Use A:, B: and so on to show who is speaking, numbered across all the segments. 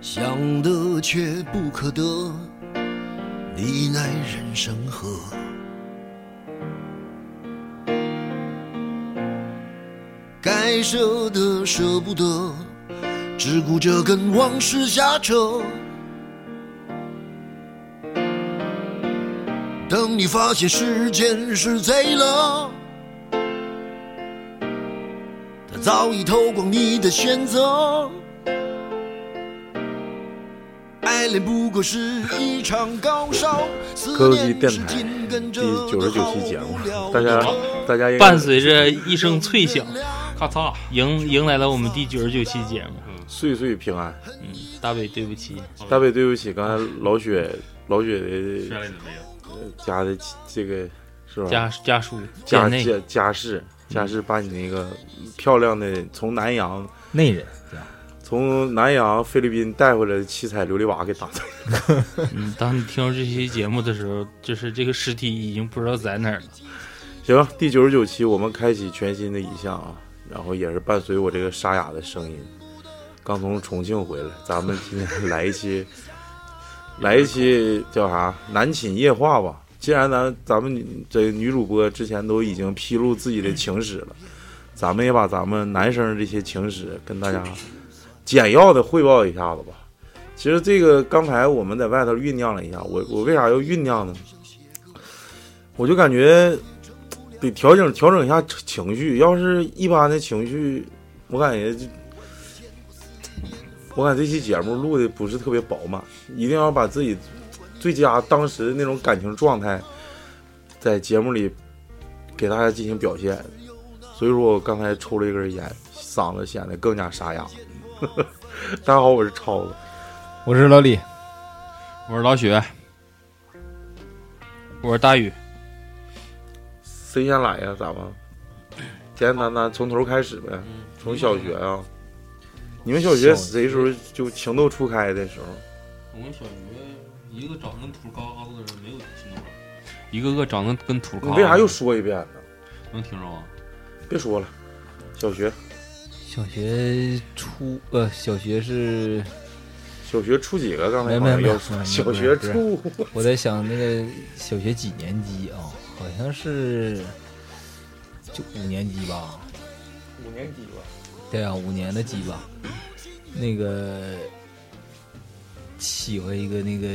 A: 想得却不可得，你奈人生何？该舍的舍不得，只顾着跟往事瞎扯。等你发现时间是贼了，它早已偷光你的选择。爱恋不过是一场高烧，思
B: 歌路机
A: 念
B: 电
A: 是
B: 台
A: 紧跟着
B: 第九十九期节目
A: 的好无聊，
B: 大家大家应该
C: 伴随着一声脆响，
D: 咔嚓，
C: 迎迎来了我们第九十九期节目。
B: 岁岁平安。
C: 嗯，大北对不起，
B: 大北，对不起，刚才老雪老雪的呃
D: 下来怎么样？
B: 家的亲这个是吧？
C: 家家属
B: 家
C: 内
B: 家家世家世把你那个漂亮的从南洋
E: 内人，
B: 从南洋菲律宾带回来的七彩琉璃瓦给打碎。
C: 嗯，当你听到这期节目的时候，就是这个尸体已经不知道在哪儿了。
B: 行吧，第九十九期我们开启全新的一项啊，然后也是伴随我这个沙哑的声音，刚从重庆回来，咱们今天来一期，来一期叫啥南寝夜话吧。既然咱咱们女这女主播之前都已经披露自己的情史了，咱们也把咱们男生这些情史跟大家简要的汇报一下子吧。其实这个刚才我们在外头酝酿了一下，我我为啥要酝酿呢？我就感觉得调整调整一下情绪。要是一般的情绪，我感觉就，我感觉这期节目录的不是特别饱满，一定要把自己最佳当时的那种感情状态，在节目里给大家进行表现。所以说我刚才抽了一根烟，嗓子显得更加沙哑。 大家好，我是超子。
E: 我是老李，
C: 我是老许，我是大宇，
B: 谁先来呀？咱们简简单单从头开始呗，从小学啊。你们小学谁时候就情窦初开的时候？
E: 哦
D: 我们小学一个长得跟土嘎子的人没有听懂，
C: 一个个长得跟土
B: 你
C: 咖。
B: 为啥又说一遍呢？
D: 能听着吗？
B: 别说了，小学
E: 小学初呃，小学是
B: 小学初几个？刚才
E: 没
B: 好像
E: 没
B: 要
E: 没没没
B: 小学
E: 不是
B: 初
E: 我在想那个小学几年级啊、好像是就五年级吧，
B: 五年级吧。
E: 对啊，五年的鸡吧，那个喜欢一个那个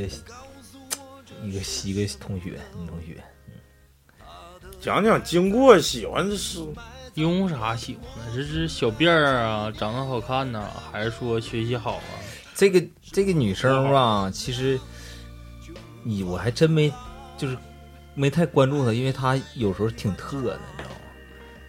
E: 一个一个同学，女同学，
B: 讲讲经过，喜欢的是
C: 因为啥喜欢呢？这是小辫儿啊，长得好看呐、还是说学习好啊？
E: 这个这个女生吧，其实你我还真没就是没太关注她，因为她有时候挺特的，你知道吗？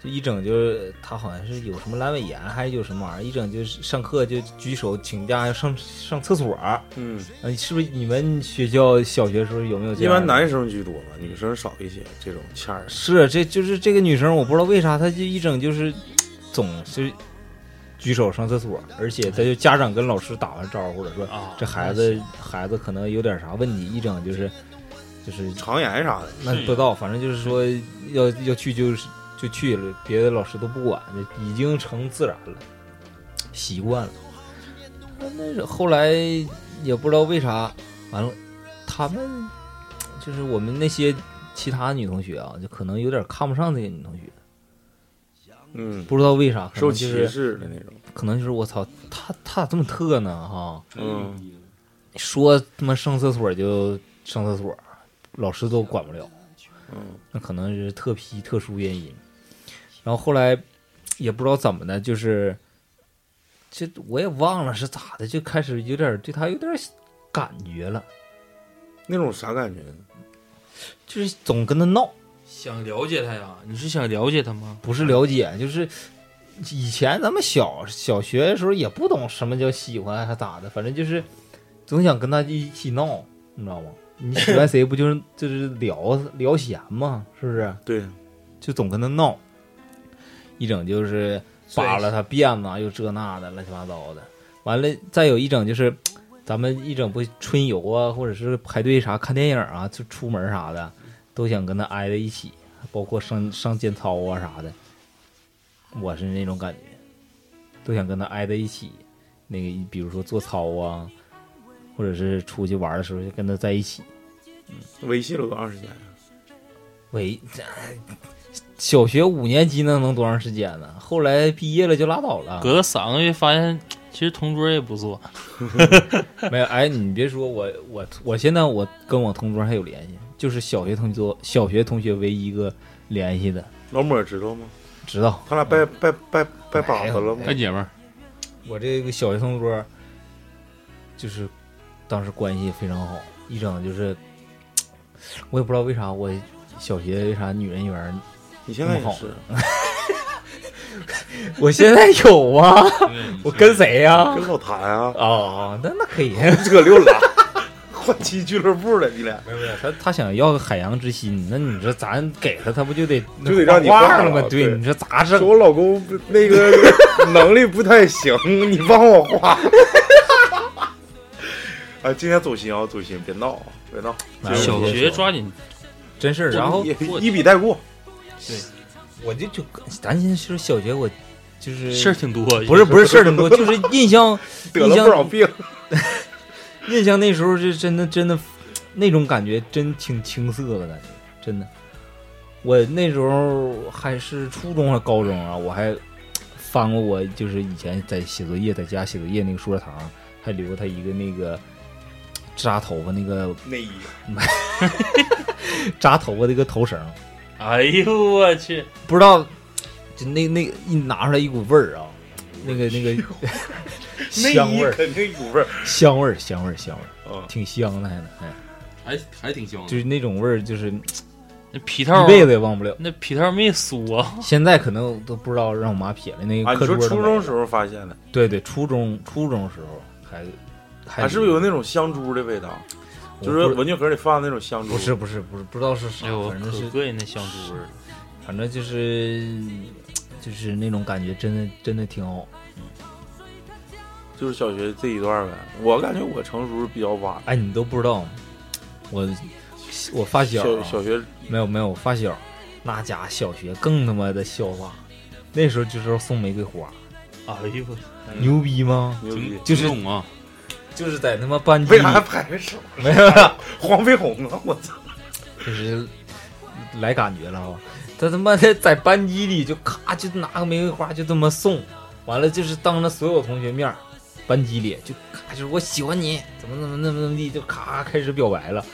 E: 就一整就是她好像是有什么阑尾炎，还有什么玩意儿，一整就是上课就举手请假要上上厕所。
B: 嗯，
E: 呃，是不是你们学校小学时候有没有这
B: 一
E: 样的？
B: 般男生居多吧，女生少一些这种欠儿。
E: 是，啊这就是这个女生，我不知道为啥她就一整就是总是举手上厕所，而且她就家长跟老师打完招呼了，说
C: 啊，
E: 这孩子孩子可能有点啥问题，一整就是就是
B: 肠炎啥的，
E: 那不知道，反正就是说要要去就是就去了，别的老师都不管，就已经成自然了，习惯了。啊那是后来也不知道为啥，完了，他们就是我们那些其他女同学啊，就可能有点看不上这个女同学，
B: 嗯，
E: 不知道为啥，可
B: 受
E: 能就
B: 歧
E: 是
B: 视的那种。
E: 可能就是我操，她她咋这么特呢哈、
B: 嗯，
E: 说他妈上厕所就上厕所，老师都管不了。
B: 嗯，
E: 那可能是特批特殊原因。然后后来也不知道怎么的，就是这我也忘了是咋的，就开始有点对他有点感觉了，
B: 那种啥感觉？
E: 就是总跟他闹，
C: 想了解他呀？你是想了解他吗？
E: 不是了解，就是以前咱们小小学的时候也不懂什么叫喜欢还咋的，反正就是总想跟他一起闹，你知道吗？你喜欢谁不就是就是聊聊闲嘛，是不是？
B: 对，
E: 就总跟他闹，一整就是扒拉他辫子啊，又这那的乱七八糟的。完了，再有一整就是，咱们一整不春游啊，或者是排队啥看电影啊，就出门啥的，都想跟他挨在一起，包括上上健操啊啥的，我是那种感觉，都想跟他挨在一起。那个比如说做操啊，或者是出去玩的时候就跟他在一起。
B: 维系了多长时间？
E: 喂，这小学五年级那能多长时间呢？后来毕业了就拉倒了。
C: 隔了三个月发现，其实同桌也不错。
E: 没有，哎，你别说我，我我现在我跟我同桌还有联系，就是小学同桌，小学同学唯一一个联系的，
B: 老莫知道吗？
E: 知道
B: 他俩拜拜拜拜把子了吗
E: 嗯哎？
D: 姐们儿，
E: 我这个小学同桌，就是当时关系非常好，一整就是，我也不知道为啥我小学为啥女人缘儿，
B: 你现在也是，
E: 我现在有啊， 我跟谁呀、
B: 跟老谭啊，
E: 哦，那那可以，
B: 这溜了，换期俱乐部了，你俩
E: 没有没有，他他想要个海洋之心，那你说咱给他，他不就得
B: 就得让你
E: 画画
B: 画
E: 了吗
B: 了？
E: 对，
B: 对
E: 你说咋整
B: 说？我老公那个能力不太行，你帮我画。 啊，今天走心啊，走心，别闹啊，别闹。
E: 来
B: 接着
C: 小
E: 我
C: 学
E: 先说
C: 抓紧，
E: 真事儿，然后
B: 一一笔带过，
E: 我就就咱先说小学，我就是
C: 事儿挺多。
E: 不是不是事儿很多，就是印象
B: 得了不少病。
E: 印象那时候是真的真的，那种感觉真挺青涩的感觉，真的。我那时候还是初中还高中啊，我还翻过我就是以前在写作业，在家写作业那个书桌堂，还留他一个那个扎头发那个
B: 内衣，
E: 扎头发的一个头绳，
C: 哎呦我去，
E: 不知道就那那一拿出来一股味儿啊，那个 那个
B: 内
E: 香味
B: 衣
E: 儿，
B: 肯定有味儿
E: 香味儿，香味儿，香味儿，
B: 啊。
E: 挺香的还能，哎，
D: 还还挺
B: 嗯
D: 香的，
E: 就是那种味儿，就是一
C: 那皮套
E: 辈子也忘不了。
C: 那皮套没缩啊，
E: 现在可能都不知道让我妈撇了那
B: 嗯啊，
E: 个
B: 你
E: 嗯课桌
B: 说
E: 都没
B: 初
E: 了
B: 中时候发现的，
E: 对对，初中初中时候还还
B: 啊，是不是有那种香猪的味道？
E: 我
B: 就是
E: 不
B: 文具盒里放的那种香猪。
E: 不是，不是不是不知道是啥
C: 哎，呦，
E: 反正
C: 可
E: 是
C: 膈应那香猪味儿了。
E: 反正就是就是那种感觉，真的真的挺好。
B: 就是小学这一段呗。我感觉我成熟是比较晚，
E: 哎，你都不知道，我我发小
B: 小
E: 啊
B: 小学
E: 没有没有，我发小那家小学更他妈的校霸，那时候就是送玫瑰花，
C: 哎呦我，
B: 嗯
E: 牛逼吗？
B: 牛逼。
E: 就是
D: 懂啊，
E: 就是在他妈班级
B: 嗯为
E: 里
B: 啥还拍个手？
E: 没有了，
B: 黄飞鸿啊！我操！
E: 就是来感觉了啊！他他妈的在班级里就咔就拿个玫瑰花就这么送，完了就是当着所有同学面儿，班级里就咔就是我喜欢你，怎么怎么怎么怎么地，就咔开始表白了。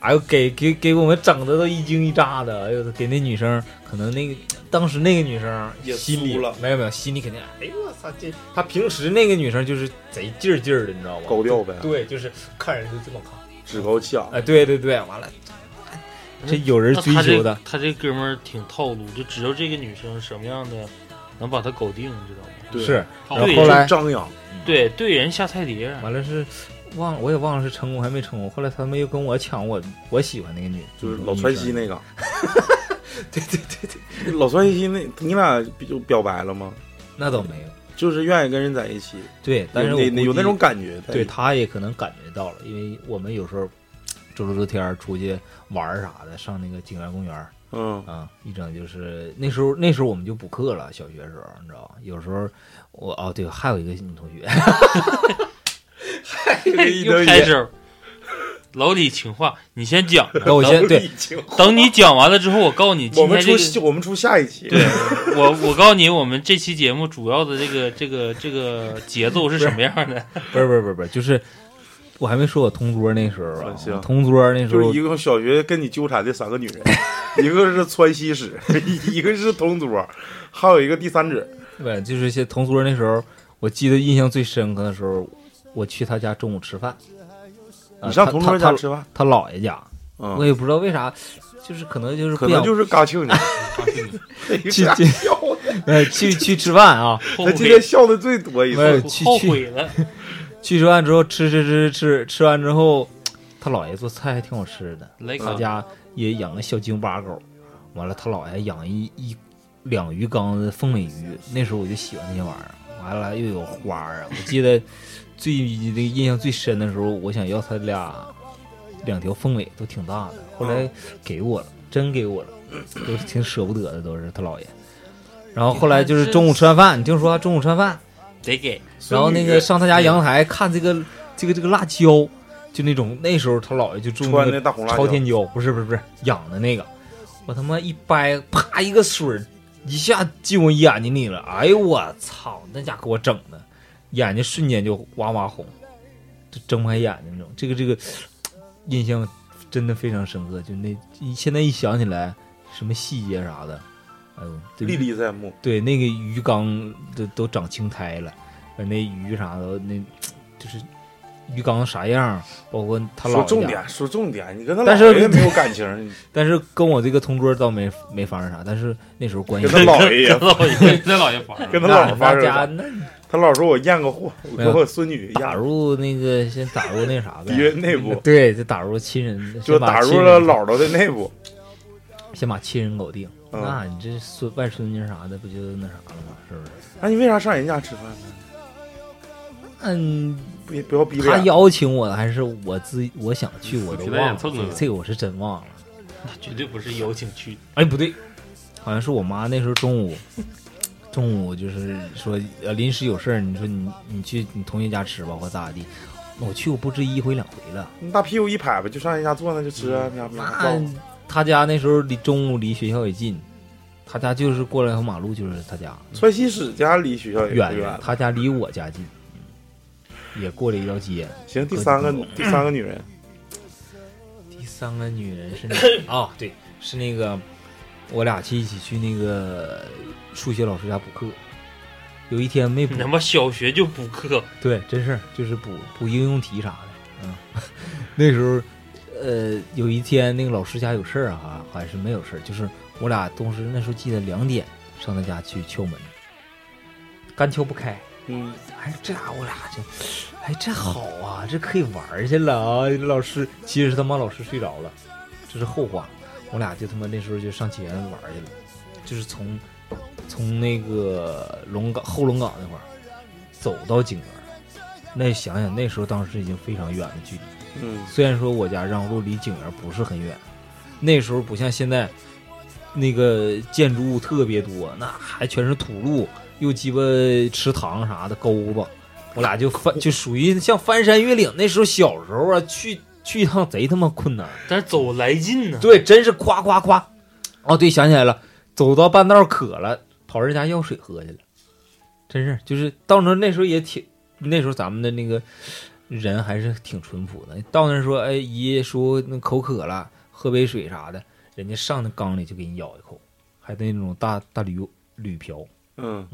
E: 哎呦，给给给我们整的都一惊一乍的，哎呦，给那女生可能那个当时那个女生
B: 也
E: 心里
B: 酥了
E: 没有没有，心里肯定哎呦我操这，她平时那个女生就是贼劲儿劲儿的，你知道吗？
B: 高调呗
E: 对，就是看人就这么看，
B: 趾高气昂。
E: 哎，对对对，完了，嗯这有人
C: 那
E: 追
C: 他
E: 求
C: 这
E: 的，
C: 他这哥们儿挺套路，就知道这个女生什么样的能把他搞定，知道吗？
B: 对，
E: 是，
D: 套
E: 然后
C: 对
E: 后来
B: 就张扬，
C: 对对，人下菜碟，啊
E: 完了是忘了，我也忘了是成功还没成功。后来他们又跟我抢我我喜欢那个女，
B: 就是老川西那个。
E: 嗯对对对对，
B: 老川西那，你俩就表白了吗？
E: 那倒没有。
B: 就是愿意跟人在一起，
E: 对，但是
B: 有
E: 我
B: 那有那种
E: 估
B: 感觉。
E: 计，对，他也可能感觉到了，因为我们有时候周六周天儿出去玩儿啥的，上那个景园公园儿
B: 嗯，
E: 啊，一整就是那时候那时候我们就补课了，小学时候你知道吧，有时候我哦对，还有一个女同学，
C: 又开始老李情话，你先讲呢。
E: 那我先对
C: 等你讲完了之后，我告诉你，
B: 我
C: 今
B: 们出
C: 天这
B: 下
C: 个，
B: 我们出下一期。
C: 对我我告诉你，我们这期节目主要的这个这个这个节奏是什么样的？
E: 不是不是不是不是，就是我还没说我同桌那时候啊，
B: 行
E: 我同桌那时
B: 就
E: 候
B: 是一个小学跟你纠缠的三个女 人，一个是川西史， 一个是同桌，还有一个第三者。
E: 对，就是些同桌那时候，我记得印象最深刻的时候，我去他家中午吃饭，啊
B: 你上
E: 他
B: 同桌
E: 他
B: 家
E: 他
B: 吃饭，
E: 他姥爷家，我
B: 嗯，
E: 也不知道为啥，就是可能就是
B: 可
E: 不
B: 能
E: 想
B: 就是嘎庆你，
E: 去
B: 嘎
E: 去
B: 笑的。
E: 呃去去吃饭啊，
C: 后
B: 他
C: 悔
B: 今天笑的最多一
E: 没有
B: 次，
E: 哎去
C: 后
E: 去
C: 悔 了，
E: 去吃饭之后吃吃吃吃吃完之后，他姥爷做菜还挺好吃的，
C: 来个
E: 他家也养个小京巴狗，完了他姥爷还养一一两鱼缸的凤尾鱼，那时候我就喜欢那些玩意儿，完了又有花儿啊，我记得最那个印象最深的时候，我想要他俩两条凤尾都挺大的，后来给我了，真给我了，都挺舍不得的，都是他姥爷。然后后来就是中午吃完饭，你听说啊中午吃完饭，
C: 得给
E: 嗯然后那个上他家阳台看这个这个这个辣椒，就那种那时候他姥爷就种
B: 穿
E: 那
B: 那大红辣椒
E: 朝天椒，不是不是不是养的那个，我他妈一掰，啪一个水儿一下进我眼睛里了，哎呦我操，那家给我整的，眼睛瞬间就哇哇红，就睁不开眼睛那种，这个这个印象真的非常深刻，就那一现在一想起来什么细节啥的，哎呦，这
B: 历历在目。
E: 对，那个鱼缸都都长青苔了，把那鱼啥的，那就是鱼缸啥样，包括他
B: 说
E: 老
B: 重点，说重点，你跟他
E: 但是
B: 姥爷也没有感情，你
E: 但是跟我这个同桌倒没没发生啥，但是那时候关系
B: 跟他 姥爷也
C: 跟 老爷
D: 那老爷发了，
B: 跟他
E: 那
B: 姥发
E: 那
B: 生
E: 家
B: 啥，
E: 那
B: 他姥说我验个货，我
E: 没有
B: 给我孙女
E: 打
B: 验入
E: 入那个先打入那 啥呗，
B: 敌人内部，
E: 对，就打入亲人，
B: 就
E: 先把
B: 打入
E: 亲
B: 了
E: 人
B: 姥姥的内部。
E: 先把亲人搞定。
B: 嗯
E: 那你这孙外孙女啥的，不就那啥了吗？是不是？
B: 那你为啥上人家吃饭呢？
E: 嗯，
B: 不不要逼
E: 他
B: 脸，
E: 邀请我的，还是我自己我想去，我都
D: 皮蛋
E: 忘
D: 也蹭
E: 了
D: 了，
E: 这个我是真忘了。
C: 绝对不是邀请去的，
E: 哎，不对，好像是我妈那时候中午，中午就是说呃临时有事儿，你说你你去你同学家吃吧，或咋地。我去过不止一回两回了。
B: 你大屁股一拍吧，就上人家坐那就吃啊，喵喵。
E: 嗯那他家那时候离中午离学校也近，他家就是过两条马路就是他家，
B: 川西史家离学校也不
E: 远
B: 远
E: 远，
B: 了。
E: 他家离我家近，嗯也过了一条街。
B: 行，第三个第三个女人，
E: 第三个女人 是那个啊、对，是那个我俩去一起去那个数学老师家补课，有一天没补
C: 你他妈小学就补课，
E: 对，真是就是补补应用题啥的。嗯， 那时候，呃，有一天那个老师家有事儿啊，还是没有事儿，就是我俩当时那时候记得两点上他家去敲门，干敲不开。
B: 嗯，
E: 哎，这家伙我俩就，哎，这好啊，这可以玩儿去了啊！老师其实他妈老师睡着了，这是后话。我俩就他妈那时候就上前玩儿去了，就是从从那个龙岗后龙岗那块儿走到景园儿，那想想那时候当时已经非常远的距离。
B: 嗯，
E: 虽然说我家让路离景园不是很远，那时候不像现在，那个建筑物特别多，那还全是土路，又鸡巴池塘啥的沟子，我俩就翻就属于像翻山越岭。那时候小时候啊，去去一趟贼他妈困难，
C: 但是走来劲呢。
E: 对，真是夸夸夸。哦，对，想起来了，走到半道渴了，跑人家要水喝去了，真是就是到那那时候也挺，那时候咱们的那个人还是挺淳朴的。到那儿说，哎姨叔那口渴了，喝杯水啥的，人家上那缸里就给你舀一口，还那种大大铝铝瓢，
B: 嗯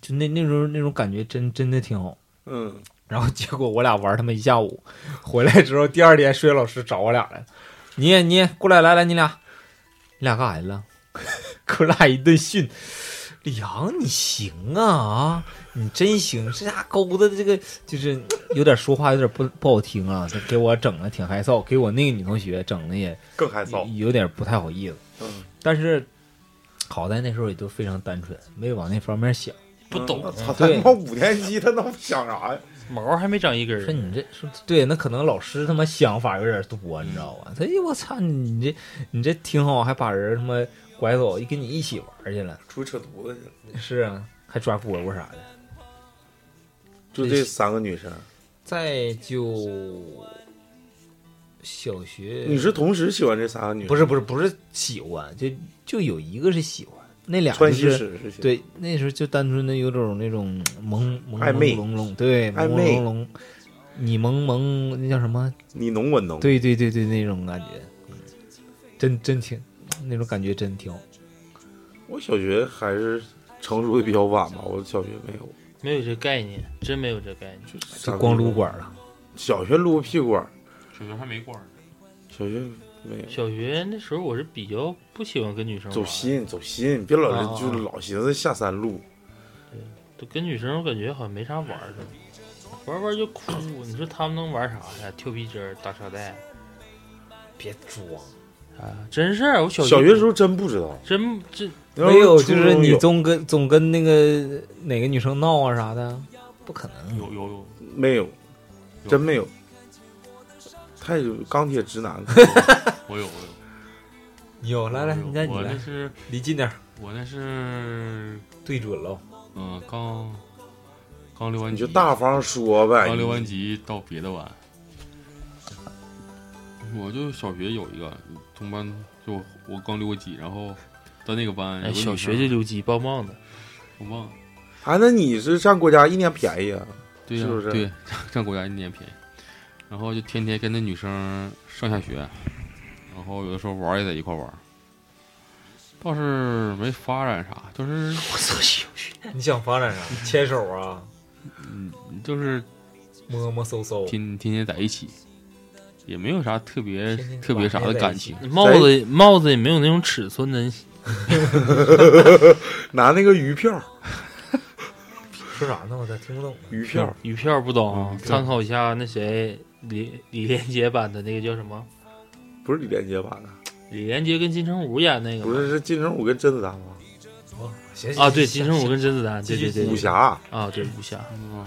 E: 就那那时候那种感觉真真的挺好。
B: 嗯，
E: 然后结果我俩玩他妈一下午，回来之后第二天数学老师找我俩来了，你你过来来来你俩，你俩干啥去了？ 给我俩一顿训，李阳你行啊啊，你真行，这家勾搭这个就是有点说话有点不不好听啊，这给我整的挺害臊，给我那个女同学整的也
B: 更害臊。
E: 有点不太好意思，
B: 嗯，
E: 但是好在那时候也都非常单纯，没往那方面想。
C: 不懂
B: 我嗯操，他
E: 对
B: 他妈五年级，他能想啊啥呀？
C: 毛还没长一根
E: 说
C: 儿，
E: 你这说对，那可能老师他妈想法有点多，你知道吧？他哎呦我操，你这你这挺好，还把人他妈拐走，跟你一起玩去了。
B: 出去扯犊子去了。
E: 是啊，还抓蝈蝈啥的。
B: 就这三个女生，
E: 再就小学，
B: 你是同时喜欢这三个女生？
E: 不是不是不是喜欢，就就有一个是喜欢，那俩就
B: 川西
E: 是
B: 史是喜欢，
E: 对，那时候就单纯的有种那种朦朦
B: 暧昧
E: 朦胧胧，对，
B: 暧
E: 朦
B: 昧
E: 朦胧胧，你朦胧那叫什么？
B: 你浓我浓。
E: 对对对对，那种感觉，嗯真真挺那种感觉真挺好。
B: 我小学还是成熟的比较晚吧，我小学没有，
C: 没有这概念，真没有这概念。
B: 就是
E: 就光撸管了，
B: 小学撸屁股，
D: 小学还没罐儿，
B: 小学没有。
C: 小学那时候我是比较不喜欢跟女生
B: 走
C: 玩，
B: 心走心，别老
C: 啊
B: 是就老寻思下山路。
C: 就跟女生我感觉好像没啥玩儿的，玩玩就哭。你说他们能玩啥呀？跳皮筋儿、打沙袋
E: 别装，
C: 啊，真是我小
B: 小学时
C: 候
B: 候真不知道，
C: 真这
E: 没哎有
B: 初中
E: 就是你
B: 有
E: 总跟总跟那个哪个女生闹啊啥的，不可能。
D: 有有有，
B: 没有，真没有。太钢铁直男了，
D: 我有我有。
E: 有来来，
D: 我有
E: 你再你
D: 我那
E: 来，
D: 是
E: 离近点儿，
D: 我那是
E: 对准喽。
D: 嗯刚刚溜完
B: 你
D: 级，
B: 就大方说呗。
A: 啊
D: 刚溜
B: 你
D: 完级到别的玩，我就小学有一个同班，就我我刚留个级，然后在那个班有
C: 哎，
D: 个女
C: 小
D: 生
C: 学就留级，棒棒的。
D: 我忘了，
B: 啊，那你是占国家一年便宜啊？
D: 对呀、
B: 是不是
D: 对，占国家一年便宜，然后就天天跟那女生上下学，然后有的时候玩也在一块玩，倒是没发展啥，就是
C: 我操，小学
E: 你想发展啥？牵手啊，
D: 就是
E: 摸摸搜搜，
D: 天天天在一起，也没有啥特别
E: 天天
D: 特别啥
E: 晚
D: 的
E: 上在一
D: 感
E: 起
D: 情。
C: 帽子帽子也没有那种尺寸的，
B: 拿那个鱼票，
E: 说啥呢？我咋听不懂呢？
B: 鱼票，
C: 鱼票不懂，
D: 嗯对
C: 参考一下那谁李李连杰版的那个叫什么？
B: 不是李连杰版的，
C: 李连杰跟金城武演那个
B: 不是
C: 吗
B: 是金城武跟甄子丹吗？
E: 哦行
C: 啊，对，金城武跟甄子丹，对
E: 继续
C: 对对，对
B: 武侠，
C: 啊，对武侠，
D: 嗯，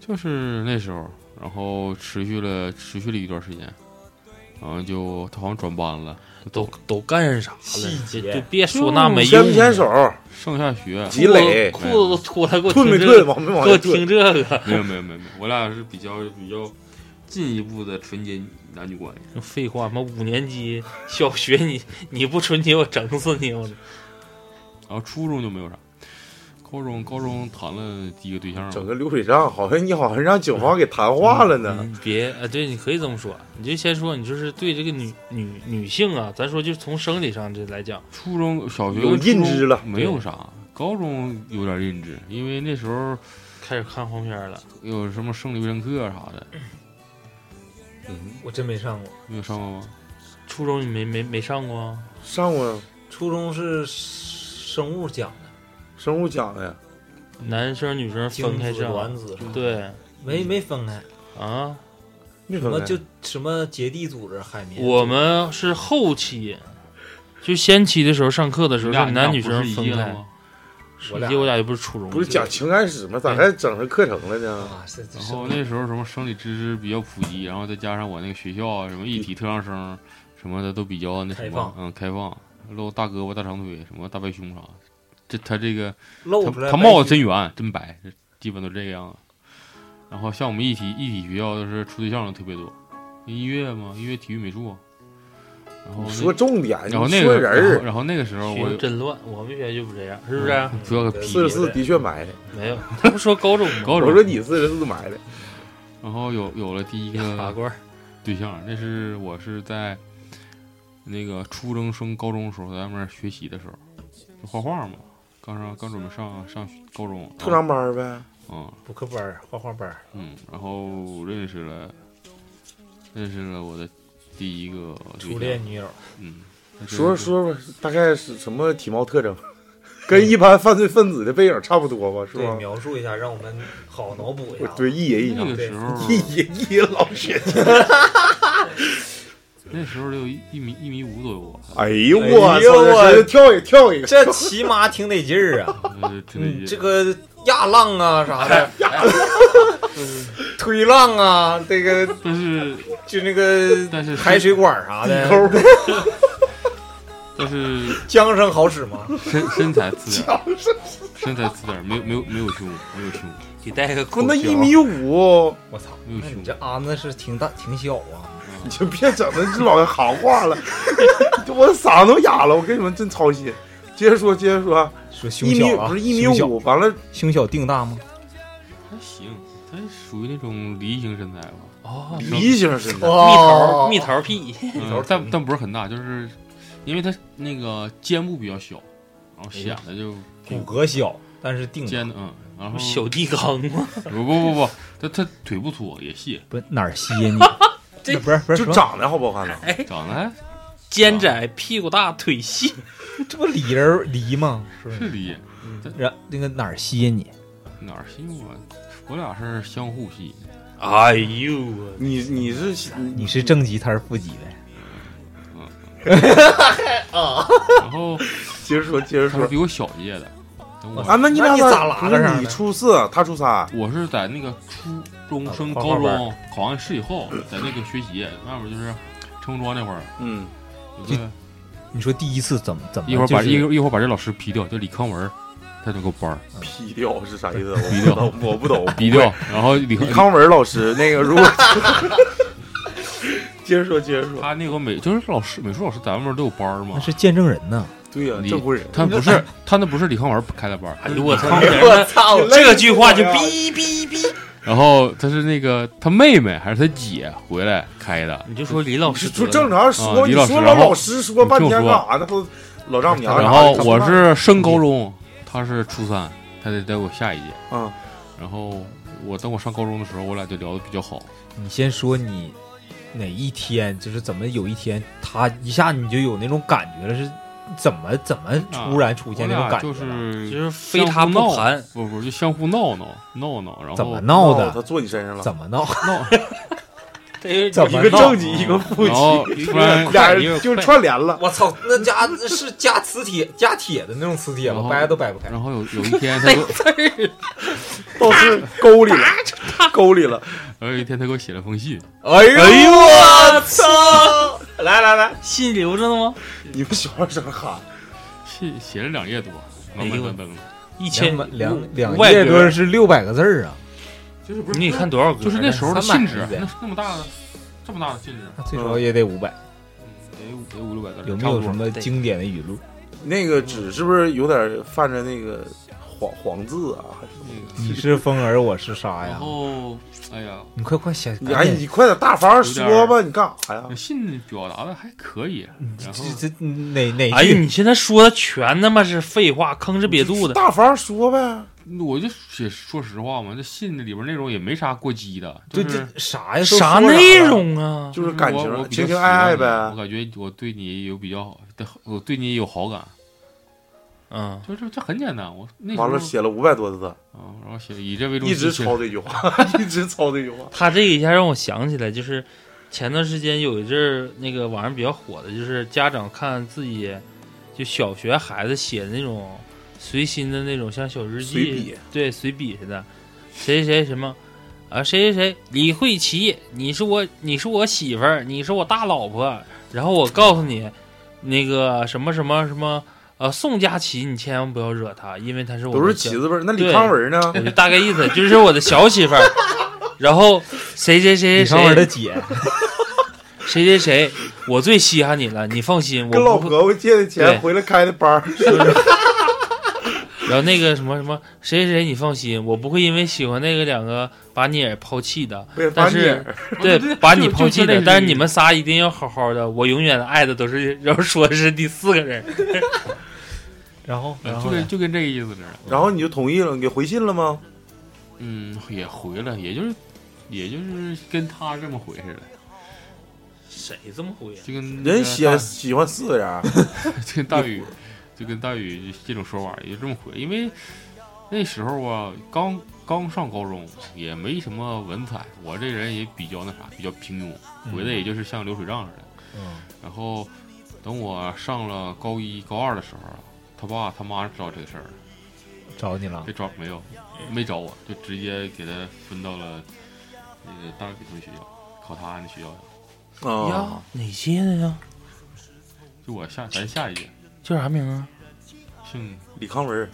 D: 就是那时候，然后持续了持续了一段时间，然后就他好像转班了，
C: 都嗯都干啥了？
E: 细
C: 就
E: 节
C: 就别说那没
B: 牵
C: 用
B: 不
C: 的。
B: 牵手，
D: 上下学
B: 急累
C: 裤子裤子都脱了，给我
B: 退没
C: 听这
B: 退，
C: 个，
B: 往没往
C: 给
B: 下
C: 我
B: 退
C: 听？这个。
D: 没有没有没有没有，我俩是比较比较进一步的纯洁男女关系。
C: 废话，妈五年级小学你你不纯洁，我整死你！我
D: 然后初中就没有啥，高中高中谈了第一个对象，
B: 整个流水账，好像你好像让警方给谈话了呢。
C: 你别啊，对，你可以这么说，你就先说，你就是对这个女女女性啊，咱说就是从生理上这来讲，
D: 初中小学
B: 有
D: 跟初
B: 认知
D: 中
B: 了
D: 没有啥。高中有点认知，因为那时候
C: 开始看黄片了，
D: 有什么生理卫生课啥的，嗯
E: 我真没上过。
D: 没有上过吗？
C: 初中你没没没上过啊，
B: 上过
E: 初中是生物讲的，
B: 生物讲的，
C: 男生女生分
E: 精
C: 开
E: 子、卵
C: 上，
E: 子什么的，
C: 对
E: 没没分开，
C: 啊，
B: 没
E: 什
B: 分
E: 么
B: 开
E: 就什么结缔组织、海绵。
C: 我们是后期，就先期的时候上课的时候，
D: 你俩
C: 是男女
D: 你俩
C: 生
D: 不是一
C: 分
D: 个
C: 开
D: 吗？，
C: 是
E: 我
C: 一
E: 俩
C: 届我俩又不是初中，
B: 不是讲情感史吗？咋还整成课程了呢？
E: 啊，是
D: 然后那时候什么生理知识比较普及，然后再加上我那个学校啊什么一体特长生什么的都比较那什
E: 开
D: 么
E: 放，
D: 嗯，开放，露大胳膊、大长腿，什么大白胸啥，这他这个
E: 露出
D: 他
E: 来
D: 他
E: 白
D: 帽
E: 血
D: 子真圆，真白，这基本都这个样子。然后像我们一体一体学校就是处对象的特别多，音乐嘛，音乐、体育、美术。啊然后
B: 你
D: 那
B: 说重点，你
D: 嗯然后那
B: 说
D: 个
B: 人
D: 然后
B: 儿，
D: 然后那个时候
C: 学啊
D: 我嗯
C: 校真乱，我们学校就不这样，是不是？
D: 不要个屁
B: 四十四的确埋的。
C: 没有，他不说嗯高中吗？
D: 高
B: 我
D: 中
B: 说你四十四埋的，
D: 然后有有了第一个
C: 法官儿，
D: 对象，那是我是在那个初中升高中的时候，在外面学习的时候，就画画嘛，刚上刚准备上上高中，然后
B: 特长班儿呗。
D: 嗯
E: 补课班儿、画画班儿，
D: 嗯，然后认识了认识了我的第一个对
E: 初
D: 象
E: 恋，女友。
D: 嗯，那真
B: 说
D: 是
B: 说吧，大概是什么体貌特征？跟一般犯罪分子的背影差不多吧，是
E: 对，
B: 吧？
E: 描述一下，让我们好脑补一下。
B: 对，一爷一
D: 那
B: 样
D: 个，
E: 对
D: 时 候
B: 一爷一爷老学。
D: 那时候得有一一米一米五左右吧，
B: 哎呦
E: 哎呦
B: 我操，
E: 我
B: 这是跳一跳一个，
E: 这骑马挺得劲儿啊，
D: 呃真的
E: 嗯，
D: 也
E: 这个压浪啊啥的， 推浪啊，这个
D: 但是
E: 就那个
D: 但是
E: 排水管啥 的，
B: 抠
D: 但是
E: 缰绳好使吗？
D: 身身材次点儿，身材次点儿，没有没有没有胸，没有胸，
C: 你带个
B: 不
C: 口
B: 那
C: 交
B: 一米五，
E: 我操，
D: 没有
E: 那你
D: 胸
E: 这鞍子是挺大挺小啊，
B: 你就别整那老行话了， 我嗓子都哑了，我跟你们真操心。接着说，接着说，
E: 说胸
B: 一米
E: 小啊，
B: 不是一米
E: 胸小
B: 五，，完了
E: 胸小腚大吗？
D: 还行，他属于那种梨形身材吧，
E: 啊
C: 哦，蜜
B: 梨形身材，
E: 哦
C: 桃蜜，桃屁，
D: 嗯、但但不是很大，就是因为他那个肩部比较小，然
C: 哎
D: 后显得就
E: 骨骼小，但是腚大
D: 肩嗯，然后
C: 小地缸吗？
D: 不不不不，他他腿不粗也细，
E: 不哪儿歇你？
C: 这
E: 不是不是
B: 就
E: 什么
B: 长得好不好看呢？
E: 哎
C: 哎
D: 长得还
C: 肩窄屁股大腿细，
E: 这不李仁儿梨吗？是不
D: 是
E: 是？
D: 梨，
E: 然那个哪儿歇你？
D: 哪儿细我我俩是相互细，
C: 哎呦我，
B: 你你是
E: 你是正极，他是负极呗？
D: 然后
B: 接着说，接着
D: 他
B: 说
D: 是比我小一届的，等我
B: 啊？那你俩
E: 那你咋拉
B: 不
E: 的
B: 是
E: 上
B: 你
E: 呢
B: 初四，他初三，啊
D: 我是在那个初中升
E: 画
D: 高
E: 画班
D: 中考完试以后，在那个学习外面就是成庄那块儿，
B: 嗯，
D: 有个
E: 你说第一次怎么怎么？
D: 一会儿把
E: 啊就是
D: 一一会儿把这老师批掉，叫李康文儿，他那个班儿
B: 劈掉是啥意 思？
D: 劈
B: 我
D: 掉
B: 不懂，我不懂。
D: 逼掉，然后李
B: 李康文老师，那个如果接着说，接着说。
D: 他那个美就是老师，美术老师咱们都有班儿嘛
E: 那。是见证人呐，
B: 对呀、
D: 你
B: 证婚人。
D: 他不是，他那不是李康文开的班儿，
C: 哎 呦我操！
B: 我操
C: 这个句话就哔哔哔，
D: 然后他是那个他妹妹还是他姐回来开的，
C: 你就说李老师
B: 就正常说，
D: 啊
B: 你
D: 李老师
B: 说
D: 然
B: 老
D: 后
B: 老师说半天干啥呢？都老丈母娘啥的。
D: 然后
B: 看不
D: 我
B: 惯
D: 是升高中，他是初三，他得在我下一届。
B: 啊，
D: 然后我等我上高中的时候，我俩就聊的比较好。
E: 你先说你哪一天，就是怎么有一天，他一下你就有那种感觉了，是怎么怎么突然出现那种
D: 我俩
E: 感觉
D: 就
E: 了？
C: 就是是非他不谈，
D: 不不就相互闹闹闹闹，然后
E: 怎么闹
B: 哦他
E: 的？
B: 坐你身上了，
E: 怎么闹？
D: 闹？
C: 这
E: 怎么
B: 一个
E: 闹
B: 正经 一个负
D: 然后
B: 气，
D: 突然
B: 俩人就串联了。
E: 我操，那家是加磁铁加铁的那种磁铁
D: 然
E: 吗？
D: 后
E: 掰都掰不开。
D: 然后有有一天他给我，
B: 倒是沟里了，沟里了。
D: 然后有一天他给我写了封信，
E: 哎呦
B: 哎呦
E: 我操！ 来来来，
C: 信留着呢吗？
B: 你们小点声喊，
D: 信写了两页多，慢慢登登，
C: 一千
E: 两两
C: 五
E: 两
C: 百
E: 页多
C: 格，
E: 是六百个字儿啊！
D: 就是不
C: 你得看多少格？
D: 就是那时候的信纸
E: 三，百
D: 那那么大的这么大的信纸，
E: 那最少也得五百。
D: 得五得五六百字儿，
E: 有没
D: 差不
E: 有
D: 多
E: 什么经典的语录？
B: 那个纸是不是有点泛着那个黄黄字啊？还是什么
D: 那个
E: 你是风儿，我是沙
D: 然
E: 呀！
D: 后，哎呀，
E: 你快快写！
B: 你哎，你快点大方说吧，你干
D: 啊
B: 啥呀？
D: 信表达的还可以，然后
E: 这这哪哪
C: 哎呀，
E: 句？
C: 你现在说的全他妈是废话，吭哧瘪肚的。
B: 大方说呗。
D: 我就写说实话嘛，这信里边内容也没啥过激的，
E: 对
D: 就是
E: 这啥呀？
C: 啥内？容啊？
B: 就是感
D: 我我
B: 情，
D: 比较
B: 情情爱爱
D: 喜欢你我
B: 呗。
D: 感觉我对你有比较好，对我对你有好感，
C: 嗯，
D: 就是这很简单。我那时候
B: 完了，写了五百多字，
D: 啊，然后写以这为中
B: 一
D: 心
B: 直
D: 写
B: 抄这句话， 一直抄这句话。
C: 他这一下让我想起来，就是前段时间有一阵儿那个网上比较火的，就是家长看自己就小学孩子写的那种随心的那种像小日
B: 随
C: 记
B: 笔，
C: 对，随笔似的，谁谁谁什么。啊，谁谁谁，李慧琪，你是我，你是我媳妇儿，你是我大老婆。然后我告诉你，那个什么什么什么，呃，宋佳琪，你千万不要惹她，因为她是我
B: 都是
C: 的小
B: 旗子辈儿，那李
C: 对呃
B: 康文呢？
C: 我就大概意思就是我的小媳妇儿，然后谁谁谁
E: 李康文的
C: 谁
E: 姐，
C: 谁谁谁，我最稀罕你了，你放心，
B: 跟老
C: 我不会。
B: 婆婆借的
C: 对
B: 钱回来开的班儿，
C: 然后那个什么什么谁谁谁，你放心，我不会因为喜欢那个两个把你也抛弃的，
B: 被
C: 但
B: 翻脸
C: 是
B: 儿。
C: 对
D: 对对
C: 把你
D: 就就
C: 抛弃
D: 就类
C: 的
D: 似，于
C: 但是你们仨一定要好好的，我永远爱的都是， 然后说的是第四个人，
E: 然
C: 嗯
E: 后
D: 呃
E: 然
D: 就
E: 后
D: 跟
E: 呢
D: 就跟这个意思似的。
B: 然后你就同意了，你给回信了吗？
D: 嗯，也回了，也就是也就是跟他这么回似的，
C: 谁这么回呀？
D: 就跟那个
B: 人
D: 大
B: 喜喜欢四个人，
D: 就跟大宇，就跟大宇这种说法也这么回，因为那时候啊，刚刚上高中，也没什么文采，我这人也比较那啥，比较平
C: 嗯
D: 庸，回的也就是像流水账似的。
E: 嗯
D: 然后等我上了高一、高二的时候啊，他爸他妈知道这个事儿了，
E: 找你了
D: 这，招没有，没找我，就直接给他分到了那个大学同学学校，考他那学校，
B: 啊
C: 呀，，哪届的呀？
D: 就我下咱下一届
C: 叫啥名啊？
D: 姓
B: 李康文，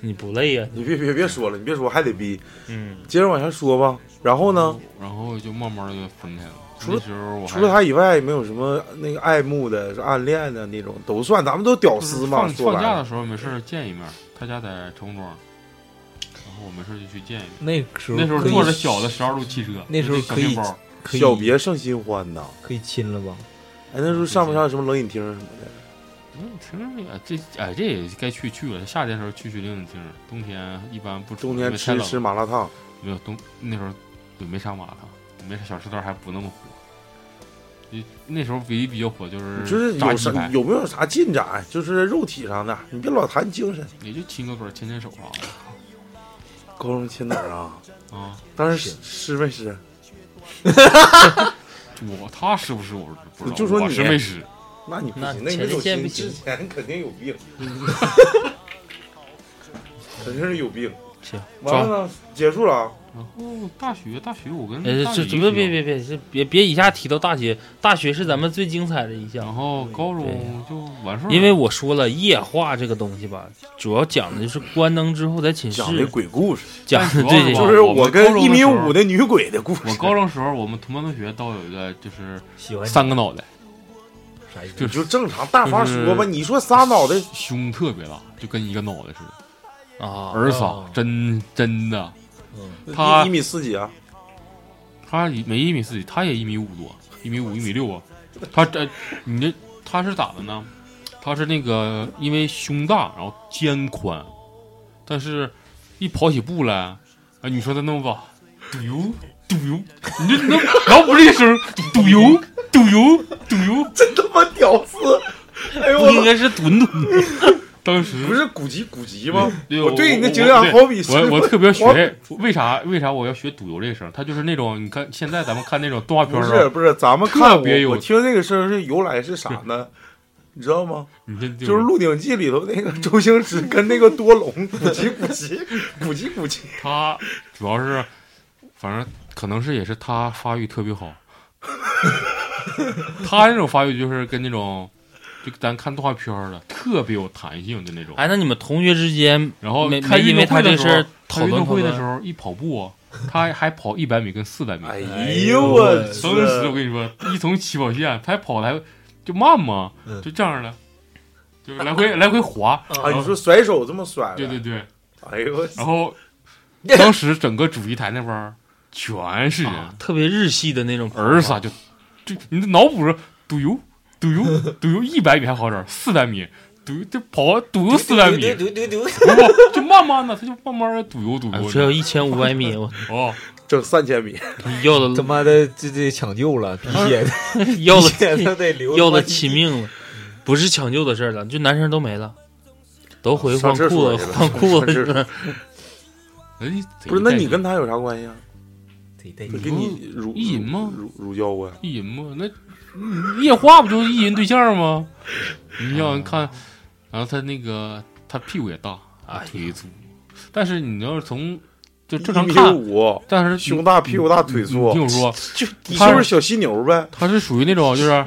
C: 你不累呀？
B: 你别别别说了，你别说，还得逼，
C: 嗯，
B: 接着往下说吧。然后呢，，
D: 然后就慢慢的分开了。
B: 除了
D: 那时候嗯我还
B: 除了他以外，没有什么那个爱慕的、是暗恋的那种，都算，咱们都屌
D: 就是
B: 丝嘛。
D: 嗯放
B: 说
D: 放
B: 白
D: 假
B: 了
D: 的，时候没事儿见一面，他家在成庄，然后我没事儿就去见一面。
E: 那时候
D: 那时候
E: 可以
D: 坐着小的十二路汽车，
E: 那时候
D: 就小
E: 可以
D: 面包，
E: 可以
B: 小别胜新欢呐。
E: 可以亲了吧？
B: 哎，那时候上不上什么冷饮厅什么的？
D: 嗯，听着也这哎这也该去去了。夏天的时候去去冷饮厅，冬天一般不出
B: 冬
D: 因
B: 天
D: 为太
B: 吃
D: 冷
B: 吃麻辣烫，
D: 没有冬那时候对没啥麻辣烫，没啥小吃摊儿还不那么火。就那时候唯一比较火就是
B: 就是
D: 炸
B: 有
D: 鸡
B: 啥
D: 排，
B: 有没有啥进展？就是肉体上的，你别老谈精神。
D: 也就亲个嘴儿牵牵手啊啥
B: 高中亲哪儿啊？
D: 的啊。
B: 当时湿没湿？
D: 我他是不是我是不知道，
B: 就说
D: 我
B: 你
D: 是没吃，
B: 那你不
C: 那
B: 行，那你
C: 前列
B: 有
C: 腺不
B: 心
C: 行
B: 之前肯定有 病，肯定是有病。
C: 行，
B: 完了呢，结束了啊，
D: 然后大学，大学我跟
C: 呃，
D: 嗯大
C: 这
D: 宇一
C: 这别别
D: 起
C: 别
D: 嘛
C: 别，这别别一下提到大学，大学是咱们最精彩的一项
D: 然。后高中就完事儿了，
C: 因为我说了夜话这个东西吧，主要讲的就是关灯之后在寝室
B: 讲的鬼故事，
C: 讲
D: 但主
C: 的对
D: 要
C: 对对
D: 是吧
B: 就是
D: 我
B: 我
D: 们高
B: 跟
D: 中
B: 一
D: 的
B: 米
D: 时候
B: 五的女鬼的故事。
D: 我高中时候，我们同班同学倒有一个就是
E: 喜欢
D: 三个脑袋，
E: 啥意思？
B: 你就正常大方说吧，
D: 就是
B: 你说仨脑袋
D: 胸特别大，就跟一个脑袋似的，
C: 啊，
D: 儿
E: 哦
D: 仨真真的，他
B: 一一米四几啊？
D: 他没一米四几，他也一米五多，一米五、一米六啊。他这、你这他是咋的呢？他是那个因为胸大，然后肩宽，但是一跑起步来，啊，你说他那么吧，嘟油嘟油，你这你这，然后不是一声嘟油嘟油嘟油，
B: 真他妈屌丝！哎呦
C: 不应该是墩墩，
D: 当时
B: 不是古籍古籍吗？
D: 对
B: 我对你的
D: 我
B: 景仰
D: 我
B: 好比是
D: 我我特别
B: 好
D: 学，为啥为啥我要学赌油这声？他就是那种你看现在咱们看那种动画片
B: 不
D: 儿
B: 是
D: 啊，
B: 不是，咱们
D: 特
B: 看我
D: 别有
B: 我听这个声儿是由来是啥呢？你知道吗？
D: 你这
B: 就是《鹿鼎记》里头那个
D: 嗯
B: 周星驰跟 那个多隆古籍古籍古籍古籍，
D: 他主要是，反正可能是也是他发育特别好， 他那种发育就是跟那种，就咱看动画片儿的特别有弹性的那种。
C: 哎，那你们同学之间
D: 然后
C: 没
D: 开
C: 没
D: 运
C: 因为
D: 动
C: 他
D: 会
C: 这
D: 的
C: 个
D: 时
C: 事
D: 候
C: 儿
D: 开
C: 讨
D: 运动
C: 论
D: 会的
C: 讨
D: 时
C: 论
D: 候一跑步啊，他还跑一百米跟四百米。
B: 哎
E: 呦
B: 呦我
E: 我
D: 当时我跟你说，一从起跑线，他还跑的还就慢嘛，就这样的，就来回来回滑。
B: 嗯啊！你说甩手这么甩？
D: 对对，对，
B: 哎呦我
D: 然后当时整个主席台那边儿全是人，
C: 啊，特别日系的那种
D: 儿仨就，就你的脑补着赌油赌油 赌油一百米还好点儿，四百米赌油就跑赌油四百米，
E: 丢丢丢，
D: 不不就慢慢的，他就慢慢的赌油赌
C: 哎，只有
D: 油，
C: 一千五百 米，我
D: 哦，
B: 整三千米，
C: 要
E: 他
C: 了
E: 妈的这这抢救了，鼻 血
C: 要
E: 鼻血都
C: 了
E: 得 流，
C: 要了亲命了，不是抢救的事儿了，就男生都没了，都回换
B: 上厕所
C: 裤子
B: 去了
C: 换裤子
B: 上厕
C: 了，
D: 哎，
B: 不是？那你跟他有啥关系啊？
E: 得得
B: 他给你乳
D: 意淫吗
B: 乳乳教过呀？
D: 意淫吗？那嗯夜话不就是意淫对象吗？你要看，然后他那个他屁股也大，
C: 哎
D: 腿粗，但是你要是从就正常
B: 一米
D: 看，
B: 五，
D: 但是
B: 胸大屁股大腿
D: 你
B: 粗
D: 听，我说，
B: 就你
D: 他
B: 是不是小犀牛呗？
D: 它是属于那种就是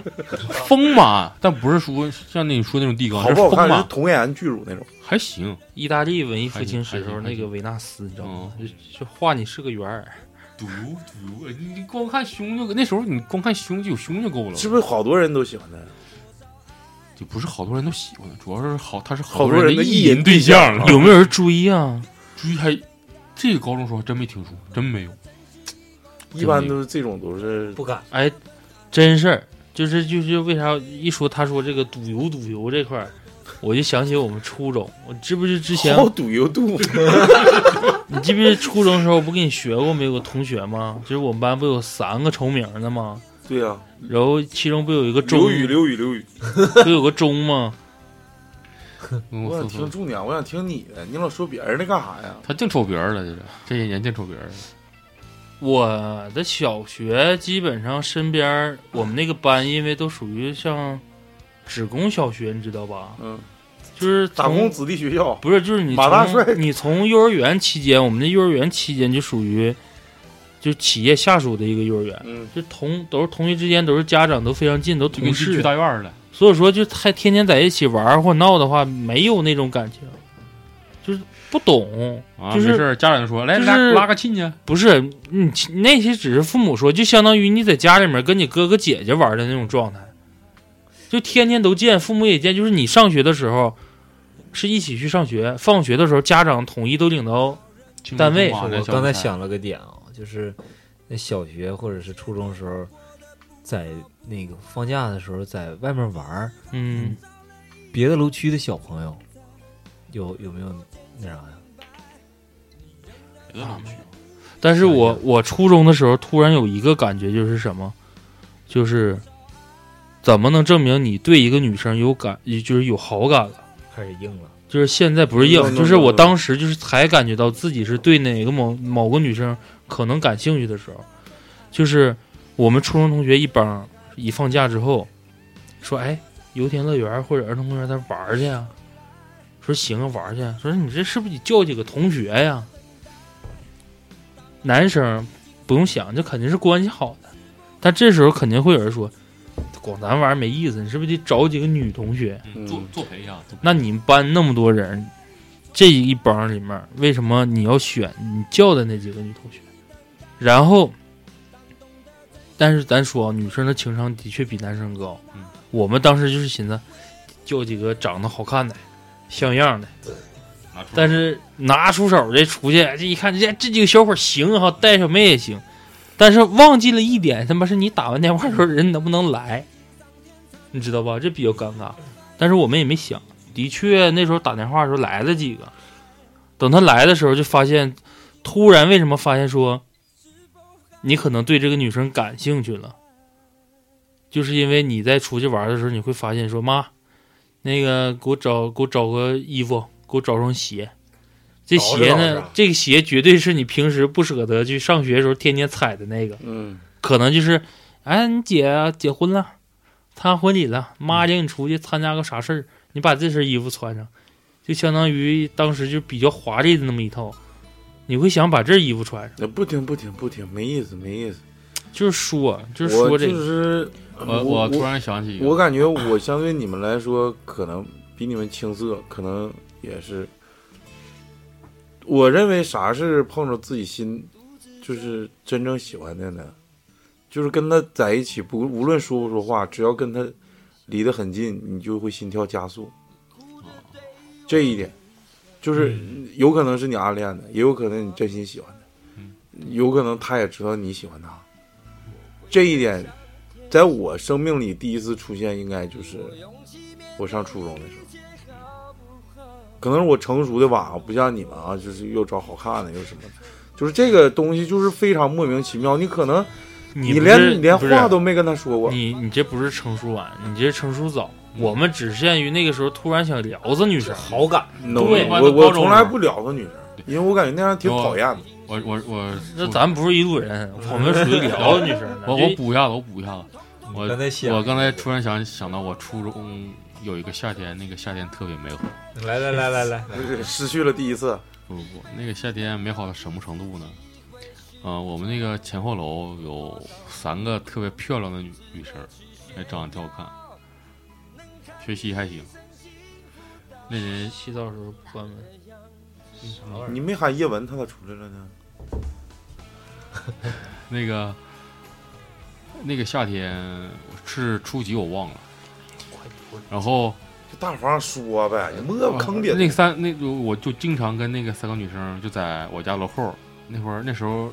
D: 丰满，但不是说像那你说那种地缸，
B: 好
D: 是
B: 不好
D: 丰
B: 看是
D: 满，
B: 童颜巨乳那种。
D: 还行。
C: 意大利文艺复兴时
D: 还
C: 候
D: 行还行
C: 那个维纳斯，你知道吗？
D: 嗯
C: 就就画你是个圆儿，
D: 赌油赌油，你你光看胸就那时候你光看胸就有胸就够了，
B: 是不是好多人都喜欢他？
D: 就不是好多人都喜欢，主要是好他是
B: 好多
D: 多
B: 人的
D: 的意
B: 意
D: 淫
B: 淫
D: 对
B: 对
D: 象了。
C: 有没有人追啊？
D: 注意还这个高中时候还真没听说，真没有。
B: 一般都是这种都是
E: 不敢，
C: 哎，真事儿，就是就是为啥一说他说这个赌油赌油这块儿，我就想起我们初中，我知不知之前
B: 好赌 又度，
C: 你记不记得初中时候我不跟你学过没有个同学吗？就是我们班不有三个重名的吗？
B: 对啊呀，
C: 然后其中不有一个钟
B: 刘，宇刘宇刘宇，
C: 不有个钟吗？
D: 嗯
B: 我
D: 我
B: 想
D: 搜
B: 听
D: 搜，
B: 重点，我想听你的，你老说别人的干啥呀？
D: 他净瞅别人了，这是这些年净瞅别人了。
C: 我的小学基本上身边儿我们那个班，因为都属于像职工小学，你知道吧？
B: 嗯，
C: 就是
B: 打工
C: 从
B: 子弟学校，
C: 不是，就是你
B: 马大
C: 从
B: 帅
C: 你从幼儿园期间，我们那幼儿园期间就属于就企业下属的一个幼儿园，
B: 嗯，
C: 就同都是同学之间都是家长都非常近，都
D: 就跟
C: 同
D: 去
C: 事
D: 去，大院儿了，
C: 所以说就还天天在一起玩儿或闹的话，没有那种感情，就是不懂，
D: 啊，
C: 就是
D: 没事儿，家长就说来
C: 就
D: 拉
C: 是
D: 拉个亲去，
C: 不是你那些只是父母说，就相当于你在家里面跟你哥哥姐姐玩的那种状态，就天天都见，父母也见。就是你上学的时候是一起去上学，放学的时候家长统一都领到。
D: 亲
C: 单位
D: 妈
E: 我
D: 这小
E: 刚才
D: 菜
E: 想了个点啊，就是那小学或者是初中时候，在那个放假的时候在外面玩儿，
C: 嗯，
E: 别的楼区的小朋友有有没有那啥呀？
D: 别的老区
C: 但是我我初中的时候突然有一个感觉，就是什么，就是怎么能证明你对一个女生有感，就是有好感了？
E: 开始硬了，
C: 就是现在不是硬
B: 嗯，嗯
C: 就是
B: 嗯
C: 我
B: 嗯
C: 当时就是才感觉到自己是对哪个某某个女生可能感兴趣的时候，就是我们初中同学一帮一放假之后，说哎，游田乐园或者儿童公园咱玩儿去啊，说行啊玩儿去啊，说你这是不是得叫几个同学呀？男生不用想，这肯定是关系好的。但这时候肯定会有人说，光咱玩儿没意思，你是不是得找几个女同学？
D: 嗯作作陪一下，作陪
C: 那你们班那么多人，这一帮里面，为什么你要选你叫的那几个女同学？然后，但是咱说啊，女生的情商的确比男生高。
D: 嗯
C: 我们当时就是寻思，叫几个长得好看的、像样的，
D: 拿出来
C: 但是拿出手这出去，这一看，这这几个小伙儿行哈，带小妹也行，但是忘记了一点，他妈是你打完电话的时候人能不能来，你知道吧？这比较尴尬。但是我们也没想，的确那时候打电话的时候来了几个，等他来的时候就发现，突然为什么发现说，你可能对这个女生感兴趣了，就是因为你在出去玩的时候，你会发现说妈，那个给我找给我找个衣服，给我找双鞋。这鞋
B: 找着找
C: 呢
B: 着？
C: 这个鞋绝对是你平时不舍得去上学的时候天天踩的那个。
B: 嗯，
C: 可能就是，哎，你姐结婚了，参婚礼了，妈领你出去参加个啥事儿，你把这身衣服穿上，就相当于当时就比较华丽的那么一套，你会想把这衣服穿上。
B: 那不听不听不听，没意思没意思。
C: 就是说，就是
B: 我
C: 说这
B: 就
C: 个，
B: 是
D: 我
B: 我
D: 我突然想起一个，
B: 我感觉我相对你们来说，可能比你们青涩，可能也是。我认为啥是碰着自己心，就是真正喜欢的呢，就是跟他在一起，不无论说不说话，只要跟他离得很近，你就会心跳加速。这一点，就是有可能是你暗恋的，也有可能你真心喜欢的，有可能他也知道你喜欢他。这一点在我生命里第一次出现，应该就是我上初中的时候。可能是我成熟的晚啊，不像你们啊，就是又找好看的又什么的，就是这个东西就是非常莫名其妙。你可能
C: 不是
B: 连连
C: 不是
B: 话都没跟他说过，
C: 你你这不是成熟晚，你这成熟早。
B: 嗯
C: 我们只限于那个时候突然想聊着女生，
E: 好感，
B: No，
C: 对
B: 我
D: 高
B: 我
D: 中
B: 从
D: 时候
B: 来不聊过女生，因为我感觉那样挺
D: 有
B: 讨厌的。
D: 我我我
C: 那咱不是一路人，我们属于聊着女生 的。
D: 我
C: 就
D: 我补一下子，我补一下子。我
E: 刚才想
D: 我刚才突然想想到，我初中有一个夏天，那个夏天特别美好。
E: 来来来来来，
B: 失去了第一次，
D: 不不不，那个夏天美好到什么程度呢？呃，我们那个前后楼有三个特别漂亮的女女生，还长得挺好看，学习还行。那人
C: 洗澡的时候不关门，
B: 你没喊叶文，他咋出来了呢？
D: 那个那个夏天是初几我忘了，然后
B: 就大方说呗，你摸个坑里
D: 啊那三那个我就经常跟那个三个女生就在我家楼后儿那会儿那时候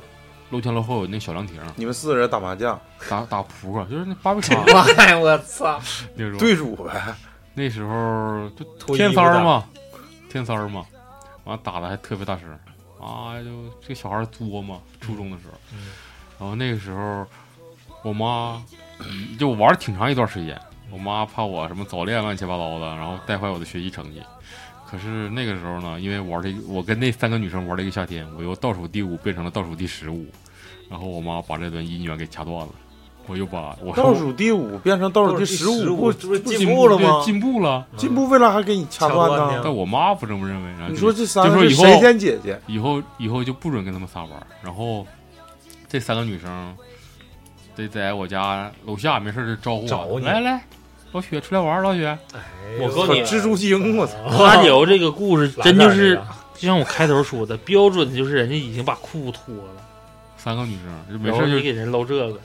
D: 楼前楼后有那小凉亭儿
B: 你们四个人打麻将，
D: 打打扑克，就是那八百场
E: 妈呀，哎我操！
D: 那时候。
B: 对主呗，
D: 那时候就
E: 脱衣
D: 天
E: 服
D: 三儿
E: 打
D: 嘛，天三儿嘛，完打的还特别大声，啊，就这个小孩儿作嘛，初中的时候，然后那个时候我妈就玩儿挺长一段时间，我妈怕我什么早恋乱七八糟的，然后带坏我的学习成绩。可是那个时候呢，因为玩儿这个，我跟那三个女生玩儿了一个夏天，我由倒数第五变成了倒数第十五，然后我妈把这段姻缘给掐断了，我又把我
B: 倒数第五变成倒数第十
E: 15
B: 不
E: 这不是
B: 进
E: 进步了吗
D: 对进步了。
B: 进步为啥还给你掐断
E: 掐断
B: 呢
E: 呢？
D: 但我妈不这么认为。然后
B: 你
D: 就
B: 说这三个
D: 就是说以后
B: 谁先姐姐？
D: 以后以后就不准跟他们仨玩儿。然后这三个女生得在我家楼下没事儿就招呼我，
E: 找你
D: 来来，老雪出来玩儿，老雪。
C: 我告
E: 哎
C: 诉你
B: 蜘蛛精，我操！
C: 他聊这个故事真就是
E: 来点儿这个
C: 就像我开头说的，标准的就是人家已经把裤子脱了，
D: 三个女生就没
C: 然
D: 事
C: 后
D: 儿就
C: 你给人搂这个，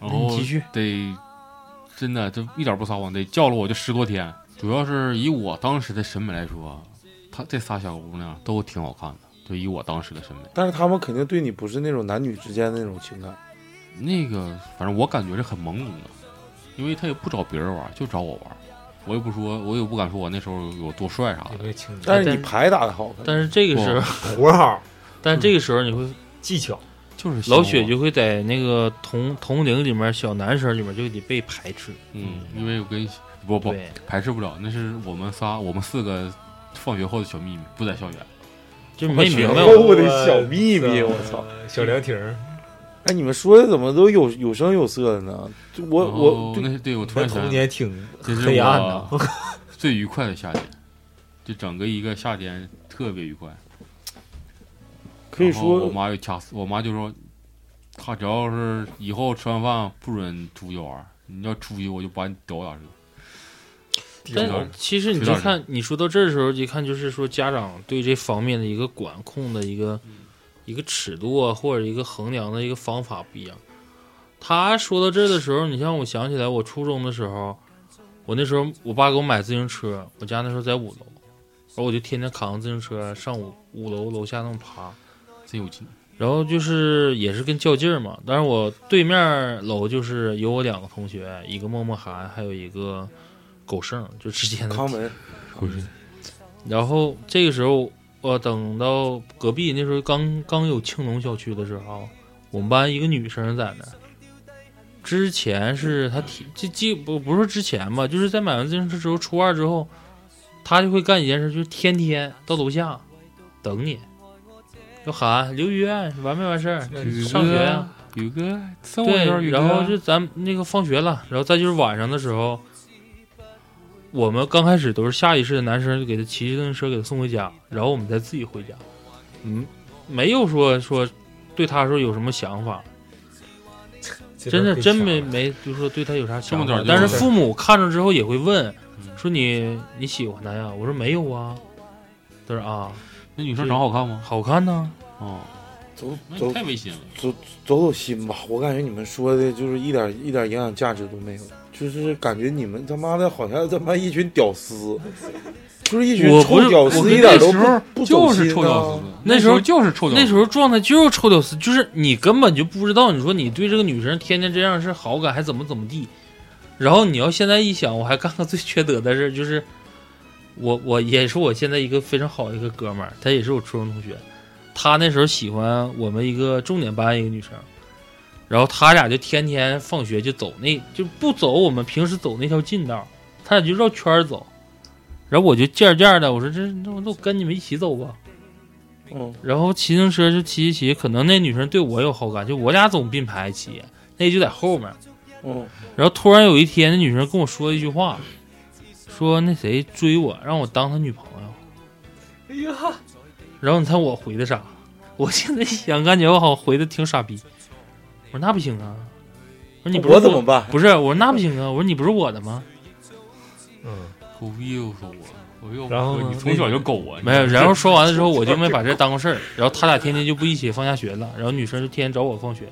D: 然后
C: 你继续
D: 得真的就一点不撒谎，得叫了我就十多天。主要是以我当时的审美来说，她这仨小姑娘都挺好看的，就以我当时的审美。
B: 但是他们肯定对你不是那种男女之间的那种情感，
D: 那个，反正我感觉是很懵懂的，因为他也不找别人玩，就找我玩。我也不说，我也不敢说我那时候有多帅啥
E: 有
D: 的。
E: 没有情节？
B: 但是你牌打的好看，
C: 但是这个时候，
E: 活好，
C: 但是这个时候你会
E: 技巧，
D: 就是
C: 老雪
D: 就
C: 就会在那个同同龄里面小男生里面就得被排斥，
D: 嗯，因为我跟不不
C: 对，
D: 排斥不了，那是我们仨我们四个放学后的小秘密，不在校园。
C: 就没啊明白
B: 我
C: 我。
B: 的小秘密我操！
E: 小凉亭儿，
B: 哎，你们说的怎么都有有声有色的呢？就我
D: 然后
B: 我对
D: 哦那是对我突
E: 那
D: 然想
E: 童
D: 起来，
E: 年挺
D: 这是
E: 黑暗的。
D: 我 最愉快的夏天，就整个一个夏天特别愉快。
B: 可以
D: 然后我
B: 说
D: 妈就掐死，我妈就说，她只要是以后吃完饭不准出去玩儿，你要出去我就把你吊打去。
C: 但其实你就看你说到这儿的时候，一看就是说家长对这方面的一个管控的一个一个尺度啊，或者一个衡量的一个方法不一样。他说到这儿的时候，你像我想起来，我初中的时候，我那时候我爸给我买自行车，我家那时候在五楼，然后我就天天扛着自行车上五五楼楼下那么爬，
D: 真有劲，
C: 然后就是也是跟较劲儿嘛，但是我对面楼就是有我两个同学，一个默默涵，还有一个狗剩，就之间的
B: 康门
D: 嗯
C: 然后这个时候，我等到隔壁那时候刚刚有青龙校区的时候，我们班一个女生在那儿。之前是她提这记不不是之前吧，就是在买完自行车之后，初二之后，她就会干一件事，就是天天到楼下等你，就喊刘宇，完没完事儿？上学呀、
D: 啊，宇哥送我一段，
C: 对，
D: 宇
C: 然后
D: 哥
C: 就咱们那个放学了，然后再就是晚上的时候，我们刚开始都是下意识的男生就给他骑自行车给他送回家，然后我们再自己回家，嗯，没有说说对他说有什么想法，真的真没没就说对他有啥想
D: 这么
C: 法
D: 点，就
C: 但是
D: 是
C: 父母看着之后也会问
D: 嗯，
C: 说你你喜欢他呀？我说没有啊，他说啊，
D: 那女生长好看吗？
C: 好看呢、
D: 哦，
B: 走
D: 那
B: 走
D: 你太违心了。
B: 走走走心吧，我感觉你们说的就是一点一点营养价值都没有，就是感觉你们他妈的好像他妈一群屌丝，就是一群
C: 我不
B: 臭
C: 是
B: 屌
C: 我
B: 丝，
C: 跟
B: 一
D: 那
B: 点都
D: 时候
B: 不不走
D: 就
B: 心
D: 是臭屌
B: 啊
D: 丝，，
C: 那时候
D: 就是臭屌丝。
C: 那时候状态就是臭屌丝，就是你根本就不知道，你说你对这个女生天天这样是好感还怎么怎么地，然后你要现在一想，我还干个最缺德的事儿，就是我我也是我现在一个非常好的一个哥们儿，他也是我初中同学，他那时候喜欢我们一个重点班一个女生，然后他俩就天天放学就走那就不走我们平时走那条近道，他俩就绕圈儿走，然后我就渐儿渐儿的我说这那我那我跟你们一起走吧。
B: 嗯，
C: 然后骑自行车就骑一骑，可能那女生对我有好感，就我俩总并排骑，那就在后面。
B: 嗯，
C: 然后突然有一天，那女生跟我说一句话，说那谁追我，让我当他女朋友。
E: 哎呀，
C: 然后你猜我回的啥？我现在想，感觉我好像回的挺傻逼。我说那不行啊，我说你不是
B: 我怎么办？
C: 不是？我说那不行啊，我说你不是我的吗？
E: 嗯，
D: 狗逼又说我，我又
E: 然后呢
D: 你从小就狗啊，你
C: 没有。然后说完了之后，我 就没把这当回事儿。然后他俩天天就不一起放下学了，然后女生就天天找我放学。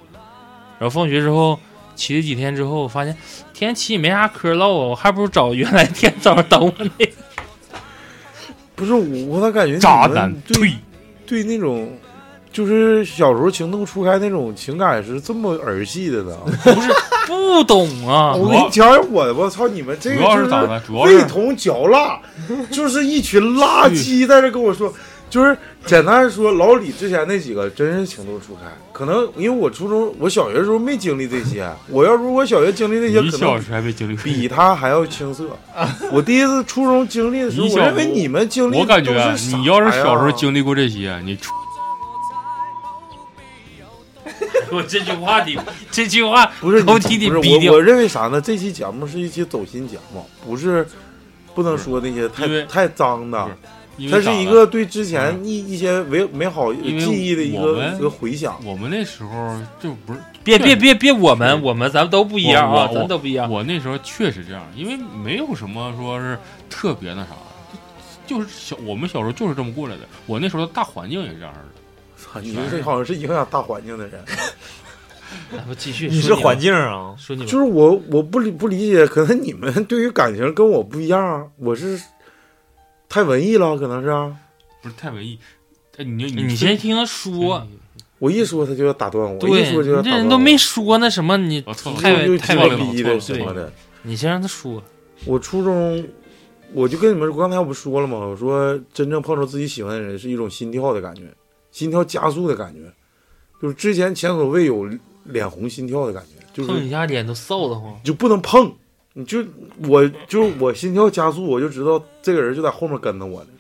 C: 然后放学之后骑了几天之后，我发现天天骑也没啥嗑唠啊，我还不如找原来天天早上等 我那个。
B: 不是我，我咋感觉
D: 渣
B: 你们
D: 男
B: 对
D: 退。
B: 对那种。就是小时候情窦初开那种情感是这么儿戏的呢？
C: 不是不懂啊，
B: 我给你讲讲我的，我操你们这
D: 主
B: 个
D: 要
B: 就是
D: 咋的？主要
B: 味
D: 是
B: 同嚼蜡，就是一群 垃圾在这跟我说，就是简单说，老李之前那几个真是情窦初开，可能因为我初中我小学的时候没经历这些，我要如果小学经历这些，
D: 你
B: 可
D: 小
B: 能
D: 时候还没经历过。
B: 比他还要青 涩。我第一次初中经历的时候，
D: 你
B: 我
D: 小
B: 认为你们经历
D: 我感觉
B: 都
D: 啊
B: 是啥呀
D: 你要是小时候经历过这些，你出
C: 我这句话你这句话
B: 不是
C: 头提
B: 你
C: 得
B: 不
C: 逼
B: 是
C: 掉
B: 我，我认为啥呢？这期节目是一期走心节目，不是不能说那些
D: 因
B: 太
D: 为
B: 太脏的
D: 不。是因
B: 它
D: 为
B: 是
D: 啥呢
B: 一个对之前一一些美美好
D: 因为
B: 记忆的一
D: 我
B: 个
D: 们
B: 一个回响。
D: 我们那时候就不是
C: 别别别别，我们我们咱们都不一样啊，
D: 我我
C: 咱们都不一样。
D: 我那时候确实这样，因为没有什么说是特别那啥，就就是小我们小时候就是这么过来的。我那时候的大环境也是这样的，
B: 操，你这好像是影响大环境的人，
C: 咱哎们继续，
E: 你是
C: 说吧
E: 环，境啊，
C: 说你
B: 就
C: 吧
B: 是我我不理不理解，可能你们对于感情跟我不一样，啊我是太文艺了，可能是啊
D: 不是太文艺。哎，你你
C: 你先嗯听他说，
B: 我一说他就要打断我，一
C: 对，
B: 说就要打
C: 你这
B: 断我
C: 人都没说那什么，你
D: 我错了
C: 太
B: 又
C: 委太
B: 鸡
C: 委
B: 巴
D: 了
C: 屈
B: 逼
D: 我
B: 的
D: 错
B: 什
D: 了
B: 么的。
C: 你先让他说。
B: 我初中我就跟你们说刚才我不说了吗？我说真正碰到自己喜欢的人是一种心跳的感觉，心跳加速的感觉，就是之前前所未有脸红心跳的感觉，就是
C: 碰一下脸都臊得慌。
B: 你就不能碰，你就我就我心跳加速，我就知道这个人就在后面跟着我呢，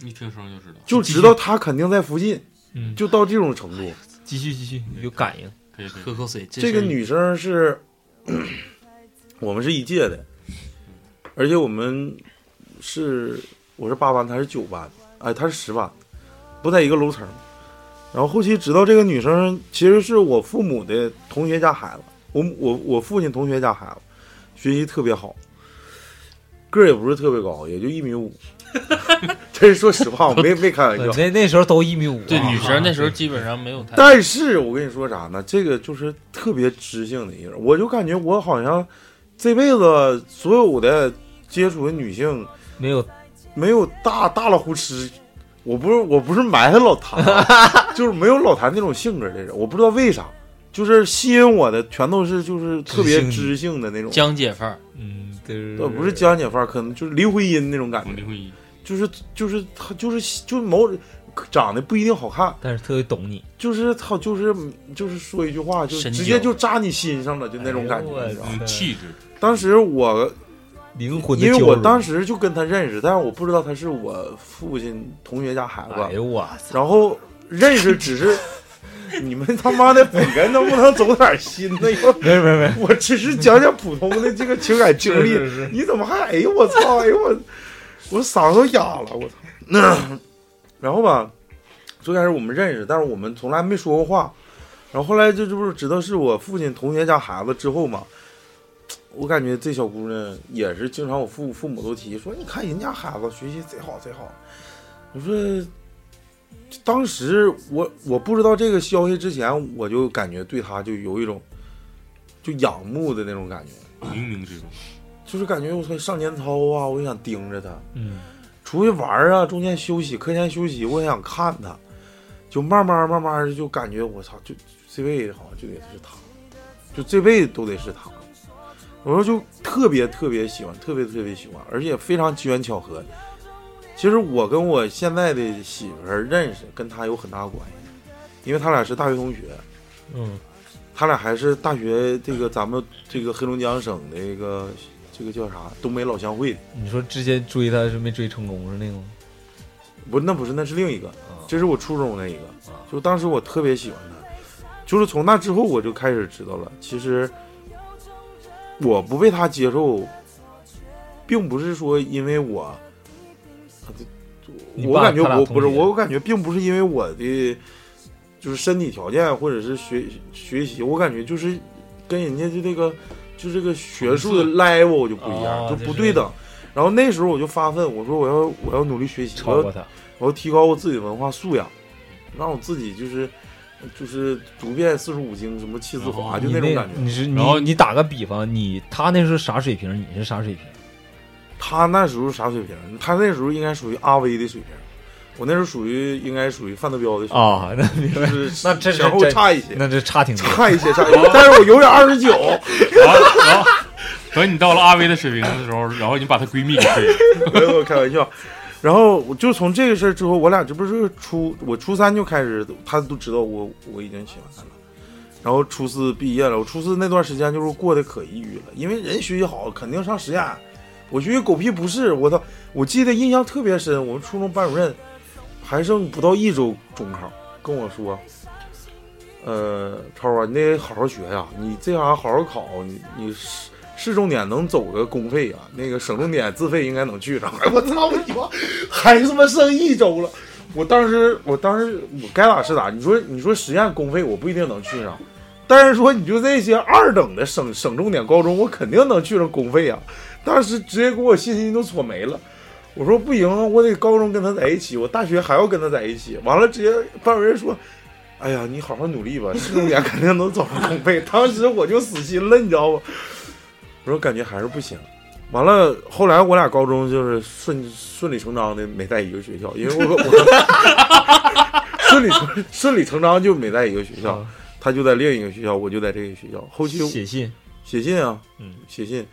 D: 你听声就知道，
B: 就知道他肯定在附近，
E: 嗯，
B: 就到这种程度。
E: 继续继续，有感应，
D: 可以可以
C: 喝口水，
B: 这个女生是嗯我们是一届的，而且我们是我是八班，她是九班，哎，她是十班，不在一个楼层。然后后期知道这个女生其实是我父母的同学家孩子，我母我我父亲同学家孩子，学习特别好，个儿也不是特别高，也就一米五。 真是说实话，我没没开玩笑。
E: 呃那那时候都一米五啊，
C: 对，女生那时候基本上没有太，
B: 但是我跟你说啥呢？这个就是特别知性的一个人，我就感觉我好像这辈子所有的接触的女性，
E: 没有
B: 没有大大了胡吃。我不是我不是埋汰老谭啊，就是没有老谭那种性格的人，我不知道为啥，就是吸引我的全都是就是特别知
E: 知
B: 性的那种，
C: 江姐范儿，
E: 嗯，对
B: 呃，不是江姐范儿，可能就是林徽因那种感
D: 我离
B: 觉，
D: 婚一
B: 就是就是她就是就是某长得不一定好看，
E: 但是特别懂你，
B: 就是操，就是就是说一句话，就
C: 深
B: 直
C: 究
B: 接就扎你心上了，就那种感觉，
E: 哎呦
B: 你知道吗？
E: 对
D: 嗯气质，
B: 当时我
E: 灵魂的
B: 因为
E: 交
B: 我
E: 融
B: 当时就跟他认识，但是我不知道他是我父亲同学家孩
E: 哎
B: 子，
E: 呦我
B: 然后认识只是 你们他妈的本人能不能走点心呢？
E: 没有没有没有，
B: 我只是讲讲普通的这个情感经历，
E: 是是是
B: 你怎么还哎呦我 操哎呦我我嗓子都哑了我操， 然后吧，最开始我们认识，但是我们从来没说过话，然后后来这这不是知道是我父亲同学家孩子之后嘛，我感觉这小姑娘也是经常我父父母都提说你看人家孩子学习贼好贼好，我说。当时我我不知道这个消息之前，我就感觉对她就有一种就仰慕的那种感觉，
D: 冥冥之中，
B: 就是感觉我操上节操啊，我就想盯着她，
E: 嗯，
B: 出去玩儿啊，中间休息，课间休息，我也想看她，就慢慢慢慢地就感觉我操，就就这辈子好像就得是她，就这辈子都得是她。我说就特别特别喜欢，特别特别喜欢，而且非常机缘巧合。其实我跟我现在的媳妇儿认识，跟她有很大关系，因为她俩是大学同学。
E: 嗯，
B: 他俩还是大学这个咱们这个黑龙江省的一个这个叫啥东北老乡会，
E: 你说之前追她是没追成功是那个吗？
B: 不，那不是，那是另一个，
E: 啊
B: 这是我初中那一个
E: 啊，
B: 就当时我特别喜欢他，就是从那之后我就开始知道了，其实我不被他接受，并不是说因为我，
E: 你
B: 我
E: 爸
B: 感觉
E: 他俩
B: 我
E: 同
B: 不是
E: 学
B: 我感觉并不是因为我的就是身体条件或者是学学习，我感觉就是跟人家的这个就这个学术的
D: 层
B: level 就不一样，
E: 哦
B: 就
E: 就
B: 不
E: 是
B: 对等。然后那时候我就发奋，我说我要我要努力学习，我
E: 超
B: 要
E: 过她，
B: 我要提高我自己的文化素养，让我自己就是就是读遍四书五经，什么七字华，
D: 哦
B: 就
E: 你
B: 那种感觉。
E: 你是你
D: 然后
E: 你打个比方，你她那时候啥水平，你是啥水平？
B: 他那时候啥水平？他那时候应该属于阿威的水平，我那时候属于应该属于范德彪的水平，
E: 啊，那明白，
B: 就是
E: 那这是
B: 前后
E: 真
B: 差一些，
E: 那这差挺多。
B: 差一些，差一些。但是我永远二十九，
D: 然后然后等你到了阿威的水平的 时候，然后你把她闺蜜给睡了，
B: 没有开玩笑。然后我就从这个事儿之后，我俩这不是初我初三就开始，他都知道我我已经喜欢他了。然后初四毕业了，我初四那段时间就是过得可抑郁了，因为人学习好肯定上实验，我学习狗屁不是。我操！我记得印象特别深，我们初中班主任还剩不到一周中考，跟我说：“呃，超啊，你得好好学呀、你这玩意儿好好考，你你市市重点能走个公费啊，那个省重点自费应该能去上。哎”我操你妈，还他妈剩一周了！我当时，我当时，我该咋是咋。你说，你说实验公费我不一定能去上，但是说你就这些二等的省省重点高中，我肯定能去上公费啊。当时直接给我信心都挫没了。我说不行啊，我得高中跟他在一起，我大学还要跟他在一起。完了，直接班主任说：“哎呀，你好好努力吧，市重点肯定能走上公费。” 当时我就死心了，你知道吗？我说感觉还是不行。完了，后来我俩高中就是顺顺理成章的没在一个学校，因为我我顺理成顺理成章就没在一个学校，他就在另一个学校，我就在这个学校。后期
E: 写信，
B: 写信啊，
E: 嗯，
B: 写信。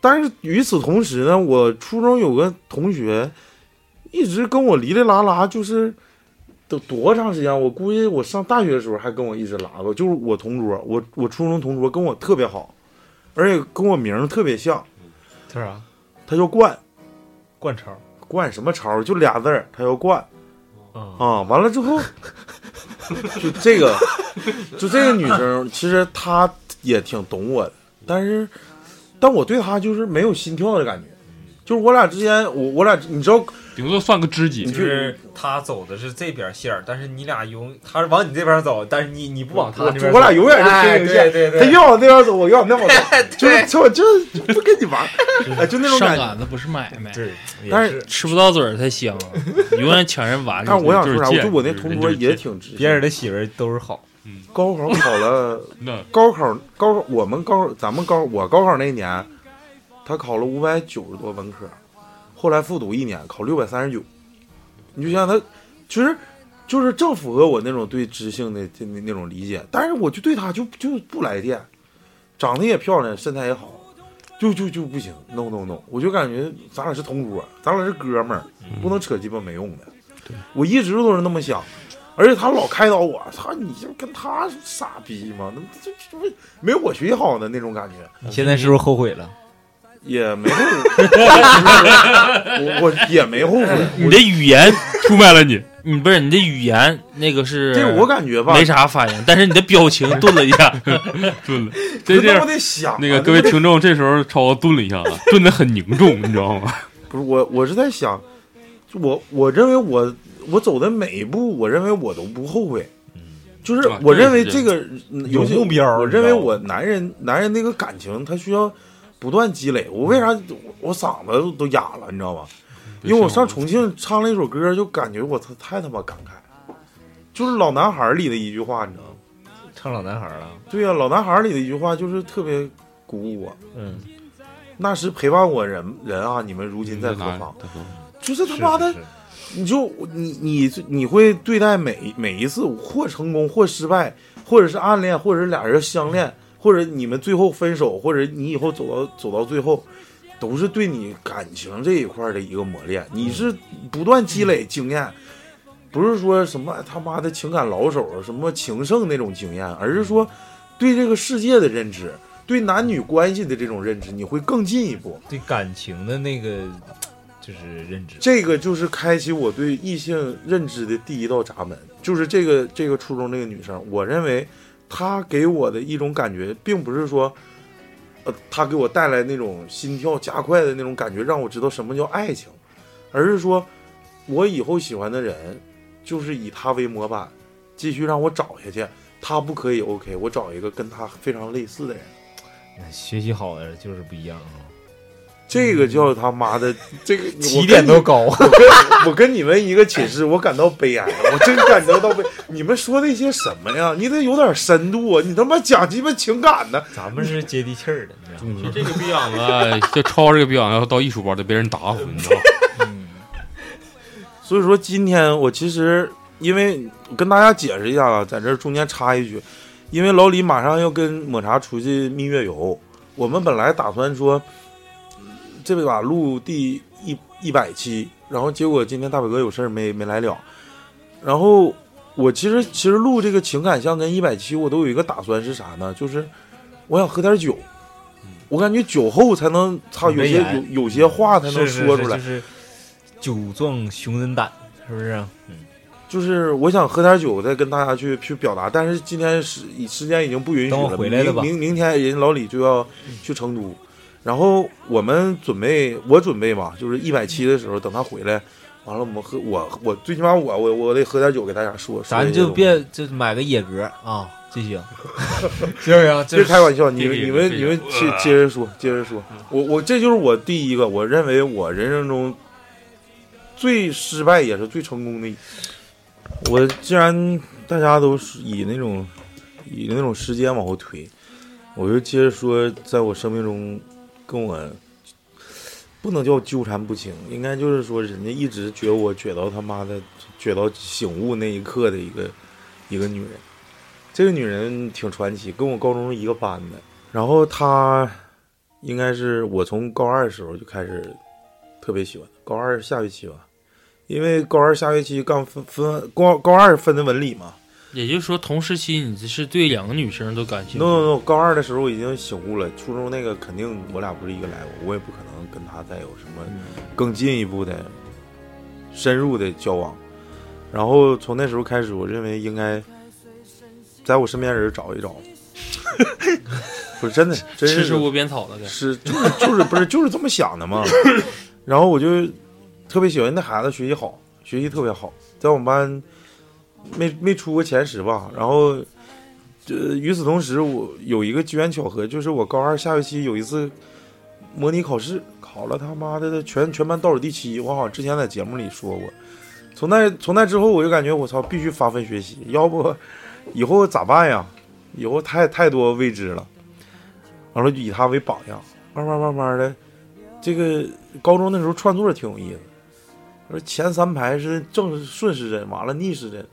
B: 但是与此同时呢，我初中有个同学一直跟我哩哩啦啦，就是都多长时间？我估计我上大学的时候还跟我一直拉过，就是我同桌，我我初中同桌跟我特别好，而且跟我名儿特别像，
E: 他啥？
B: 他叫冠
E: 灌超
B: 冠什么超，就俩字儿，他叫冠。
F: 嗯
E: 啊，
B: 啊，完了之后，就这个，就这个女生，其实她也挺懂我的，但是，但我对她就是没有心跳的感觉，就是我俩之间，我我俩你知道，
D: 顶多算个知己
B: 你
F: 就。是他走的是这边线儿，但是你俩永他是往你这边走，但是你你不往他
B: 我
F: 那边走，
B: 我俩永远是
F: 哎
B: 平行线，
F: 对对
B: 他
F: 对，
B: 越往那边走，我越往那边走，就是
F: 对
B: 就就是不跟你玩儿，哎，就那种
C: 上
B: 感觉。
C: 杆子不是买
B: 哎
C: 卖，
F: 对，
B: 但
F: 也
B: 是
C: 吃不到嘴儿才香，啊永远抢人碗里。
B: 但是我想说啥，我
D: 就是
B: 就
D: 贱
B: 我那同桌
D: 人就是
B: 也
D: 贱
B: 挺直。
F: 别人的媳妇儿都是好，
B: 高考考了，
D: 那
B: 高考高考我们高咱们高我高考那一年，他考了五百九十多文科，后来复读一年考六百三十九，你就想他，其实就是正符合我那种对知性的那那那种理解，但是我就对他就就不来电，长得也漂亮，身材也好，就就就不行，no no no，我就感觉咱俩是同桌，咱俩是哥们儿，不能扯鸡巴没用的，我一直都是那么想。而且他老开导我，操，你就跟他傻逼吗？那这这这没我学习好呢那种感觉，
F: 嗯
E: 你现在是不是后悔了？
B: 也没后悔， 我我也没后悔。
C: 你的语言，
D: 出卖了你，
C: 你不是你的语言那个是
B: 这我感觉吧，
C: 没啥反应，但是你的表情顿了一下，
D: 顿了。这
B: 这那
D: 这
B: 我
D: 样，
B: 得想
D: 那
B: 啊
D: 个各位听众，这时候超顿了 一下子，顿得很凝重，你知道吗？
B: 不是我，我是在想，就我我认为我我走的每一步，我认为我都不后悔。
F: 嗯
B: 就是
D: 啊
B: 我
D: 对
B: 认为
D: 是
B: 这个，嗯尤其
F: 有目标
B: 我
F: 你知道
B: 认为
F: 吗
B: 我男人男人那个感情，他需要不断积累。我为啥我我嗓子都哑了，你知道吗？
F: 嗯
B: 因为我上重庆唱了一首歌，就感觉我操太他妈感慨，就是《老男孩》里的一句话，你知道吗？
F: 唱老男孩了，
B: 对呀、老男孩》里的一句话就是特别鼓舞我。
F: 嗯，
B: 那时陪伴我人人啊，你们如今在
F: 嗯
D: 在
B: 何
D: 哪
B: 方？？
D: 在何方
B: 就是他
F: 是
B: 妈的
F: 是，是
B: 你就你你你会对待每每一次或成功或失败，或者是暗恋，或者是俩人相恋，或者你们最后分手，或者你以后走到走到最后，都是对你感情这一块儿的一个磨练。你是不断积累经验，不是说什么他妈的情感老手什么情圣那种经验，而是说对这个世界的认知，对男女关系的这种认知，你会更进一步。
F: 对感情的那个就是认知，
B: 这个就是开启我对异性认知的第一道闸门，就是这个这个初中这个女生，我认为她给我的一种感觉，并不是说，呃，她给我带来那种心跳加快的那种感觉，让我知道什么叫爱情，而是说我以后喜欢的人，就是以她为模板，继续让我找下去，她不可以 OK，我找一个跟她非常类似的人。
F: 哎
E: 学习好的就是不一样啊，
B: 这个叫他妈的，这个我
F: 起
B: 跟
F: 点
B: 你
F: 都高，
B: 我跟我跟你们一个寝室，我感到悲哀，我真感觉到悲。你们说那些什么呀？你得有点深度啊！你他妈讲鸡巴情感呢？
F: 咱们是接地气儿的，你知道吗？
B: 嗯
D: 这 个逼养子，哎就超这个逼养子，要到艺术班得被人打死，你知道 吗？
B: 所以说今天我其实因为我跟大家解释一下啊，在这儿中间插一句，因为老李马上要跟抹茶出去蜜月游，我们本来打算说这把录第一一百期，然后结果今天大伟哥有事儿没没来了，然后我其实其实录这个情感相跟一百期，我都有一个打算是啥呢？就是我想喝点酒。我感觉酒后才能，操，有
F: 没
B: 些
F: 言
B: 有有些话才
F: 是
B: 能
F: 是
B: 说出来
F: 是，就是酒壮熊人胆，是啊不是？
B: 就是我想喝点酒，再跟大家去去表达，但是今天时时间已经不允许
E: 等我
B: 了。
E: 回来了吧嗯
B: 明明明天人老李就要去成都，然后我们准备，我准备吧，就是一百期的时候，等他回来，完了我们喝，我我最起码我我我得喝点酒给大家说。说
E: 咱
B: 这些
E: 就
B: 东西
E: 别就买个野格啊，这 行。
F: 行不行？
B: 别开玩笑，你们
D: 这个
B: 你们
D: 这个
B: 你们接接着说，接着说。我我这就是我第一个，我认为我人生中最失败也是最成功的一。我既然大家都是以那种以那种时间往后推，我就接着说，在我生命中跟我不能叫纠缠不清，应该就是说人家一直撅我撅到他妈的撅到醒悟那一刻的一个一个女人。这个女人挺传奇，跟我高中一个班的。然后她应该是我从高二的时候就开始特别喜欢，高二下学期吧，因为高二下学期刚分分高高二分的文理嘛。
C: 也就是说同时期你是对两个女生都感兴
B: no
C: 趣，
B: no no，高二的时候我已经醒悟了，初中那个肯定我俩不是一个 level，我也不可能跟她再有什么更进一步的深入的交往。然后从那时候开始，我认为应该在我身边人找一找。 不是真的，真
C: 吃
B: 是
C: 吃窝边草了该。
B: 是就是就是不是就是这么想的嘛。然后我就特别喜欢那孩子，学习好，学习特别好，在我们班没没出过前十吧。然后，这、与此同时，我有一个机缘巧合，就是我高二下学期有一次模拟考试，考了他妈的全全班倒数第七。我好像之前在节目里说过。从那从那之后，我就感觉我操，必须发奋学习，要不以后咋办呀？以后太太多未知了。完了，就以他为榜样，慢慢慢慢的，这个高中那时候串座挺有意思。说前三排是正顺时针，完了逆时针，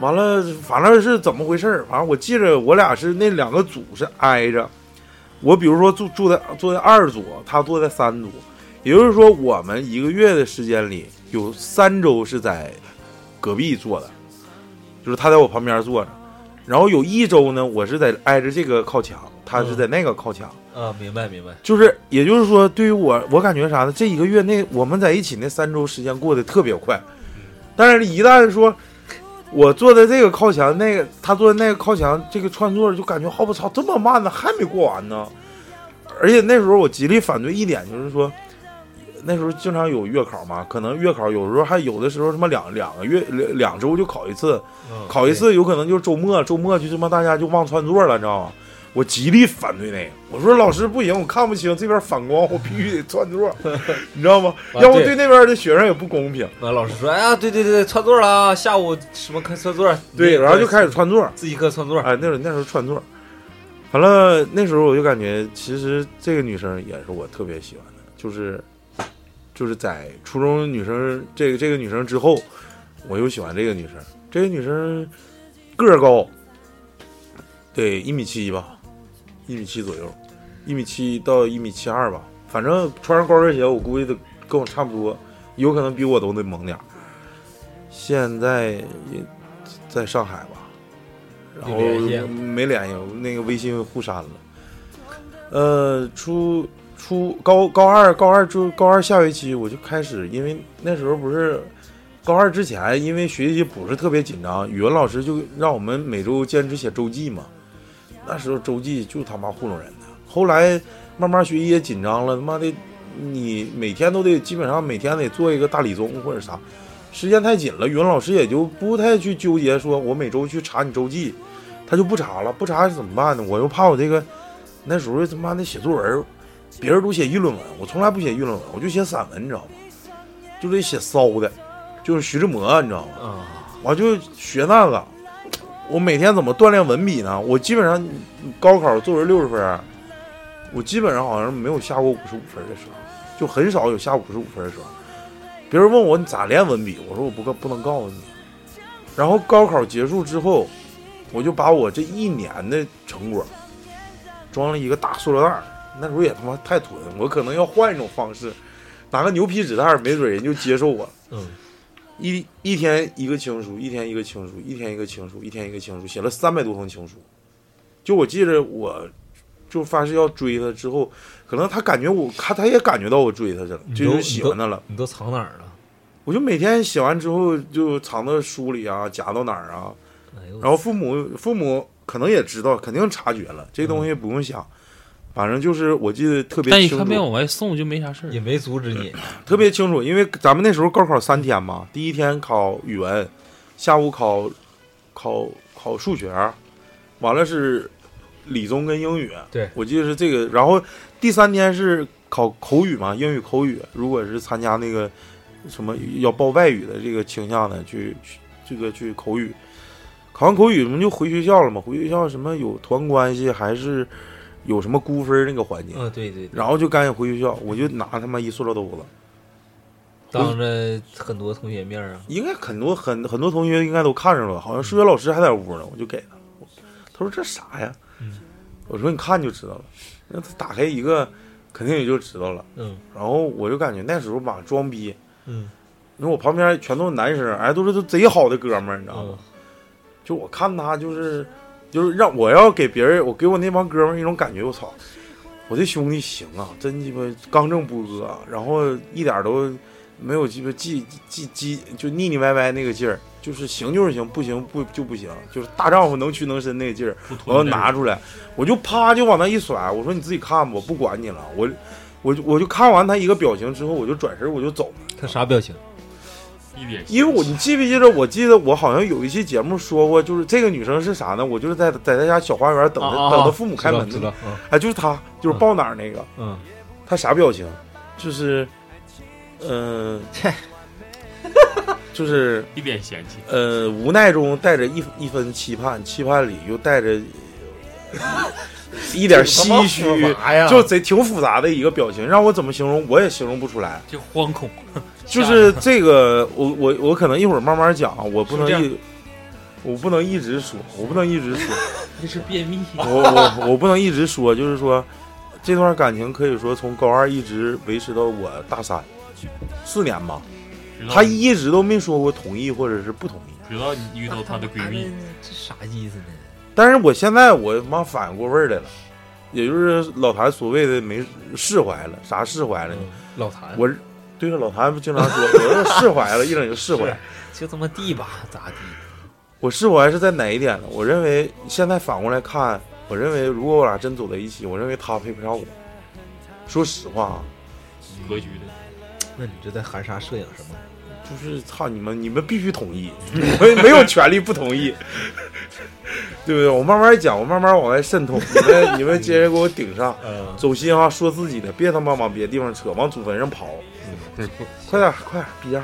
B: 完了反正是怎么回事儿？反正我记着我俩是那两个组是挨着，我比如说住住在坐在二组，他坐在三组，也就是说我们一个月的时间里有三周是在隔壁坐的，就是他在我旁边坐着，然后有一周呢我是在挨着这个靠墙，他是在那个靠墙。
F: 啊，明白明白，
B: 就是，也就是说，对于我，我感觉啥呢？这一个月内，我们在一起那三周时间过得特别快，但是，一旦说我坐在这个靠墙，那个他坐在那个靠墙，这个串座就感觉，好我操，这么慢呢，还没过完呢。而且那时候我极力反对一点，就是说，那时候经常有月考嘛，可能月考有时候还有的时候他妈两两个月两两周就考一次，
F: 嗯
B: 考一次有可能就是周末，周末就他妈大家就忘串座了，你知道吗？我极力反对那个，我说老师不行，我看不清这边反光，我必须得串座，你知道吗？
F: 啊
B: 要不
F: 对
B: 对那边的学生也不公平。
F: 啊，老师说，哎呀，对对对，串座了啊，下午什么课串座？
B: 对，然后就开始串座，
F: 自习课串座。
B: 哎，那时候那时候串座，完了那时候我就感觉，其实这个女生也是我特别喜欢的，就是就是在初中女生这个这个女生之后，我又喜欢这个女生，这个女生个儿高，对，一米七吧，一米七左右，一米七到一米七二吧，反正穿上高跟鞋，我估计得跟我差不多，有可能比我都得猛点儿。现在也在上海吧，然后
E: 有联系啊
B: 没联系，那个微信互删了。呃，初初高高二高二就高二下学期我就开始，因为那时候不是高二之前，因为学习不是特别紧张，语文老师就让我们每周坚持写周记嘛。那时候周记就他妈糊弄人的。后来慢慢学习也紧张了，他妈的，你每天都得基本上每天得做一个大理综或者啥，时间太紧了，语文老师也就不太去纠结，说我每周去查你周记，他就不查了，不查是怎么办呢？我又怕我这个那时候他妈的写作文，别人都写议论文，我从来不写议论文，我就写散文，你知道吗？就得写骚的，就是徐志摩，你知道吗？
F: 啊，
B: 我就学那个。我每天怎么锻炼文笔呢？我基本上高考作文六十分儿，我基本上好像没有下过五十五分儿的时候，就很少有下五十五分儿的时候。别人问我你咋练文笔，我说我不告不能告诉你。然后高考结束之后，我就把我这一年的成果装了一个大塑料袋儿。那时候也他妈太囤，我可能要换一种方式，拿个牛皮纸袋儿，没准人就接受我了。
F: 嗯，
B: 一一天一个情书，一天一个情书，一天一个情书，一天一个情书，写了三百多封情书。就我记着，我就发誓要追他之后，可能他感觉我，他他也感觉到我追他去了，
E: 嗯
F: 你
B: 这
F: 都
B: 就
F: 你
B: 喜
F: 都
B: 欢他了。
F: 你都藏哪儿了？
B: 我就每天写完之后就藏到书里啊，夹到哪儿啊。
F: 哎
C: 嗯
F: 呦，
B: 然后父母父母可能也知道，肯定察觉了，这东西不用想。反正就是我记得特别
C: 嗯但一
B: 清楚
C: 看，没往外送就没啥事儿
F: 也。没阻止你。
B: 特别清楚，因为咱们那时候高考三天嘛，第一天考语文，下午考考考数学，完了是理综跟英语。
F: 对
B: 我记得是这个。然后第三天是考口语嘛，英语口语。如果是参加那个什么要报外语的这个倾向的，去去这个去口语。考完口语，我们就回学校了嘛。回学校什么有团关系，还是有什么估分那个环节？
E: 啊
F: 嗯，对对，对
B: 然后就赶紧回学校，我就拿他妈一塑料兜子。
F: 当着很多同学面儿啊，
B: 应该很多很很多同学应该都看着了，好像数学老师还在屋呢，我就给他，他说这啥呀？我说你看就知道了，那他打开一个，肯定也就知道了。
F: 嗯
B: 然后我就感觉那时候吧，装逼，
F: 嗯
B: 因为我旁边全都是男生，哎，都是都贼好的哥们儿，你知道吗？
F: 嗯
B: 就我看他就是就是让我要给别人，我给我那帮哥们儿一种感觉，我操，我这兄弟行啊，真鸡巴刚正不阿，然后一点都没有鸡巴叽叽叽就腻腻歪歪那个劲儿，就是行就是行，不行不就不行，就是大丈夫能屈能伸那个劲儿，
D: 不囤
B: 我要
D: 这个
B: 拿出来，我就啪就往那一甩，我说你自己看吧，我不管你了，我我就我就看完他一个表情之后，我就转身我就走了，
E: 他啥表情？
D: 一脸
B: 因为我你记不记得？我记得我好像有一期节目说过，就是这个女生是啥呢？我就是在在她家小花园等她、
E: 啊啊啊
B: 等她父母开门
E: 知
B: 的
E: 道
B: 那，
E: 知道
B: 哎，就是她，就是抱哪儿那个，
E: 嗯
B: 她啥表情？就是， 嗯、就是
D: 一脸嫌弃，
B: 呃，无奈中带着一一分期盼，期盼里又带 着一点唏嘘，
E: 啥呀？
B: 就贼挺复杂的一个表情，让我怎么形容我也形容不出来。
C: 就惶恐，
B: 就是这个，我我我可能一会儿慢慢讲啊，我不能
F: 是这样
B: 一，我不能一直说，我不能一直说，
C: 这是便秘。
B: 我我我不能一直说，就是说，这段感情可以说从高二一直维持到我大三，四年吧，
F: 嗯
D: 直到
B: 他一直都没说过同意或者是不同意。
D: 直到你遇到她的闺 蜜，，
E: 哎这啥意思呢？
B: 但是我现在我妈反应过味儿来了，也就是老谭所谓的没释怀了，啥释怀了呢？
E: 嗯
F: 嗯
E: 老谭，
B: 我对着老谭不经常说，我要是释怀了，一整就 释怀。
E: 就这么地吧，咋地？
B: 我释怀是在哪一点呢？我认为现在反过来看，我认为如果我俩真走在一起，我认为他配不上我。说实话啊，
D: 格局的，
E: 那你这在含沙射影什么？
B: 就是操你们，你们必须同 意，我也没有权利不同意， 对不对？我慢慢讲，我慢慢往外渗透，你们你们接着给我顶 上。
E: 嗯，
B: 走心啊，说自己的，别他妈往别地方扯，往祖坟上跑。
C: 嗯
B: 快点，快点，逼样！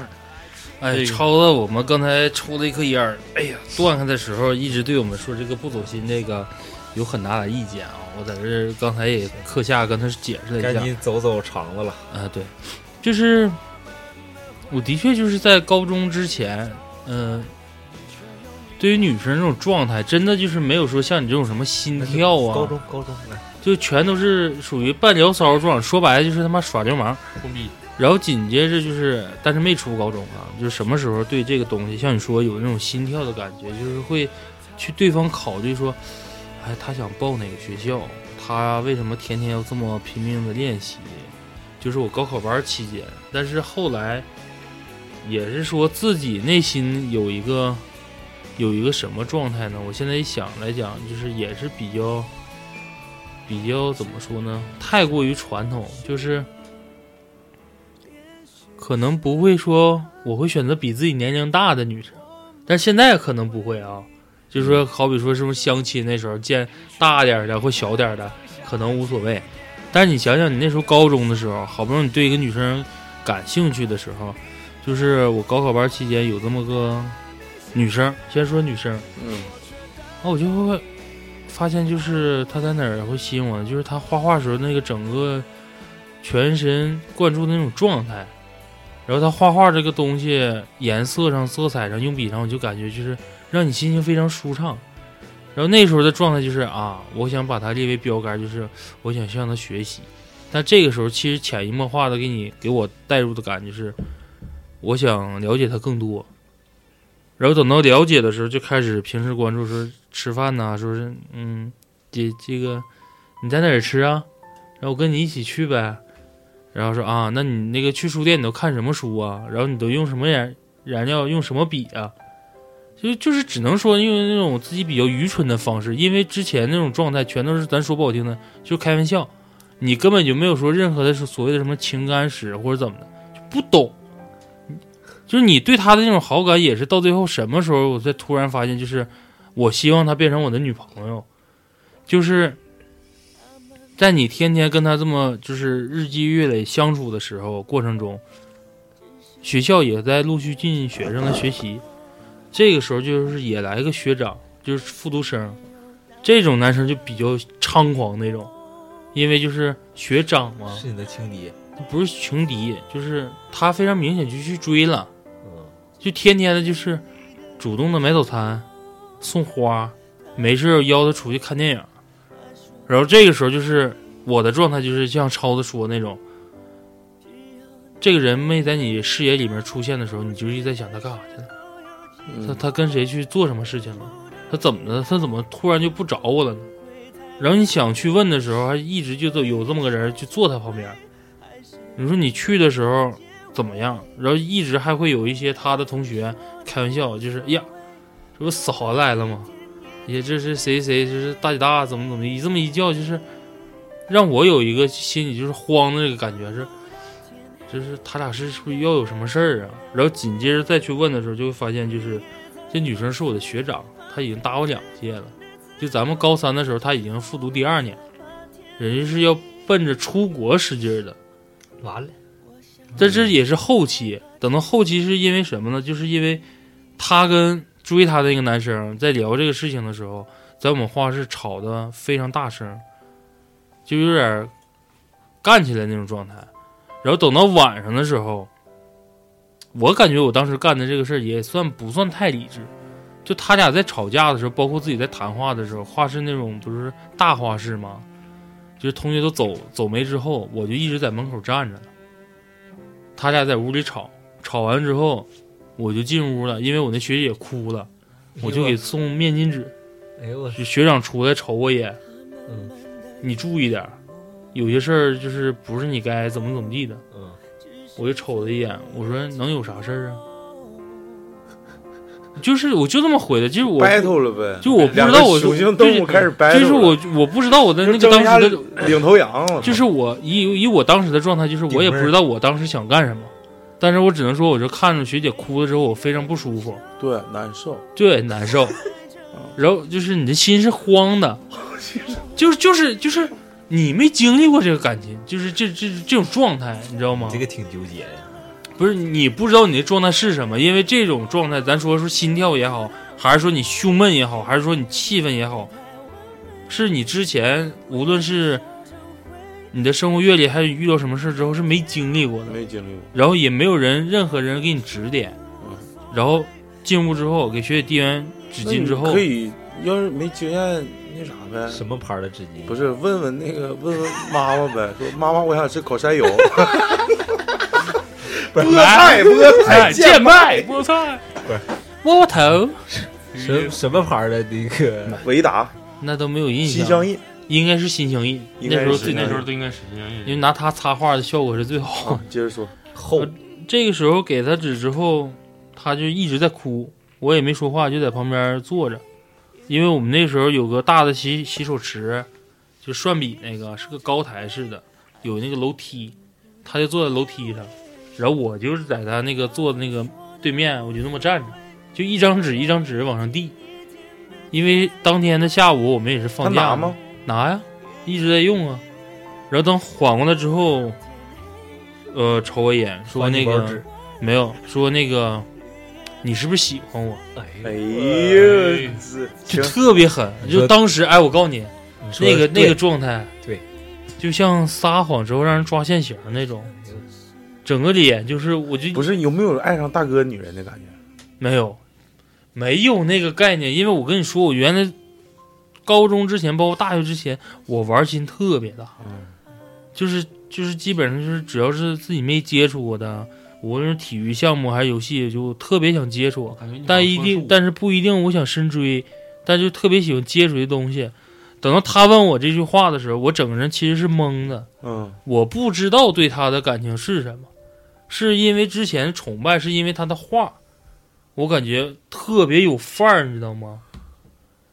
C: 哎，超子，我们刚才抽了一颗烟儿，哎呀，断开的时候一直对我们说这个不走心这个有很大的意见啊。我在这儿刚才也课下跟他解释了
E: 该
C: 一下，
E: 你走走肠子了。
C: 啊，对，就是我的确就是在高中之前，嗯、对于女生这种状态，真的就是没有说像你这种什么心跳啊，
E: 高中高中来，
C: 就全都是属于半聊骚状，说白了就是他妈耍流氓。
D: 碰壁
C: 然后紧接着就是，但是没出高中啊，就是什么时候对这个东西，像你说有那种心跳的感觉，就是会去对方考虑说，哎，他想报哪个学校，他为什么天天要这么拼命的练习？就是我高考班期间，但是后来也是说自己内心有一个有一个什么状态呢？我现在一想来讲，就是也是比较比较怎么说呢？太过于传统，就是。可能不会说我会选择比自己年龄大的女生，但现在可能不会啊。就是说，好比说是不是相亲那时候见大点儿的或小点儿的，可能无所谓。但是你想想，你那时候高中的时候，好不容易对一个女生感兴趣的时候，就是我高考班期间有这么个女生，先说女生，
B: 嗯，
C: 啊，我就会发现，就是他在哪儿会吸引我呢？就是他画画时候那个整个全神贯注的那种状态，然后他画画这个东西，颜色上、色彩上、用笔上，我就感觉就是让你心情非常舒畅。然后那时候的状态就是啊，我想把它列为标杆，就是我想向他学习。但这个时候，其实潜移默化的给你给我带入的感觉是，我想了解他更多。然后等到了解的时候，就开始平时关注说吃饭呐、说是嗯，姐这个你在哪儿吃啊？然后我跟你一起去呗。然后说啊，那你那个去书店你都看什么书啊？然后你都用什么燃燃料，用什么笔啊？就就是只能说用那种自己比较愚蠢的方式，因为之前那种状态全都是咱说不好听的，就开玩笑，你根本就没有说任何的所谓的什么情感史或者怎么的，就不懂。就是你对他的那种好感，也是到最后什么时候，我才突然发现，就是我希望她变成我的女朋友，就是在你天天跟她这么就是日积月累相处的时候过程中，学校也在陆续进学生的学习，这个时候就是也来个学长，就是复读生，这种男生就比较猖狂那种，因为就是学长嘛，
E: 啊是你的情敌。
C: 不是情敌，就是他非常明显就去追了。
E: 嗯，
C: 就天天的就是主动的买早餐、送花，没事儿邀他出去看电影。然后这个时候就是我的状态，就是像超子说的那种，这个人没在你视野里面出现的时候，你就一直在想他干啥去了，他他跟谁去做什么事情了，他怎么的，他怎么突然就不找我了呢？然后你想去问的时候，还一直就有这么个人就坐他旁边。你说你去的时候，怎么样，然后一直还会有一些他的同学开玩笑，就是哎呀，这不嫂子来了吗？也这是谁谁，这是大姐大，怎么怎么一这么一叫，就是让我有一个心里就是慌的这个感觉是，就是他俩是是不是要有什么事儿啊？然后紧接着再去问的时候，就会发现就是这女生是我的学长，她已经打我两届了，就咱们高三的时候她已经复读第二年，人家是要奔着出国使劲儿的。
E: 完了，
C: 但这也是后期，等到后期是因为什么呢？就是因为她跟追她的那个男生在聊这个事情的时候，在我们画室吵得非常大声，就有点干起来那种状态。然后等到晚上的时候，我感觉我当时干的这个事儿也算不算太理智？就他俩在吵架的时候，包括自己在谈话的时候，画室那种不是大画室吗？就是同学都走走没之后，我就一直在门口站着呢。他俩在屋里吵，吵完之后，我就进屋了，因为我那学姐哭了，我就给送面巾纸。
E: 哎呦我，
C: 就学长出来瞅我一眼，
E: 嗯，
C: 你注意点儿，有些事儿就是不是你该怎么怎么地的，
E: 嗯，
C: 我就瞅他一眼，我说能有啥事儿啊？就是我就这么回的，就是我
B: battle 了呗，
C: 就我不知
B: 两个
C: 道我
B: 雄性动物开始 battle，
C: 就是
B: 了
C: 我我不知道我的那个当时的
B: 就争一下领头羊，我操
C: 就是我以以我当时的状态，就是我也不知道我当时想干什么，但是我只能说，我就看着学姐哭了之后，我非常不舒服，
B: 对难受，
C: 对，难受。 然后就是你的心是慌的，
B: 哦
C: 就是就是就是你没经历过这个感情，就是这这这种状态，你知道吗
F: 这？个挺纠结呀。
C: 不是你不知道你的状态是什么，因为这种状态，咱说说心跳也好，还是说你胸闷也好，还是说你气氛也好，是你之前无论是你的生活阅历，还是遇到什么事之后是没经历过的。
B: 没经历过，
C: 然后也没有人任何人给你指点
B: 嗯，
C: 然后进屋之后给学姐递完纸巾之
B: 那
C: 后
B: 你可，以，要是没经验那啥呗，
E: 什么牌儿的纸巾？
B: 不是问问那个问问妈妈呗，说妈妈我想吃烤山 油，菠菜菠菜
C: 哎，贱卖菠菜，窝窝头，
E: 什什么牌儿的那个？
B: 哎维达
C: 那都没有印
B: 心
C: 象
B: 相，印，
C: 应该是心相印，
B: 应该
C: 那
B: 是
C: 时候
B: 心
C: 最
B: 相印
C: 那
D: 那时
C: 时
D: 候
C: 候
D: 都应该是因为
C: 因为拿它擦画的效果是最好 的。
B: 接着说，
E: 厚
C: 这个时候给他纸之后，他就一直在哭，我也没说话，就在旁边坐着。因为我们那时候有个大的洗洗手池，就涮笔那个是个高台式的，有那个楼梯，他就坐在楼梯上，然后我就是在他那个坐的那个对面，我就那么站着，就一张纸一张纸往上递。因为当天的下午我们也是
B: 他
C: 放假
B: 拿
C: 嘛
B: 吗？
C: 拿呀，一直在用啊。然后等缓过来之后，呃，瞅我一眼，说那
E: 包
C: 个
E: 纸
C: 没有，说那个你是不是喜欢我？
B: 哎
E: 哎呦，
B: 呦，这
C: 就特别狠，
E: 你说
C: 就当时哎，我告诉你，
E: 你说
C: 那个那
E: 对
C: 个状态，
E: 对，
C: 就像撒谎之后让人抓现行那种，
E: 嗯
C: 整个脸就是我就
B: 不是有没有爱上大哥女人的感觉？
C: 没有，没有那个概念，因为我跟你说，我原来高中之前，包括大学之前，我玩心特别大，就是就是基本上就是只要是自己没接触过的，无论是体育项目还是游戏，就特别想接触，
D: 感觉你好像
C: 但一
D: 说
C: 定
D: 我
C: 但是不一定我想深追，但就特别喜欢接触这东西。等到他问我这句话的时候，我整个人其实是懵的，
B: 嗯，
C: 我不知道对他的感情是什么，是因为之前崇拜，是因为他的画，我感觉特别有范儿，你知道吗？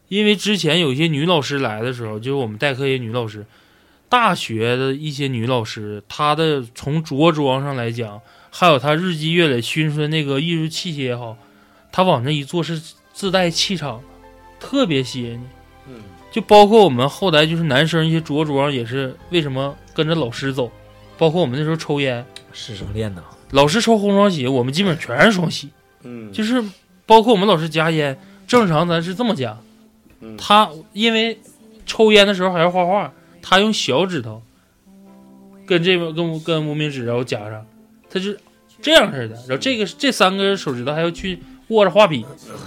C: 因为之前有一些女老师来的时候，就是我们代课一些女老师，大学的一些女老师，她的从着装上来讲，还有她日积月累熏出的那个艺术气息也好，她往那一坐是自带气场的，特别吸引你。
B: 嗯，
C: 就包括我们后来就是男生一些着装也是为什么跟着老师走，包括我们那时候抽烟，
E: 师生恋呐，
C: 老师抽红双喜，我们基本全是双喜，
B: 嗯，
C: 就是是包括我们老师夹烟，正常咱是这么夹，
B: 嗯
C: 他因为抽烟的时候还要画画，他用小指头跟这边跟跟无名指然后夹上，他就是这样式的，然后这个这三个手指头还要去握着画笔，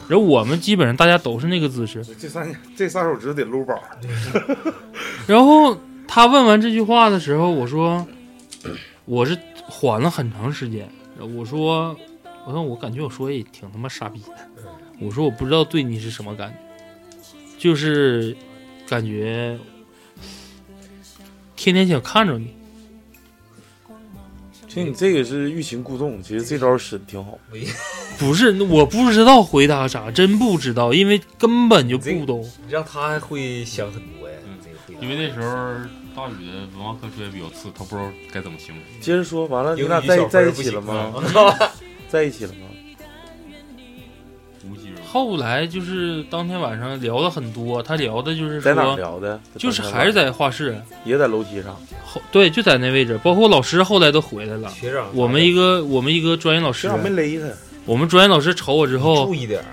C: 然后我们基本上大家都是那个姿势，
B: 这三这仨手指得撸宝，
C: 然后他问完这句话的时候，我说我是缓了很长时间。我说，我说我感觉我说也挺他妈傻逼的。我说我不知道对你是什么感觉，就是感觉天天想看着你。
B: 其实你这个是欲擒故纵，其实这招使的挺好。
C: 不是，我不知道回答啥，真不知道，因为根本就不懂。
E: 嗯
F: 让他会想很多呀，这个会。
D: 因为那时候大宇的文化科学比较次，他不知道该怎么形容。
B: 接着说，完了，你
F: 啊英
B: 俩
F: 语
B: 在
F: 小
B: 在
F: 分
B: 一
F: 儿不
B: 起了
F: 行
B: 吗？
F: 啊？
B: 在一起了吗？
D: 无疾而终
C: 后来就是当天晚上聊了很多，他聊的就是
B: 在哪儿
C: 说，
B: 聊的？
C: 就是
B: 当天
C: 还是
B: 晚
C: 在画室
B: 上也在楼梯上。
C: 后，对，就在那位置。包括老师后来都回来
E: 嗯
C: 了。
F: 学长，
C: 我们一个我们一个专业老
B: 学
C: 师，
B: 长啊没勒他，
C: 我们专业老师瞅我之后
F: 注，意点儿，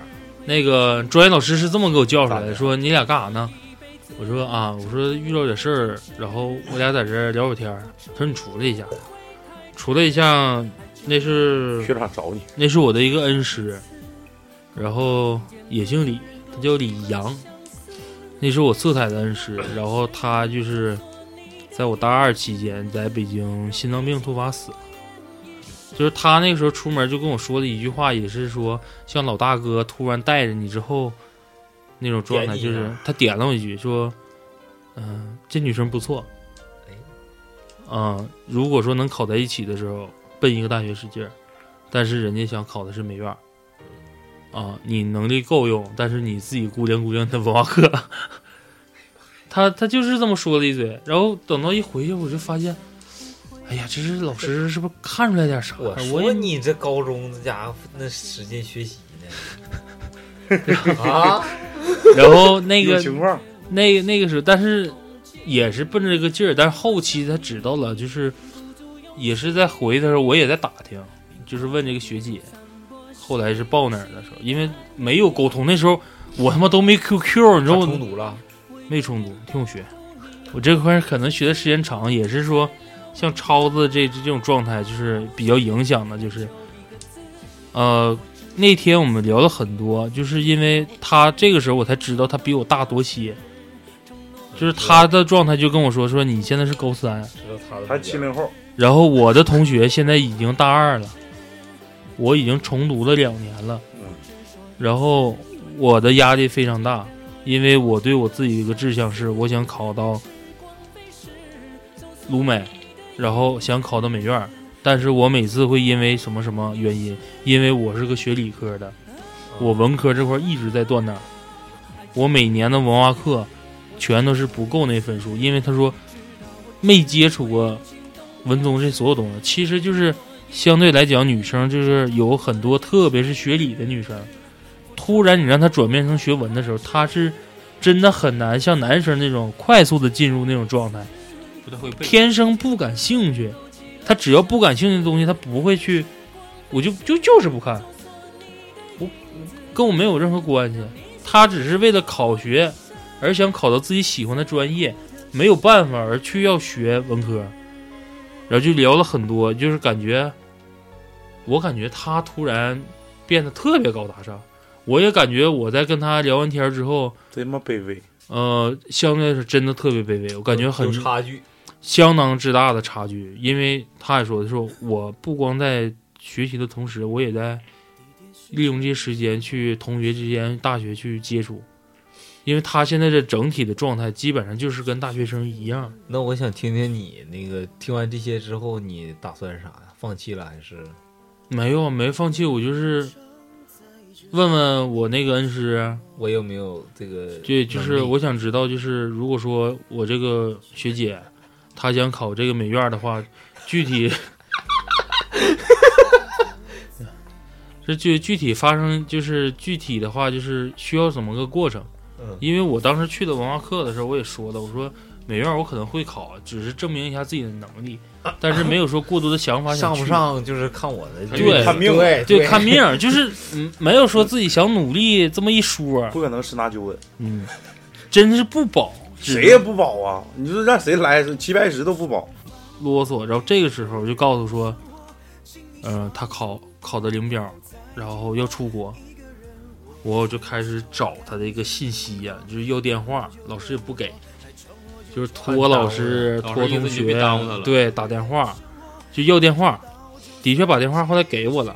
C: 那个专业老师是这么给我叫出来
B: 咋
C: 的，
B: 的
C: 说你俩干啥呢？我说啊，我说遇到点事儿，然后我俩在这儿聊会儿天儿。他说你出来一下，出来一下，那是
B: 学长找你，
C: 那是我的一个恩师，然后也姓李，他叫李阳，那是我色彩的恩师。然后他就是在我大二期间在北京心脏病突发死了，就是他那个时候出门就跟我说的一句话，也是说像老大哥突然带着你之后那种状态，
F: 点你啊
C: 就是
F: 呢
C: 他点了我一句说，嗯、这女生不错，
F: 哎
C: 嗯、如果说能考在一起的时候，奔一个大学使劲儿。但是人家想考的是美院儿，啊，你能力够用，但是你自己估量估量他文化课， 他他就是这么说了一嘴，然后等到一回去，我就发现，哎呀，这是老师是不是看出来点啥？
E: 哎
F: 我
C: 我
F: 说
C: 也
F: 你这高中这家伙那使劲学习 呢，啊，
C: 然后那
B: 有
C: 个
B: 情况，
C: 那个那个时候，但是也是奔着这个劲儿，但是后期他知道了，就是也是在回的时候，我也在打听，就是问这个学姐，后来是报哪儿的时候，因为没有沟通，那时候我他妈都没 QQ，你知道
F: 他
C: 我
F: 重读了，
C: 没重读，听我学，我这块儿可能学的时间长，也是说像超子这这种状态，就是比较影响的，就是呃。那天我们聊了很多，就是因为他这个时候我才知道他比我大多些，就是他的状态就跟我说说你现在是高三，啊
F: 知道他的目标
B: 他七零后，
C: 然后我的同学现在已经大二了，我已经重读了两年了，
B: 嗯
C: 然后我的压力非常大，因为我对我自己的一个志向是我想考到鲁美，然后想考到美院儿，但是我每次会因为什么什么原因，因为我是个学理科的，我文科这块儿一直在断档，我每年的文化课全都是不够那分数，因为他说没接触过文综这所有东西，其实就是相对来讲，女生就是有很多，特别是学理的女生，突然你让她转变成学文的时候，她是真的很难像男生那种快速的进入那种状态。
D: 不太会背。
C: 天生不感兴趣，他只要不感兴趣的东西，他不会去，我就就就是不看，我跟我没有任何关系。他只是为了考学而想考到自己喜欢的专业，没有办法而去要学文科，然后就聊了很多，就是感觉，我感觉他突然变得特别高大上，我也感觉我在跟他聊完天儿之后，
B: 贼他妈卑微。
C: 呃，相对来说真的特别卑微，我感觉很
F: 有差距，
C: 相当之大的差距，因为他也说的是，我不光在学习的同时，我也在利用这些时间去同学之间、大学去接触，因为他现在这整体的状态基本上就是跟大学生一样，
E: 那我想听听你那个听完这些之后，你打算啥呀？放弃了还是？
C: 没有没放弃，我就是问问我那个恩师，
E: 我有没有这个？
C: 对，就是我想知道，就是如果说我这个学姐她想考这个美院的话，具体这具具体发生就是具体的话，就是需要怎么个过程？
F: 嗯
C: 因为我当时去的文化课的时候，我也说了，我说美院我可能会考，只是证明一下自己的能力，但是没有说过多的想法想
E: 上不
C: 去
E: 上就是看我的
D: 对
E: 这个
B: 看命
E: 对
C: 对看命儿，就是嗯没有说自己想努力这么一说，
B: 不可能十拿九稳，
C: 嗯，真是不保，只
B: 谁也不保啊！你说让谁来齐白石都不保，
C: 啰嗦，然后这个时候就告诉说，呃，他考考的零标，然后要出国，我就开始找他的一个信息呀、就是要电话，老师也不给，就是托老师、
D: 耽误了
C: 托
D: 老师意
C: 同
D: 思就别
C: 学
D: 耽误他了，
C: 对，打电话就要电话，的确把电话后来给我了，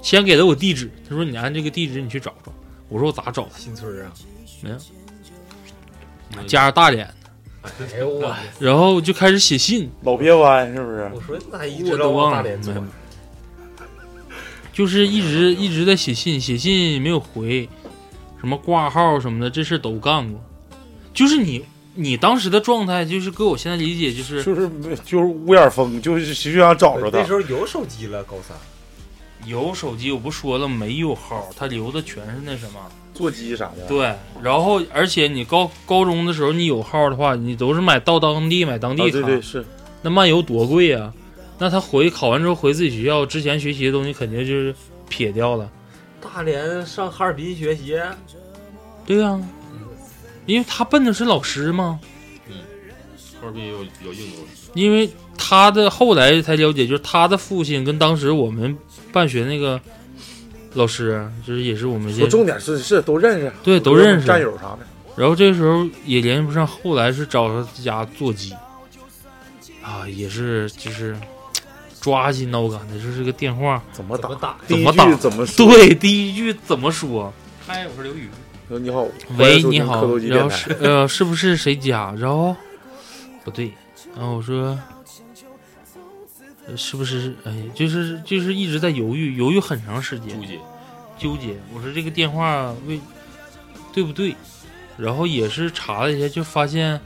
C: 先给了我地址，他说你按这个地址你去找找，我说我咋找？
F: 新村啊，
D: 嗯
C: 加上大连，
F: 哎呦我，
C: 然后就开始写信，
B: 老鳖湾是不是？
F: 我说那一直
C: 我都
F: 让往
C: 忘了
F: 大连做
C: 没有就是一直一直在写信，写信没有回，什么挂号什么的，这事儿都干过。就是你你当时的状态就是跟我现在理解就是
B: 就是就是乌眼风，就是谁就想找着
F: 那
B: 他
F: 时。候有手机了，高三
C: 有手机，我不说了，没有号，他留的全是那什么。
B: 座机啥的，
C: 对，然后而且你高高中的时候你有号的话，你都是买到当地买当
B: 啊
C: 地卡，
B: 对对是，
C: 那漫游多贵呀、那他回考完之后回自己学校，之前学习的东西肯定就是撇掉了。
F: 大连上哈尔滨学习，
C: 对呀、因为他奔的是老师嘛，
D: 哈尔滨也有比较硬的东西，
C: 因为他的后来才了解，就是他的父亲跟当时我们办学那个老师，就是也是我们
B: 我
C: 这，
B: 重点是是都认识，啊
C: 对都认识
B: 战友啥的。
C: 然后这时候也联系不上，后来是找他家座机，啊，也是就是抓心挠肝的，就是个电话，
B: 怎么
F: 怎么
B: 打？
F: 打？
B: 第一
C: 怎么
B: 句
C: 打
B: 怎么说？
C: 对，第一句怎么说？啊
D: 嗨，我是刘宇，
B: 说你好，欢迎
C: 喂，
B: 收
C: 你
B: 听
C: 好
B: 磕头，机
C: 然
B: 电
C: 后
B: 台。
C: 是呃，是不是谁家？然后不对，然后我说，呃是不是？哎，就是就是一直在犹豫，犹豫很长时间，
D: 朱姐，
C: 纠结。我说这个电话为对不对？然后也是查了一下，就发现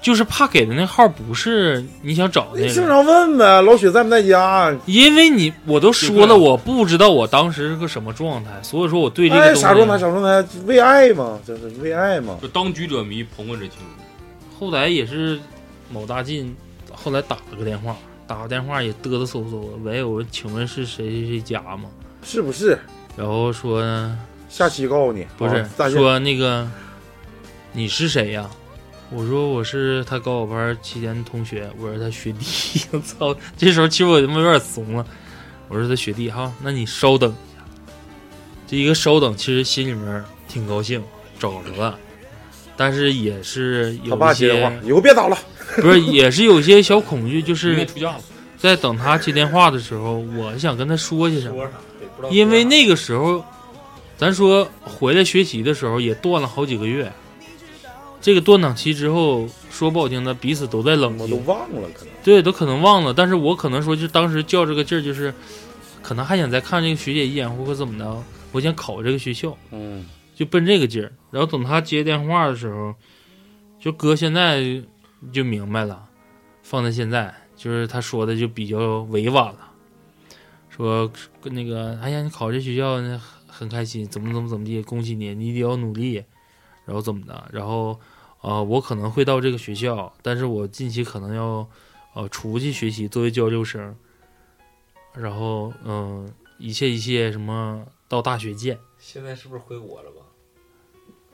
C: 就是怕给的那号不是你想找
B: 你
C: 那
B: 经
C: 个，
B: 常问呗，老雪在不在家？
C: 因为你我都说
D: 对
C: 了，
D: 啊
C: 我不知道我当时是个什么状态，所以说我对这个
B: 哎，
C: 东西
B: 啥状态？啥状态？为爱嘛，这是为爱嘛。
D: 就当局者迷，旁观者清。
C: 后来也是某大进，后来打了个电话，打个电话也嘚嘚嗖嗖的。喂，我说请问是谁谁谁家吗？
B: 是不是？
C: 然后说呢
B: 下期告诉你，
C: 不是
B: 啊，大家
C: 说那个你是谁呀、我说我是他高考班期间同学，我是他学弟。我操，这时候其实我他妈有点怂了。我说他学弟哈，那你稍等一下。这一个稍等，其实心里面挺高兴，找着了，但是也是有
B: 他爸
C: 一
B: 接
C: 些
B: 电话，以后别打了。
C: 不是，也是有些小恐惧，就
D: 今天
C: 是
D: 出嫁了，
C: 在等他接电话的时候，我想跟他说些什么，
F: 说啥？对不知道
C: 因为
F: 说啥
C: 那个时候，咱说回来学习的时候也断了好几个月，这个断档期之后，说不好听的，彼此都在冷
B: 我都
C: 静，
B: 忘了，可能
C: 对，都可能忘了，但是我可能说就当时较这个劲儿，就是可能还想再看这个学姐一眼，或者怎么的，我想考这个学校。
B: 嗯，
C: 就奔这个劲儿。然后等他接电话的时候，就哥现在就明白了，放在现在就是他说的就比较委婉了，说跟那个哎呀，你考这学校呢很开心，怎么怎么怎么地，恭喜你，你得要努力，然后怎么的，然后呃，我可能会到这个学校，但是我近期可能要呃出去学习，作为交流生，然后嗯、一切一切什么到大学见。
F: 现在是不是回国了吧？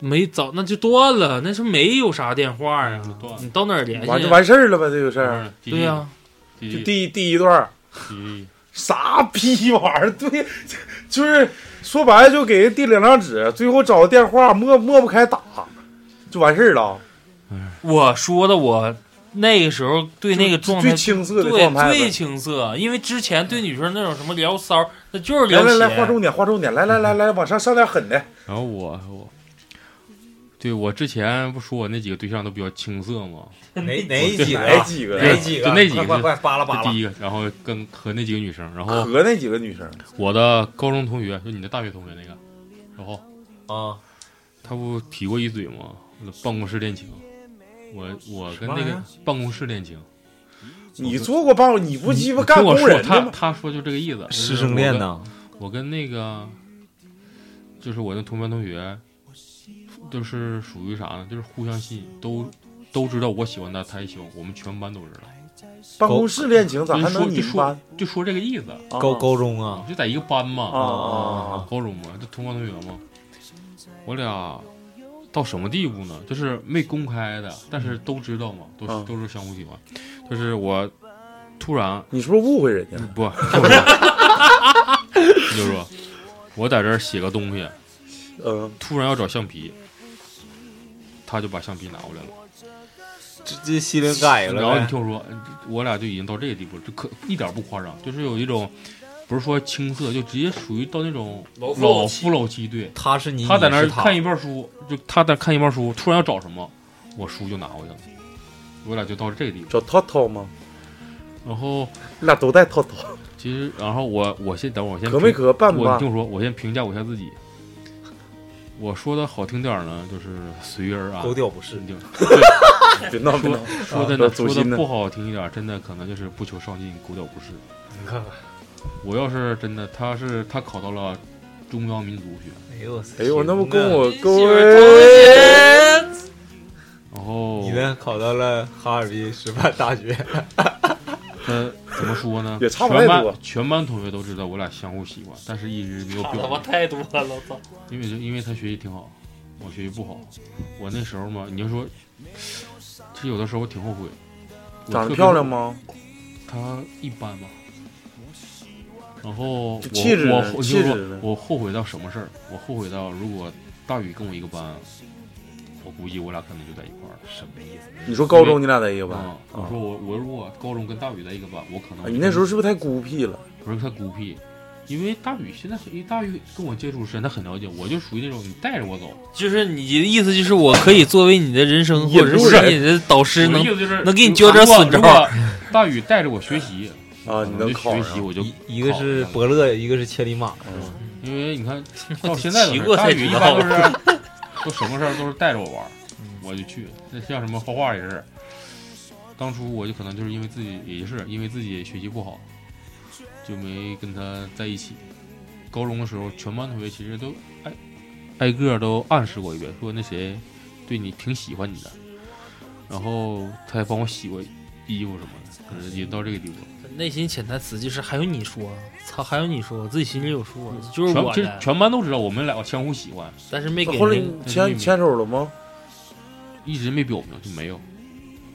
C: 没早那就断了，那是没有啥电话呀、
D: 嗯断了嗯
C: 你到哪儿联系？
B: 完就。完事儿了呗，这个事
C: 嗯
B: 儿。
D: 是
C: 啊对呀、啊
D: 滴
C: 嗯
B: 就
D: 滴，
B: 第第一段，
D: 滴滴
B: 啥逼玩意儿？对， 就是说白了就给人递两张纸，最后找个电话抹抹不开打，就完事儿了。
C: 我说的我那个时候对那个状态
B: 最青涩的状态
C: 对
B: 呗。
C: 最青涩，因为之前对女生那种什么聊骚，那就是
B: 来
C: 聊
B: 来
C: 闲。
B: 来，划重点，划重点，来来来来，往上上点狠的。
D: 然后我我，对我之前不说我那几个对象都比较青涩吗？
F: 哪哪几个？
B: 哪几个？
F: 哪几个？
D: 就那几个
F: 快快快扒拉扒
D: 这
F: 拉
D: 第！一个，然后跟和那几个女生，然
C: 哦
D: 后
B: 和那几个女生，
D: 我的高中同学，就你的大学同学那个，然后
F: 啊，
D: 他不提过一嘴吗？我的办公室恋情，我我跟那
F: 什么玩意
D: 个
F: 儿
D: 办公室恋情，
B: 你做过帮你不鸡巴干
D: 听我
B: 工
D: 说
B: 人的
D: 他
B: 吗？
D: 他说就这个意思，
E: 师生恋
D: 呢？
E: 呐，
D: 我跟那个就是我那同班同学，就是属于啥呢？就是互相吸引，都都知道我喜欢他，他也喜欢我，我们全班都知道，
B: 办公室恋情咋
D: 就
B: 还
D: 说
B: 能你
D: 就
B: 们
D: 说
B: 班？
D: 就说这个意思，
B: 啊
E: 高高中啊，
D: 哦就在一个班嘛，
B: 啊啊啊！
D: 高中嘛，就同班同学嘛，我俩到什么地步呢？就是没公开的，但是都知道嘛，都是、
B: 嗯
D: 都是相互喜欢。就是我突然
B: 你是不是误会人家？
D: 不，你就说，我在这儿写个东西，
B: 嗯，
D: 突然要找橡皮，他就把橡皮拿过来了。
E: 这这心灵改
D: 然后你听我说，我俩就已经到这个地步了，这可一点不夸张，就是有一种不是说青涩，就直接属于到那种
C: 老夫老
D: 老
C: 妻
D: 夫老妻对。
E: 他是你，
D: 他在那儿
E: 你是他
D: 看一半书，就他在看一半书，突然要找什么，我书就拿过去了，我俩就到这个地步。
B: 找涛涛吗？
D: 然后
B: 你俩都带涛涛，
D: 其实，然后我我先等会儿，我先
B: 可没
D: 评
B: 可办不
D: 我你
B: 办
D: 听？我说，我先评价我一下自己。我说的好听点儿呢，就是随遇而安
F: 狗。屌不是
D: 你。听，对
B: 别闹别闹，
D: 说 的
B: 那
D: 呢，
B: 啊走
D: 说的
B: 心呢
D: 不好听一点，真的可能就是不求上进，狗屌不是。
F: 你看看，
D: 我要是真的，他是他考到了中央民族学，
E: 哎呦我操，
B: 哎呦，那不跟我
C: 媳
B: 跟
C: 妇
B: 我？
C: 儿同学
D: 然后
F: 你呢考到了哈尔滨师范大学，
D: 他怎么说呢
B: 也差不太
D: 全
B: 多
D: 班全班同学都知道我俩相互喜欢，但是一直没有
C: 差
D: 表
C: 他妈
D: 达，
C: 太多了，我操！
D: 因为因为他学习挺好，我学习不好。我那时候嘛，你就说，其实有的时候我挺后悔。我
B: 长得
D: 特别
B: 漂亮？吗？
D: 她一般吧。然后我
B: 就气质呢
D: 我我
B: 气质
D: 就
B: 呢
D: 说我后悔到什么事儿？我后悔到如果大宇跟我一个班，我估计我俩可能就在一块儿了。
E: 什么意思？
B: 你说高中你俩在一个班
D: 啊，我说我我如果高中跟大宇在一个班，我可能
B: 啊你那时候是不是太孤僻了？
D: 不是他孤僻，因为大宇现在因为大宇跟我接触深，他很了解我，就属于那种你带着我走，
C: 就是你的意思，就是我可以作为你的人生或者
B: 引路
C: 是你的导师，
D: 我的
C: 能
D: 意思就是
C: 能给你教点损招。
D: 如果大宇带着我学习
B: 啊
D: 我
B: 你
D: 可
B: 能
D: 能就
B: 考上
D: 学习，我就
E: 一一个是
D: 考上
E: 伯乐，一个是千里马，
D: 因为你看 到现在都
C: 骑
D: 是
C: 过
D: 大
C: 才
D: 宇
C: 知
D: 一
C: 道
D: 般都是 都什么事儿都是带着我玩儿，我就去。那像什么画画也是，当初我就可能就是因为自己也是因为自己学习不好，就没跟他在一起。高中的时候，全班同学其实都挨挨个儿都暗示过一遍，说那谁对你挺喜欢你的，然后他还帮我洗过衣服什么的，可能也到这个地步了。
C: 内心潜台词就是还有你说，操，还有你说，我自己心里有数，啊
B: 嗯
C: 就是
D: 全
C: 我
D: 其实
C: 的，
D: 全班都知道我们俩相互喜欢，
C: 但是没给
B: 后来
C: 人
B: 你
D: 那是秘
B: 牵
D: 密
B: 牵手了吗？
D: 一直没表明就没有。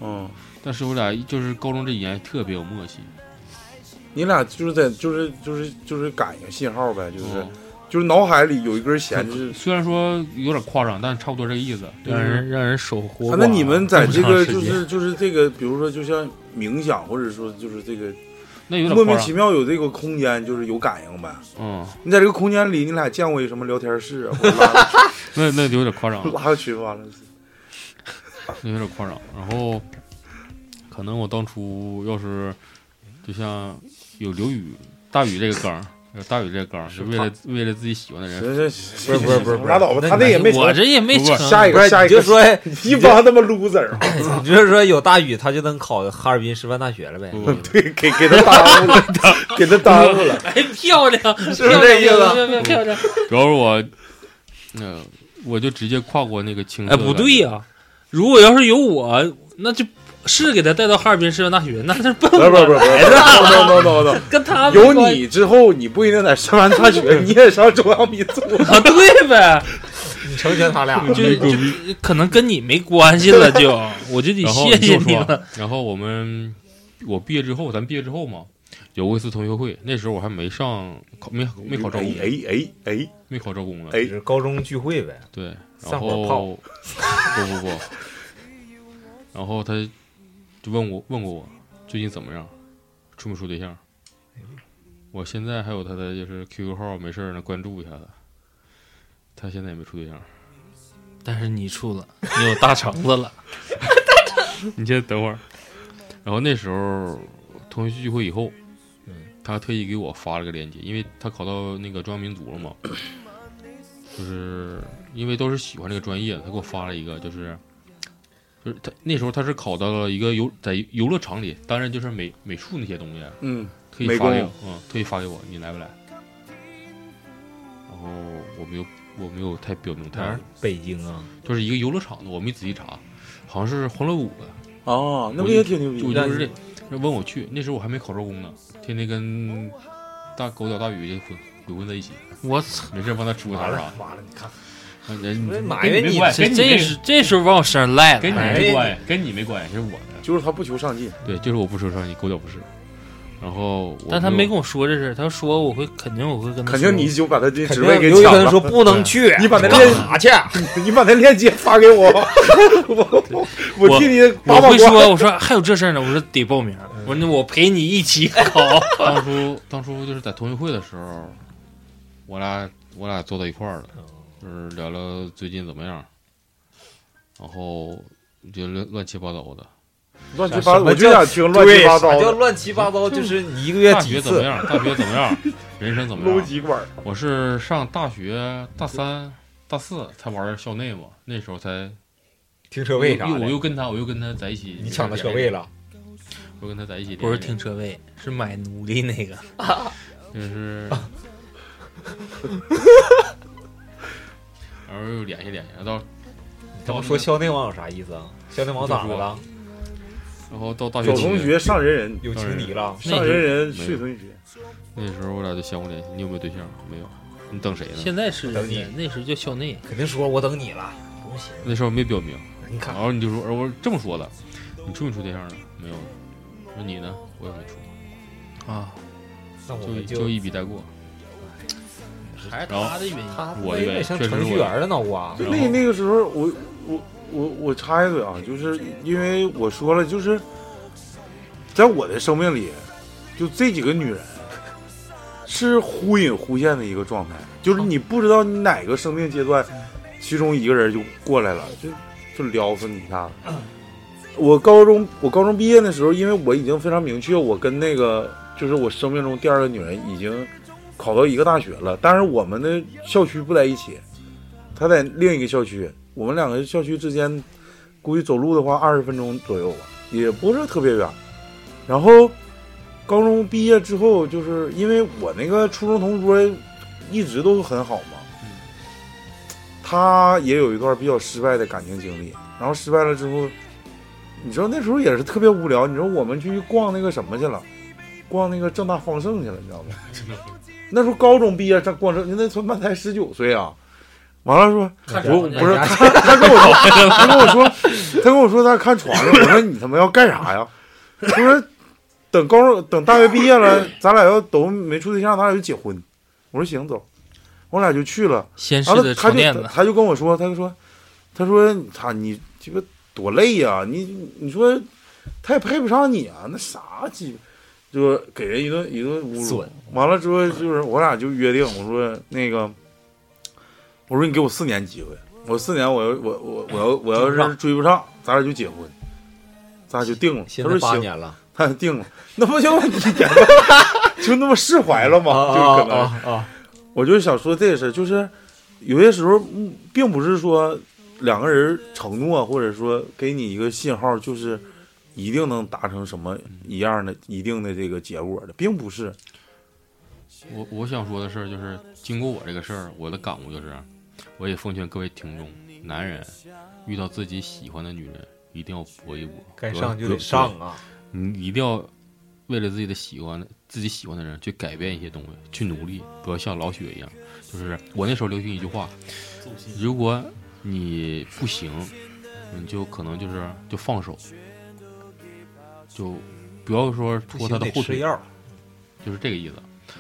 B: 嗯，
D: 但是我俩就是高中这几年特别有默契，
B: 你俩就是在就是就是就是感应信号呗，就是
D: 嗯
B: 就是脑海里有一根弦，就是
D: 虽然说有点夸张，但是差不多这个意思。就
C: 让
D: 是
C: 人让人手活
B: 啊
C: 寡。
B: 那你们在这个
C: 这
B: 就
C: 么长时间
B: 是就是这个，比如说就像冥想，或者说就是这个
D: 那有
B: 莫
D: 点夸
B: 名其
D: 张，
B: 妙有这个空间，就是有感应呗。
D: 嗯，
B: 你在这个空间里，你俩见过一什么聊天室 啊，或者拉，
D: 那那有点夸张
B: 拉个群 完了，
D: 那有点夸张。然后，可能我当初要是就像有刘宇、大宇这个梗，有大宇这个梗，是为了为了自己喜欢的人，
B: 行行行，
E: 不是不是不是
B: 拉倒吧，他那也没
C: 我
B: 成。
C: 这也没
D: 不是
C: 成，
B: 下一
E: 不
B: 个
E: 是
B: 下
E: 你
B: 一个
E: 就，说
B: 一帮他妈 loser，
E: 你就是说有大宇他就能考哈尔滨师范大学了呗？
D: 不不
B: 对，给给他耽误 了，给他耽误了。
C: 哎，漂亮，
B: 是这意思
C: 漂亮漂亮漂亮。
D: 主要是我，那我就直接跨过那个
B: 嗯
D: 青涩
C: 哎，
D: 的
C: 不对呀、如果要是有我，那就是给他带到哈尔滨师范大学，那是不
B: 不是不是不是不是，no no no no，
C: 跟他 没
B: 有
C: 关
B: 你之后，你不一定在师范大学，你也上中央民族。
C: 啊，对呗，，
E: 你成全他俩
B: 嗯
C: 就就可能跟你没关系了就， 我就得
D: 然后
C: 谢谢
D: 就
C: 你
D: 说
C: 了。，
D: 然后我们我毕业之后，咱毕业之后嘛，有过一次同学会，那时候我还没上考，没没考招
B: 哎
D: 工，
B: 哎哎
D: 没考招工呢。
B: 哎
E: 就是高中聚会呗。
D: 对，然
E: 散伙
D: 后
E: 炮
D: 不不不，然后他就问我问过我最近怎么样，处没处对象。我现在还有他的就是 QQ 号，没事儿呢关注一下他。他现在也没处对象。
C: 但是你处了，你有大肠子了，
D: 你先等会儿。然后那时候同学聚会以后，
B: 嗯
D: 他特意给我发了个链接，因为他考到那个中央民族了嘛，就是因为都是喜欢这个专业的，他给我发了一个，就是就是他那时候他是考到了一个游在游乐场里担任就是美美术那些东西，啊
B: 嗯，
D: 特意
B: 美
D: 发给
B: 工
D: 我，嗯，特意发给我，你来不来？然后我没有我没有太表明
B: 嗯
E: 哪
D: 态
E: 儿
D: 度，？
E: 北京啊，
D: 就是一个游乐场的，我没仔细查，好像是欢乐谷的。
B: 哦，那不也挺牛
D: 就
B: 逼
D: 我
B: 的？
D: 就是这，问我去，那时候我还没考招工呢，天天跟大狗屌大宇混鬼混在一起，
C: 我操！
D: 没事帮他出啥啥。
E: 完了，你看，
D: 啊人
E: 不是
D: 跟
E: 埋怨
D: 没
E: 你
D: 关系
C: 这
D: 跟你没
C: 这是这时候往我身上赖哎
D: 跟你
C: 了，
E: 埋怨
D: 没
E: 你
D: 关系，跟你没关系，是我的。
B: 就是他不求上进，
D: 对，就是我不受伤，你狗屌不是。然后我，
C: 但他没跟我说这事儿，他说我会肯定我会跟他说，
B: 肯定 你就把他这
E: 肯
B: 职
E: 定
B: 位给
E: 刘宇
B: 抢
E: 跟
B: 了。嗯
E: 说不能去，
B: 你把那
E: 干啥去？啊
B: 你把那链接发给我，我我我替你把
C: 我
B: 把
C: 会
B: 关。
C: 说我说还有这事儿呢，我说得报名，我说那我陪你一起考。
D: 当初当初就是在同学会的时候，我俩我俩坐到一块儿了，就是聊聊最近怎么样，然后就乱乱七八糟的。
B: 乱七八糟，
E: 什么
B: 我就想听乱七八糟
E: 对啥叫
B: 的，
E: 乱七八糟？就是你一个月
D: 大
E: 几
D: 学怎么
E: 次？
D: 样？大学怎么样？人生怎么
B: 搂
D: 样？
B: 几管儿。
D: 我是上大学大三、大四才玩校内嘛，那时候才
F: 停车位啥
D: 又我
F: 的，
D: 又跟他，我又跟他在一起。
F: 你抢他车位，了，
D: 我跟他在一起。
C: 不是停，车位，是买奴隶那个。
D: 就是，然后又联系联系，然后到
F: 怎么说校内网有啥意思啊？校内网咋的了？
D: 然后到大学
B: 走
D: 期间
B: 同学上人人，
F: 有情敌了？
D: 那
B: 上
D: 就
B: 人人
D: 没
B: 睡
D: 有
B: 同学。
D: 那时候我俩就相互联系，你有没有对象？没有，你等谁呢？
C: 现在是
F: 等你
C: 那时候叫校内，
D: 嗯
F: 肯定说我等你了，不用寻思，
D: 那时候没表明，
F: 你看
D: 然后你就说，我这么说的，你处没处对象呢？没有。我说你呢？我也没处，
C: 啊，
F: 那我们
D: 就就一笔带过。
C: 还是
D: 然后
C: 他的原因。
F: 他
D: 我
F: 有点像程序员的脑瓜
D: 确，实
B: 就
D: 然
B: 那
D: 后
B: 那个时候我，我我我插一嘴啊，就是因为我说了，就是在我的生命里，就这几个女人是忽隐忽现的一个状态，就是你不知道你哪个生命阶段，其中一个人就过来了，就就撩死你一下子。我高中我高中毕业的时候，因为我已经非常明确，我跟那个就是我生命中第二个女人已经考到一个大学了，但是我们的校区不在一起，她在另一个校区，我们两个校区之间估计走路的话二十分钟左右吧，也不是特别远。然后高中毕业之后，就是因为我那个初中同桌一直都很好嘛，他也有一段比较失败的感情经历，然后失败了之后，你知道那时候也是特别无聊，你知道我们去逛那个什么去了，逛那个正大方盛去了，你知道吗？那时候高中毕业上逛正，那他妈才十九岁啊！完了说，我不是他，他跟我说，他跟我说，他跟我说他看床上，我说你他妈要干啥呀？他说等高中等大学毕业了，咱俩要都没处对象，咱俩就结婚。我说行，走，我俩就去了。
C: 先
B: 然
C: 是
B: 后
C: 的
B: 他
C: 床
B: 就
C: 垫
B: 他
C: 子，
B: 他就跟我说，他就说，他说他你鸡巴多累呀、你你说他也配不上你啊，那啥鸡巴，就给人一顿一顿侮辱
E: 损。
B: 完了之后就是我俩就约定，我说那个，我说你给我四年机会，我四年我要我我我要我要是追不上，咱俩就结婚，咱俩就定了。
E: 现
B: 他
E: 在
B: 说
E: 八
B: 行，
E: 年了，
B: 他就定了，那不就 就那么释怀
F: 哦
B: 了吗？就可能。
E: 啊啊！
B: 我就是想说这个事儿，就是有些时候嗯并不是说两个人承诺，或者说给你一个信号，就是一定能达成什么一样的一定的这个结果的，并不是。
D: 我我想说的事儿就是，经过我这个事儿，我的感悟就是，我也奉劝各位听众，男人遇到自己喜欢的女人，一定要搏一搏，
F: 该
D: 不
F: 上
D: 要
F: 就得上，啊，
D: 不要你一定要为了自己的喜欢的自己喜欢的人去改变一些东西，去努力，不要像老雪一样。就是我那时候流行一句话，如果你不行，你就可能就是就放手，就不要说
F: 不
D: 拖
F: 行
D: 他的
F: 得
D: 后
F: 吃
D: 腿。
F: 药。
D: 就是这个意思。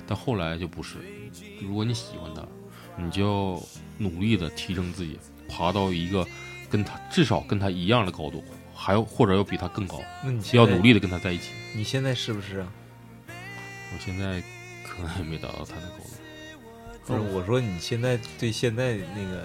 D: 但后来就不是，如果你喜欢他，你就要努力的提升自己，爬到一个跟他至少跟他一样的高度，还有或者要比他更高，
F: 那你
D: 要努。力的跟他在一起。
F: 你现在是不是啊？
D: 我现在可能也没达到他的高度，
F: 不是，
D: 嗯
F: 我说你现在对现在那个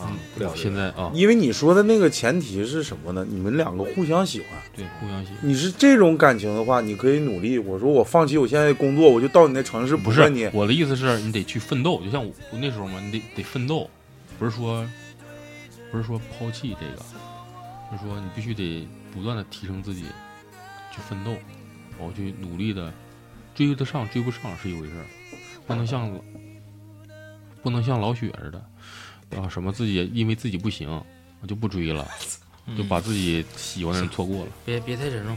F: 啊，不了解
D: 现在啊，
B: 因为你说的那个前提是什么呢？你们两个互相喜欢。
D: 对，互相喜欢。
B: 你是这种感情的话，你可以努力。我说我放弃我现在的工作，我就到你那城市，
D: 不
B: 是你
D: 是我的意思是你得去奋斗，就像我我那时候嘛，你得得奋斗，不是说不是说抛弃这个，就是说你必须得不断的提升自己，去奋斗，然后去努力的追得上追不上是一回事儿，不能像不能像老雪似的啊，什么自己因为自己不行，我就不追了，
C: 嗯
D: 就把自己喜欢的人错过了。
C: 别别太沉重，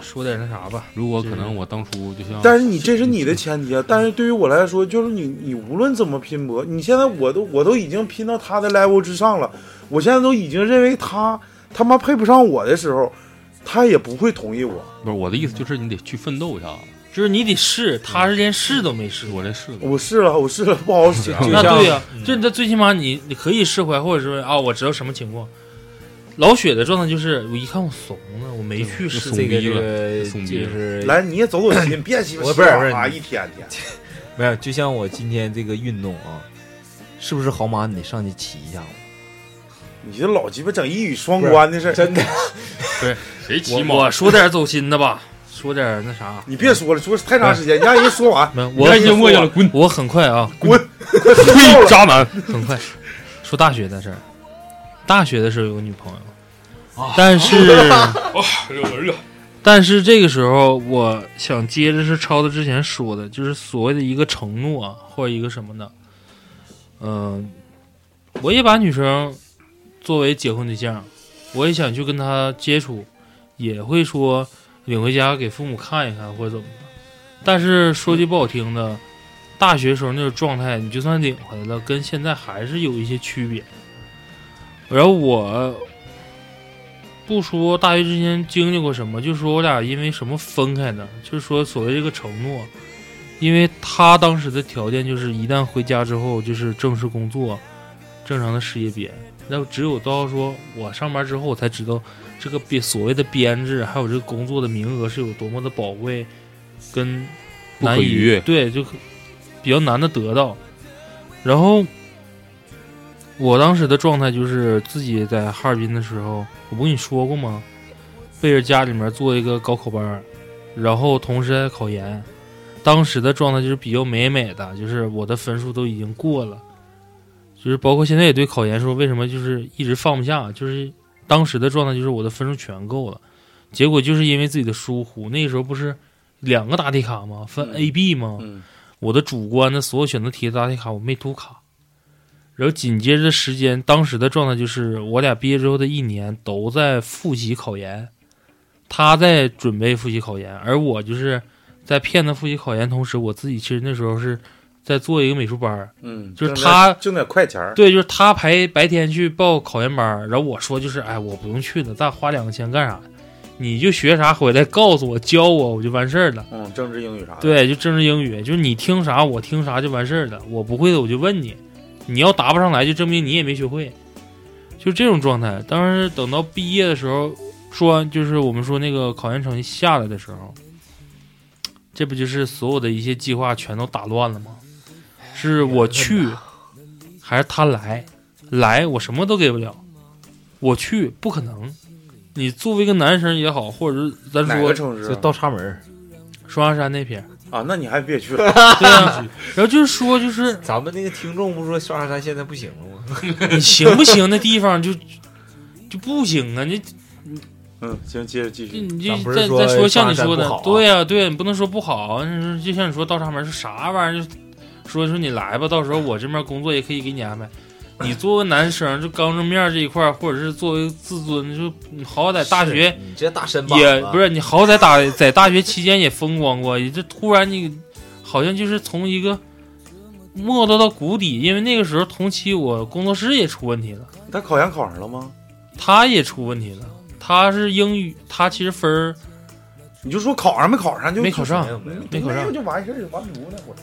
C: 说点那啥吧。
D: 如果可能，我当初就像
B: 但是你这是你的前提啊。但是对于我来说，就是你你无论怎么拼搏，你现在我都我都已经拼到他的 level 之上了，我现在都已经认为他他妈配不上我的时候，他也不会同意我。
D: 不是我的意思，就是你得去奋斗一下子。
C: 就是你得试，他是连试都没试过。
D: 我这是
B: 我试了，我试了，不好使啊。
F: 就
C: 那
F: 像
C: 对呀、
F: 嗯
C: 就是他最起码你你可以释怀，或者是啊，我知道什么情况。老雪的状态就是，我一看我怂了，我没去试
D: 怂
E: 这个
D: 逼
E: 这
D: 了
E: 个
D: 怂逼
E: 就
D: 了
E: 是
B: 来，你也走走心，别鸡巴
F: 我不是不是
B: 啊，
F: 你
B: 一天天。
F: 没
E: 没
F: 有
E: 有，就像我今天这个运动啊，是不是好马你得上去骑一下子？
B: 你这老鸡巴整一语双关的事儿，
F: 真的，
D: 谁
C: 我我说点走心的吧，说点那啥。
B: 你别说了，说太长时间，你让人说完，
C: 没有，
B: 你
C: 我
B: 让人
D: 经
B: 说
D: 过去
B: 完
D: 了，滚！
C: 我很快啊，
B: 滚，
D: 呸，渣男！
C: 很快。说大学的事儿，大学的时候有个女朋友，但是
D: 啊 热热，
C: 但是这个时候，我想接着是超子之前说的，就是所谓的一个承诺啊或者一个什么的，嗯、我也把女生作为结婚对象，我也想去跟她接触，也会说领回家给父母看一看或者怎么的。但是说句不好听的，大学时候那种状态，你就算领回来了，跟现在还是有一些区别。然后我不说大学之前经历过什么，就说我俩因为什么分开的，就是说所谓这个承诺，因为他当时的条件就是一旦回家之后就是正式工作，正常的事业编，那只有到说我上班之后我才知道这个编所谓的编制，还有这个工作的名额是有多么的宝贵，跟
D: 不可
C: 难以
D: 逾越
C: 对就可比较难的得到，然后。我当时的状态就是自己在哈尔滨的时候，我不跟你说过吗？背着家里面做一个高考班儿，然后同时还考研。当时的状态就是比较美美的，就是我的分数都已经过了，就是包括现在也对考研说为什么就是一直放不下，就是当时的状态就是我的分数全够了，结果就是因为自己的疏忽，那时候不是两个答题卡吗？分 A、B 吗？
B: 嗯，
C: 我的主观的所有选择题的答题卡我没读卡，然后紧接着的时间，当时的状态就是我俩毕业之后的一年都在复习考研，他在准备复习考研，而我就是在骗他复习考研同时，我自己其实那时候是在做一个美术班儿，
B: 嗯，
C: 就是
B: 挣
C: 他
B: 点挣点快钱儿，
C: 对，就是他排白天去报考研班儿，然后我说就是哎我不用去了，咱花两个钱干啥？你就学啥回来告诉我教我，我就完事儿了。
B: 嗯，政治英语啥的，，
C: 对，就政治英语，就是你听啥我听啥就完事儿了，我不会的我就问你，你要答不上来就证明你也没学会，就这种状态。当时等到毕业的时候，说完就是我们说那个考研成绩下来的时候，这不就是所有的一些计划全都打乱了吗？是我去，还是他来？来我什么都给不了，我去不可能。你作为一个男生也好，或者是咱
B: 哪个
C: 说
B: 城市
E: 就
B: 啊
E: 倒插门儿，
C: 双鸭山那片儿，
B: 啊？那你还别去了，
C: 对啊，然后就是说，就是
F: 咱们那个听众不是说双鸭山现在不行了吗？
C: 你行不行？那地方就就不行啊！你
B: 嗯，行，接着继续，
C: 你
E: 咱
C: 就
E: 不
C: 是再
E: 说
C: 再说像你
E: 上山
C: 说的
E: 不好啊，
C: 对呀、对、你不能说不好，就是就像你说倒插门是啥玩意儿？就说说你来吧，到时候我这边工作也可以给你安排。你作为男生，就刚正面这一块儿，或者是作为自尊，就你好歹大学
F: 你这大身板
C: 也
E: 啊
F: 子啊
C: 不是你好歹打在大学期间也风光过，你这突然你好像就是从一个没落到谷底，因为那个时候同期我工作室也出问题了，
B: 他考研考上了吗？
C: 他也出问题了，他是英语，他其实分儿
B: 你就说考上没考上就
C: 没考上
F: 没，有没有，
C: 没考
B: 那
C: 上
B: 就，就完事儿，完犊那会儿，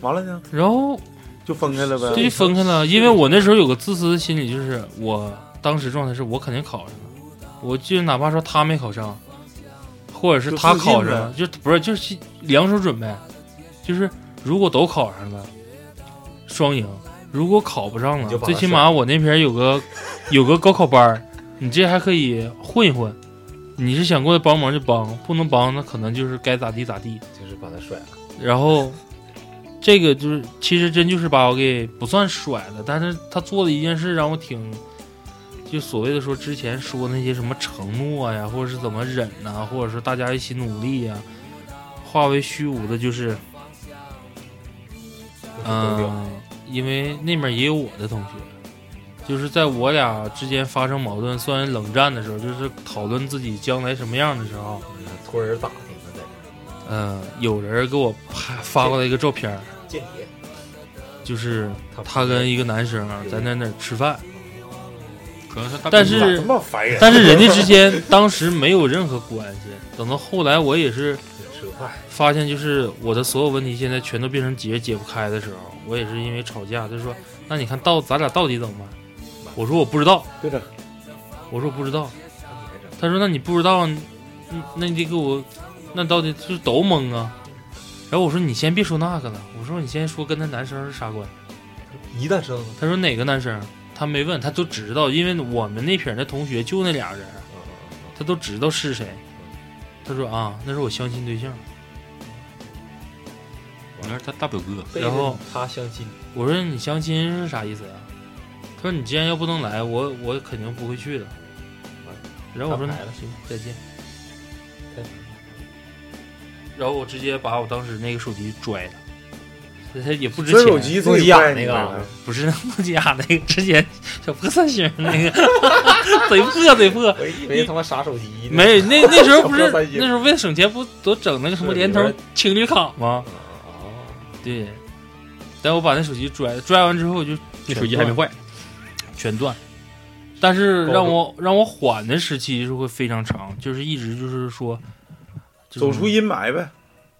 B: 完了呢
C: 然后
B: 就分开了呗，
C: 这就分开了，因为我那时候有个自私的心理，就是我当时状态是我肯定考上了，我就哪怕说他没考上，或者是他考上了，就不是就是两手准备，就是如果都考上了，双赢；如果考不上
F: 你
C: 了
F: 就，把它
C: 最起码我那边有 个有个高考班儿，你这还可以混一混。你是想过来帮忙就帮，不能帮那可能就是该咋地咋地。
F: 就是把他甩了。
C: 然后这个就是其实真就是把我给不算甩了，但是他做的一件事让我挺，就所谓的说之前说那些什么承诺呀，或者是怎么忍呐、或者说大家一起努力呀、化为虚无的，就是嗯、因为那面也有我的同学。就是在我俩之间发生矛盾、算冷战的时候，就是讨论自己将来什么样的时候，
F: 托人打听的，在这
C: 嗯、有人给我拍发过来一个照片儿，
F: 儿间谍，
C: 就是
F: 他
C: 他跟一个男生啊在那那儿吃饭，
D: 可能是大
C: 但
D: 哥
B: 咋
C: 是
B: 这么烦人？
C: 但是人家之间当时没有任何关系。等到后来，我也是
F: 吃个饭，
C: 发现，就是我的所有问题现在全都变成结解不开的时候，我也是因为吵架，他说：“那你看到咱俩到底怎么办？”我说：“我不知道。”
B: 对的，
C: 我说：“我不知道。”他说：“那你不知道，嗯那你得给我，那到底就是都懵啊。”然后我说：“你先别说那个了，我说你先说跟那男生是啥关系。”
F: 一大声，
C: 他说哪个男生？他没问，他都知道，因为我们那片儿的同学就那俩人，
F: 啊
C: 他都知道是谁。他说啊，那是我相亲对象。
D: 我那是他大表哥，
F: 背
C: 然后
F: 着他相亲，
C: 我说你相亲啊是啥意思呀、他说你既然要不能来，我我肯定不会去的。然后我说
E: 摊牌了
C: 行，再见。然后我直接把我当时那个手机拽了，它也不值
B: 这
C: 钱，
B: 手机
E: 诺
B: 最
E: 基亚
B: 坏
E: 那
B: 你
E: 个
B: 买
E: 啊
B: 了，
C: 不是诺基亚那个，之前小破三星那个， 贼破贼破。
E: 我以为他妈啥手机呢，
C: 没，那那时候不是
E: 小破三星
C: 那时候为了省钱，不都整那个什么
E: 是
C: 联通
E: 里边
C: 情侣卡吗？对，但我把那手机拽了拽完之后我就
D: 那手机还没坏，
C: 全断。但是
E: 高
C: 让我让我缓的时期是会非常长，就是一直就是说，就是
B: 走出阴霾呗，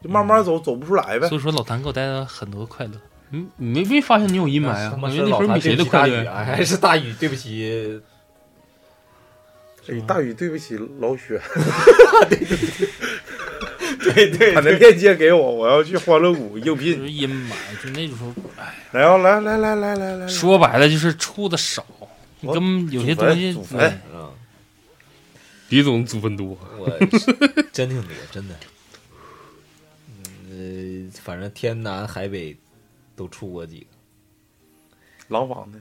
B: 就慢慢走，走不出来呗。
C: 所以说老谭给我带来了很多快乐。
D: 嗯，你没没发现你有阴霾啊
E: 他？妈
D: 我觉
E: 说
D: 得那
E: 老
D: 时候
E: 谭
D: 比
E: 对
D: 谁
E: 不
D: 都
E: 起
D: 快
E: 大
D: 乐
E: 宇，
D: 呀。
E: 哎还是大宇，对不起，嗯
B: 哎，大宇，对不起老 雪，
F: 对对
B: 把那链接给我，我要去欢乐谷应
C: 就
E: 嗯
B: 聘。
C: 是阴霾，就那种
B: 来啊，来来来来来来，
C: 说白了就是处的少，你
B: 我
C: 根本有些
B: 祖坟
C: 东西
B: 祖
C: 对
B: 坟
E: 嗯，
D: 李总祖坟多，
E: 我真挺多，真的，嗯呃，反正天南海北都出过几个，
B: 廊坊的，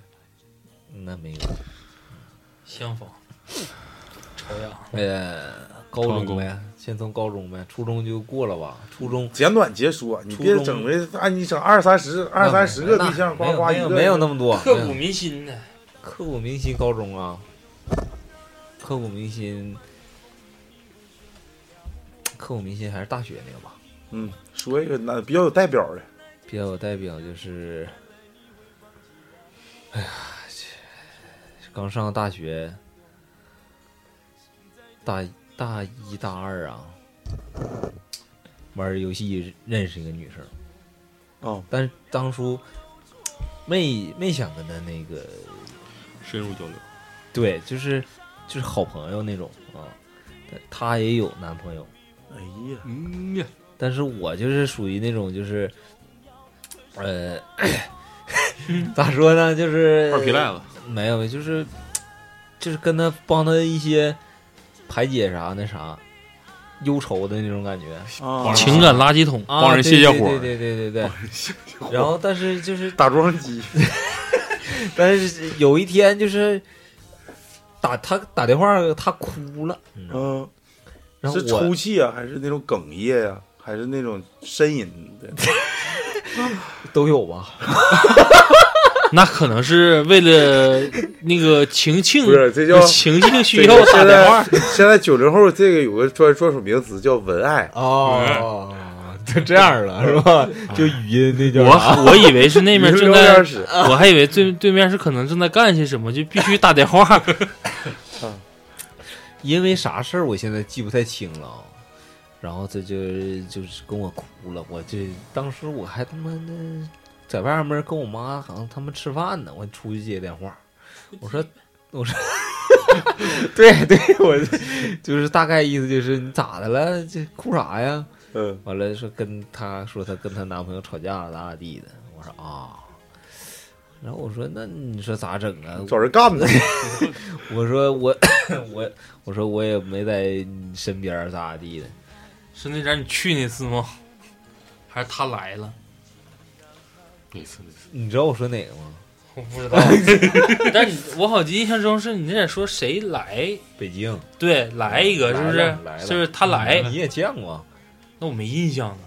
E: 那没有，
C: 相仿，朝阳。
E: 呃，高中呗，先从高中呗，初中就过了吧，初中
B: 简短截说，你别
E: 初中
B: 整的，啊，你整二三十、二三十个对象，
E: 那
B: 呱
E: 没有
B: 呱
E: 没
B: 一
E: 有
B: 个
E: 没有 那么多，
C: 刻骨铭心的，
E: 刻骨铭心高中啊，刻骨铭心，刻骨铭心还是大学那个吧，
B: 嗯，说一个那比较有代表的，
E: 比较有代表就是，哎呀，这刚上大学，大一大一大二啊，玩儿游戏认识一个女生，
B: 哦，
E: 但是当初没没想跟她那个
D: 深入交流。
E: 对，就是就是好朋友那种啊。但她也有男朋友，
B: 哎呀，
D: 嗯呀，
E: 但是我就是属于那种就是，呃， 咋说呢，就是
D: 二皮赖子，
E: 没有，就是就是跟他帮他一些排解啥那啥忧愁的那种感觉
B: 啊，
C: 情感垃圾桶。
E: 啊，
D: 帮人
E: 对
D: 泄泄
E: 对
D: 火
E: 对对对对对。然后，但是就是
B: 打桩机，
E: 但是有一天就是打他打电话，他哭了，你知道吗
B: 嗯，
E: 然后
B: 是
E: 我
B: 抽泣啊，还是那种哽咽呀、还是那种呻吟的？
E: 都有吧，
C: 那可能是为了那个情庆，
B: 不是这叫
C: 情庆需
B: 这
C: 要
B: 个
C: 打
B: 现
C: 电
B: 在
C: 话。
B: 现在九零后这个有个专专属名词叫文爱，
E: 哦，就这样了是吧？ 就语音那叫啥
C: 我我以为是那面
B: 你是
C: 正
B: 聊天
C: 在，
B: 室，
C: 我还以为对对面是可能正在干些什么，就必须打电话。
E: 因为啥事儿，我现在记不太清了啊。然后他就就是跟我哭了，我这当时我还他妈的在外面跟我妈好像他们吃饭呢，我出去接电话，我说我说， 对对，我就是大概意思就是你咋的了，这哭啥呀？
B: 嗯，
E: 完了说跟她说她跟她男朋友吵架了咋咋地的，我说啊，然后我说那你说咋整啊？
B: 找人干的，
C: 嗯
E: 我说我 我我说我也没在你身边儿咋咋地的，
C: 是那点你去那次吗？还是他来了？
D: 每次每次
E: 你知道我说哪个吗？
C: 我不知道。但你我好像印象中是你那点说谁来？
E: 北京，
C: 对，来一个是不是
E: 来了来？了
C: 就是他来，
E: 你也见过，
C: 那我没印象了。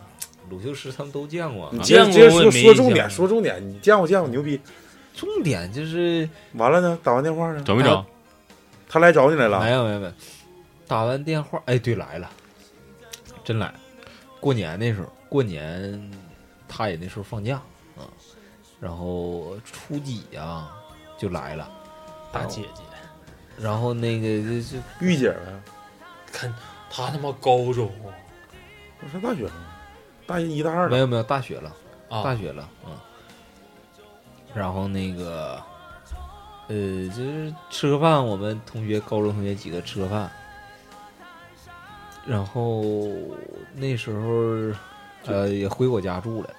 E: 鲁秀师他们都见过
B: 你。
C: 啊
B: 接着接
C: 见过
B: 着说
C: 我也没
B: 说重
C: 印
B: 点，
C: 象
B: 说重点，你见过见过牛逼，
E: 重点就是
B: 完了呢，打完电话呢，
D: 找没找？
B: 他来找你来
E: 没
B: 了，
E: 有没有没有，打完电话，哎，对，来了，真来了。过年那时候，过年他也那时候放假啊，然后初几啊就来了，
C: 大姐姐，
E: 然后那个就就
B: 御姐呗，
C: 看他他妈高中
B: 我上大学了，大一大二
E: 没
B: 了，
E: 有没有大学了。
C: 啊，
E: 大学了，嗯。然后那个，呃，就是吃个饭，我们同学高中同学几个吃个饭，然后那时候，呃，也回我家住了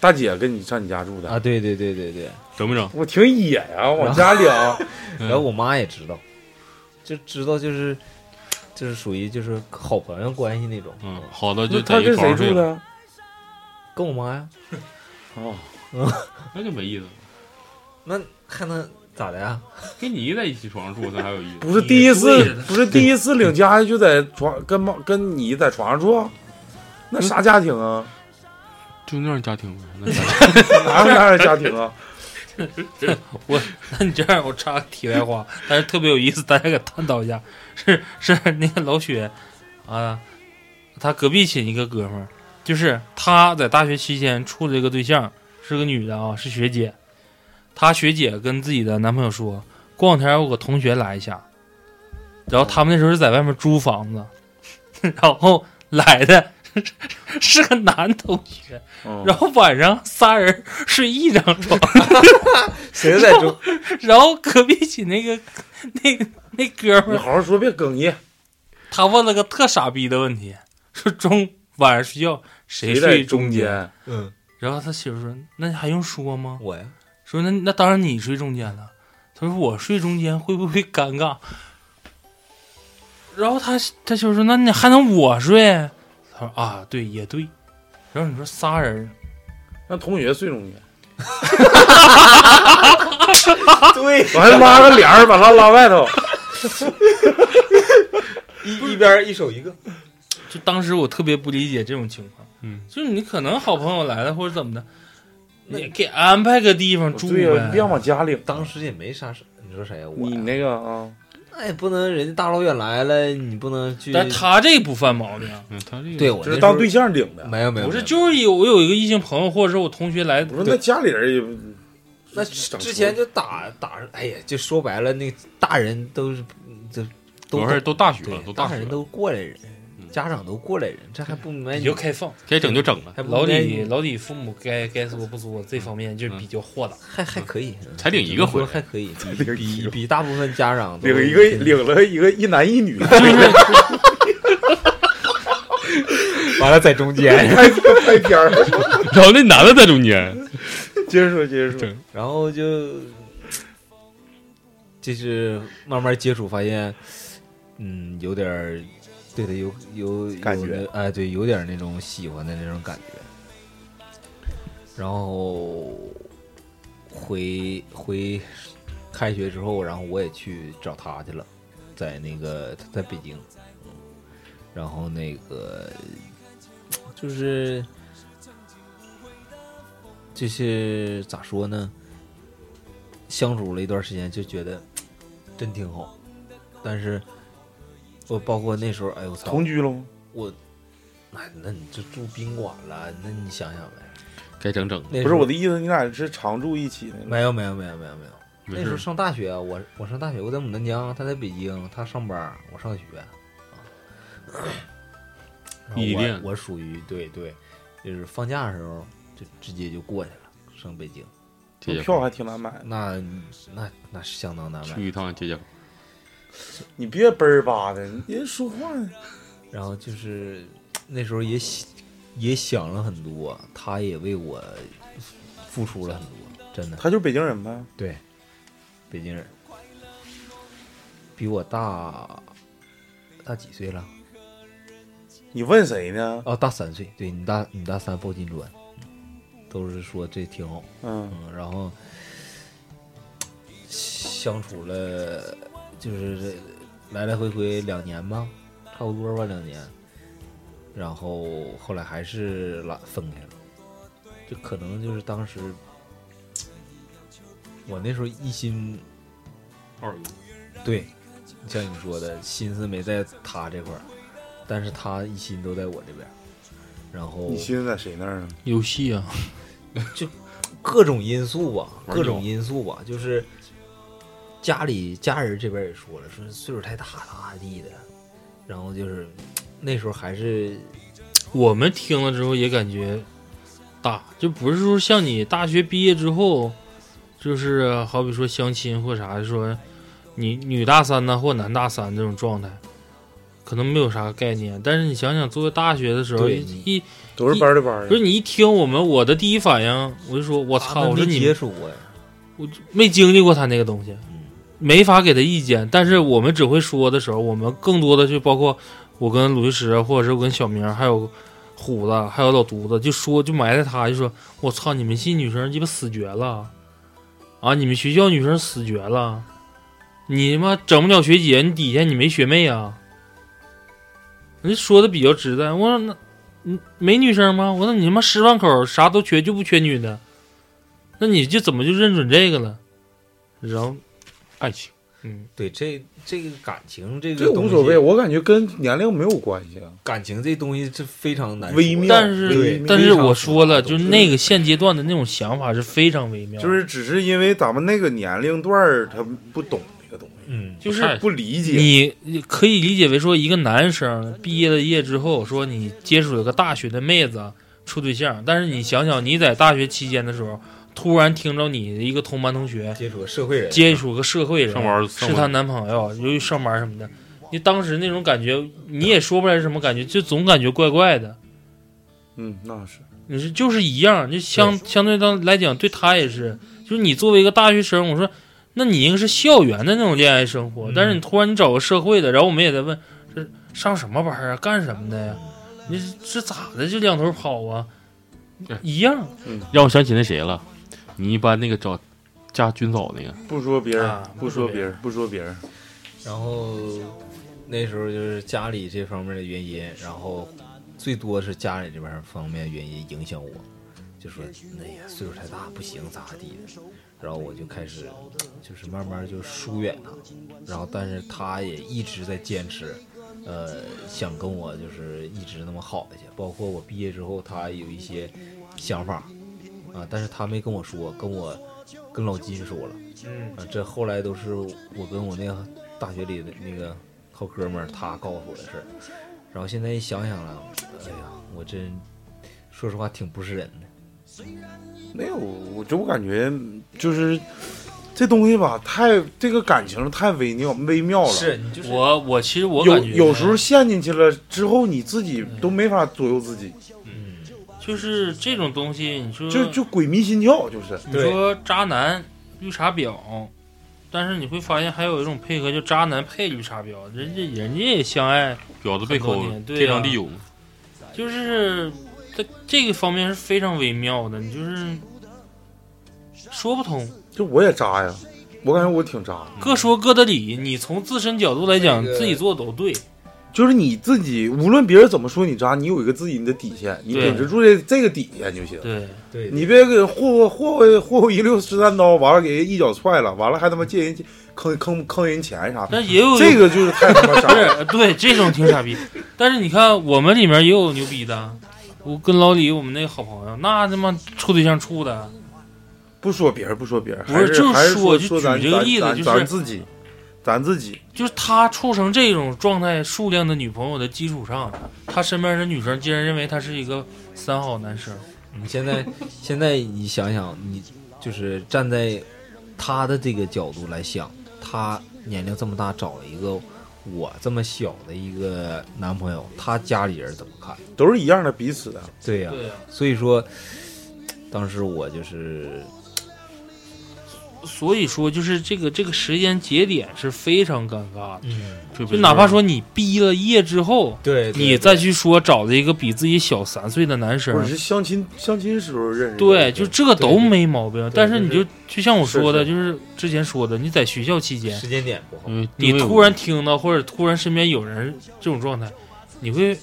B: 大姐跟你上你家住的
E: 啊，，对对对对对，
D: 整没整？
B: 我挺野呀，往家里 啊，
E: 然后我妈也知道，就知道就是就是属于就是好朋友关系那种，
D: 嗯，好的，就
B: 那
D: 在
B: 他
D: 一个
B: 跟
D: 床
B: 谁
D: 上睡
B: 住
D: 了，
B: 的？
E: 跟我妈呀，
B: 哦，
D: 那就没意思了。
E: 那还能咋的呀？
D: 跟你在一起床上住，那还有意思。
B: 不是第一
C: 你
B: 次
C: 对着，
B: 不是第一次领家就在床跟妈 跟你在床上住，那啥家庭啊？
D: 就那样家庭呗，那家庭
B: 哪有那样的家庭啊？
C: 那你这样，我插个题外话，但是特别有意思，大家给探讨一下。是是，那个老雪啊，他隔壁寝一个哥们儿，就是他在大学期间处了一个对象，是个女的啊，是学姐。她学姐跟自己的男朋友说，过两天我个同学来一下，然后他们那时候是在外面租房子，然后来的 是个男同学，
B: 嗯
C: 然后晚上仨人睡一张床。
E: 谁在 住？
C: 然后隔壁寝那个 那个那哥们
B: 你
C: 儿，
B: 好好说，别哽咽。
C: 他问了个特傻逼的问题，说中晚上睡觉谁
B: 谁在
C: 睡中间？
B: 间？
E: 嗯，
C: 然后他媳妇说：“那还用说吗？
E: 我呀，
C: 说那那当然你睡中间了。”他说：“我睡中间会不会尴尬？”然后他他媳妇说：“那你还能我睡？”他说：“啊，对，也对。”然后你说仨人，
B: 让同学睡中间，
E: 对，
B: 我还拉个帘儿把他拉外头。
E: 一一边一手一个，
C: 就当时我特别不理解这种情况。
D: 嗯，
C: 就是你可能好朋友来了或者怎么的，你给安排个地方住
B: 对哎呀，
C: 呗
B: 你别。往家领。
E: 当时也没啥事。你说谁呀？我
B: 你
E: 呀
B: 那个啊，
E: 那也不能，人家大老远来了，你不能去。
C: 但是他这不犯毛病，
D: 嗯，他这个
E: 对我
B: 这是
E: 那时
B: 当
E: 候
B: 对象领的。
E: 没有没有，
C: 不是
E: 没有
C: 就是有我有一个异性朋友或者是我同学来，
B: 我说那家里人也
E: 那
B: 整
E: 之前就打打，哎呀，就说白了，那大人都是就
D: 主
E: 都
D: 要是都大学
E: 对
D: 了，都
E: 大
D: 学
E: 人
D: 了，
E: 都过来人，
D: 嗯
E: 家长都过来人，这还不明白
C: 比
E: 你
C: 较开放。
D: 该整就整了，
E: 还不
C: 老
E: 明白
C: 李
E: 你嗯
C: 老李父母该该说不说这方面就比较豁达，
E: 还还可以，
D: 才领一个回来
E: 只能说还可以，比
B: 领一
E: 比
B: 个
E: 比大部分家长都
B: 领一个领了一个一男一女，
E: 完了在中间，
B: 拍拍片儿。
D: 然后那男的在中间，
B: 接着说，接着说
D: 对。
E: 然后就就是慢慢接触，发现嗯，有点儿对他有有有
B: 感觉
E: 那哎，对，有点儿那种喜欢的那种感觉。然后回回开学之后，然后我也去找他去了，在那个他在北京，嗯然后那个就是就是咋说呢？相处了一段时间，就觉得真挺好，但是我包括那时候，哎我操，
B: 同居了吗？
E: 我那那你就住宾馆了，那你想想呗。
D: 该整整，
E: 那
B: 不是
E: 时候
B: 我的意思，你俩是常住一起的吗？
E: 没有没有没有没有没有，
D: 没
E: 那时候
D: 事。
E: 上大学啊，我我上大学，我在牡丹江，他在北京，他上班，我上学，啊，然后
D: 异地恋
E: 我我属于对对，就是放假的时候就直接就过去了，上北京，
D: 解解
B: 票
D: 乏
B: 还挺难买的，
E: 那那那是相当难买
D: 去，一趟解解乏，
B: 你别奔儿吧的，你人说话呢。
E: 然后就是那时候也想也想了很多，他也为我付出了很多，真的。
B: 他就是北京人呗，
E: 对，北京人，比我大大几岁了？
B: 你问谁呢？
E: 哦，大三岁。对你大你大三抱金砖，都是说这挺好。
B: 嗯，
E: 嗯，然后相处了就是来来回回两年吧，差不多吧，两年。然后后来还是拉分开了，就可能就是当时我那时候一心
D: 二游
E: 对，像你说的，心思没在他这块儿，但是他一心都在我这边儿，然后
B: 你心思在谁那儿呢？
C: 游戏啊，
E: 各种因素吧，
D: 玩
E: 各种
D: 腻
E: 因素吧，就是家里家人这边也说了，说岁数太大咋地的，然后就是那时候还是
C: 我们听了之后也感觉大，就不是说像你大学毕业之后，就是好比说相亲或啥，说你女大三呢或男大三这种状态，可能没有啥概念。但是你想想，作为大学的时候，
E: 对
C: 一
E: 你
C: 一
B: 都是班儿的班儿
C: 不是
B: 的，
C: 你一听我们，我的第一反应我就说，我
E: 他
C: 操！
E: 们
C: 我说
E: 没
C: 你
E: 接触过呀，
C: 我就没经历过他那个东西，
E: 嗯
C: 没法给他意见。但是我们只会说的时候，我们更多的就包括我跟鲁律师，或者是我跟小明，还有虎子，还有老犊子，就说就埋汰他，就说我操，你们系女生鸡巴死绝了啊，你们学校女生死绝了，你他妈整不了学姐，你底下你没学妹啊？人说的比较直的，我说那，你没女生吗？我说你他妈十万口啥都缺，就不缺女的，那你就怎么就认准这个了？然后，
D: 爱情，
C: 嗯，
E: 对这这个感情这个
B: 这
E: 东
B: 无
E: 西
B: 所谓，我感觉跟年龄没有关系啊，
E: 感情这东西是非常难说
B: 微妙。
C: 但
B: 微
C: 是
B: 妙
C: 但是
E: 非常
C: 我说了，就
E: 复杂的
C: 是
E: 东西
C: 那个现阶段的那种想法是非常微妙的，
B: 就是只是因为咱们那个年龄段儿，他不懂这个东西，
E: 嗯，
C: 就是
D: 太
B: 不理解。
C: 你你可以理解为说，一个男生毕业了业之后，说你接触有个大学的妹子处对象，但是你想想，你在大学期间的时候，突然听着你的一个同班同学
E: 接触个社会人，
C: 接触个社会
D: 上
C: 人，
D: 班
C: 是她男朋友，由于上班什么的，你当时那种感觉，你也说不出来是什么感觉，就总感觉怪怪的。
B: 嗯，那是
C: 你是就是一样，就相相对当来讲，对他也是，就是你作为一个大学生，我说，那你应该是校园的那种恋爱生活，
E: 嗯
C: 但是你突然你找个社会的，然后我们也在问，这上什么班啊，干什么的呀？你是这咋的就两头跑啊
D: 对？
C: 一样
D: 让我想起那谁了，你一般那个找嫁军嫂那个，
B: 不说别人，
C: 啊
B: 不说别人，不说别人，
E: 然后那时候就是家里这方面的原因，然后最多是家里这边方面原因影响我，就说那呀岁数太大不行咋地的，然后我就开始就是慢慢就疏远他，然后但是他也一直在坚持。呃，想跟我就是一直那么好下去，包括我毕业之后，他有一些想法啊，但是他没跟我说，跟我跟老金说了，嗯，啊，这后来都是我跟我那个大学里的那个好哥们儿，他告诉我的事儿。然后现在一想想了，哎呀，我真说实话挺不是人的。
B: 没有，我就我感觉就是这东西吧，太这个感情太微妙微妙了。
E: 你就
C: 我我其实我感
B: 有
C: 觉
B: 有时候陷进去了之后，你自己都没法左右自己，
C: 就是这种东西，你说
B: 就就鬼迷心窍，就是
C: 你
E: 对
C: 说渣男绿茶婊，但是你会发现还有一种配合，就渣男配绿茶婊，人家人家也相爱。
D: 婊子被
C: 很
D: 抠
C: 多年，对啊
D: 天长地久嘛。
C: 就是在这个方面是非常微妙的，你就是说不通，
B: 就我也渣呀，我感觉我挺渣，
C: 各说各的理。你从自身角度来讲，
E: 这个
C: 自己做的都对，
B: 就是你自己，无论别人怎么说你渣，你有一个自己的底线，你
C: 对
B: 秉持住这这个底线就行。
C: 对，
E: 对
B: 你别给霍霍霍霍霍霍一溜十三刀，完了给人一脚踹了，完了还他妈借人坑坑坑人钱啥的，
C: 但也有
B: 这个就是太他妈
C: 不
B: 傻了。
C: 是对这种挺傻逼。但是你看我们里面也有牛逼的，我跟老李我们那个好朋友，那他妈处对象处的，
B: 不说别人，不说别人，
C: 不是
B: 还是
C: 就是
B: 还是
C: 说
B: 说
C: 就
B: 说
C: 举
B: 咱
C: 这个例子
B: 咱
C: 就是
B: 咱咱自己，咱自己
C: 就是他处成这种状态数量的女朋友的基础上，他身边的女生竟然认为他是一个三好男生。
E: 你现在 现在你想想，你就是站在他的这个角度来想，他年龄这么大找了一个我这么小的一个男朋友，他家里人怎么看？
B: 都是一样的彼此的。
E: 对呀、
C: 对啊，
E: 所以说，当时我就是
C: 所以说就是这个这个时间节点是非常尴尬的。
E: 嗯，
D: 就
C: 就哪怕说你毕了业之后，
E: 对，
C: 你再去说找了一个比自己小三岁的男
B: 或者
C: 生，
B: 是相亲相亲时候认识的，
C: 啊对，就这个都没毛病。但是你
E: 就
C: 就就像我说的，
B: 是
C: 就是之前说的，你在学校期间，
E: 时间点不好，
D: 因为
C: 你
D: 定位
C: 突然听到或者突然身边有人这种状态，你会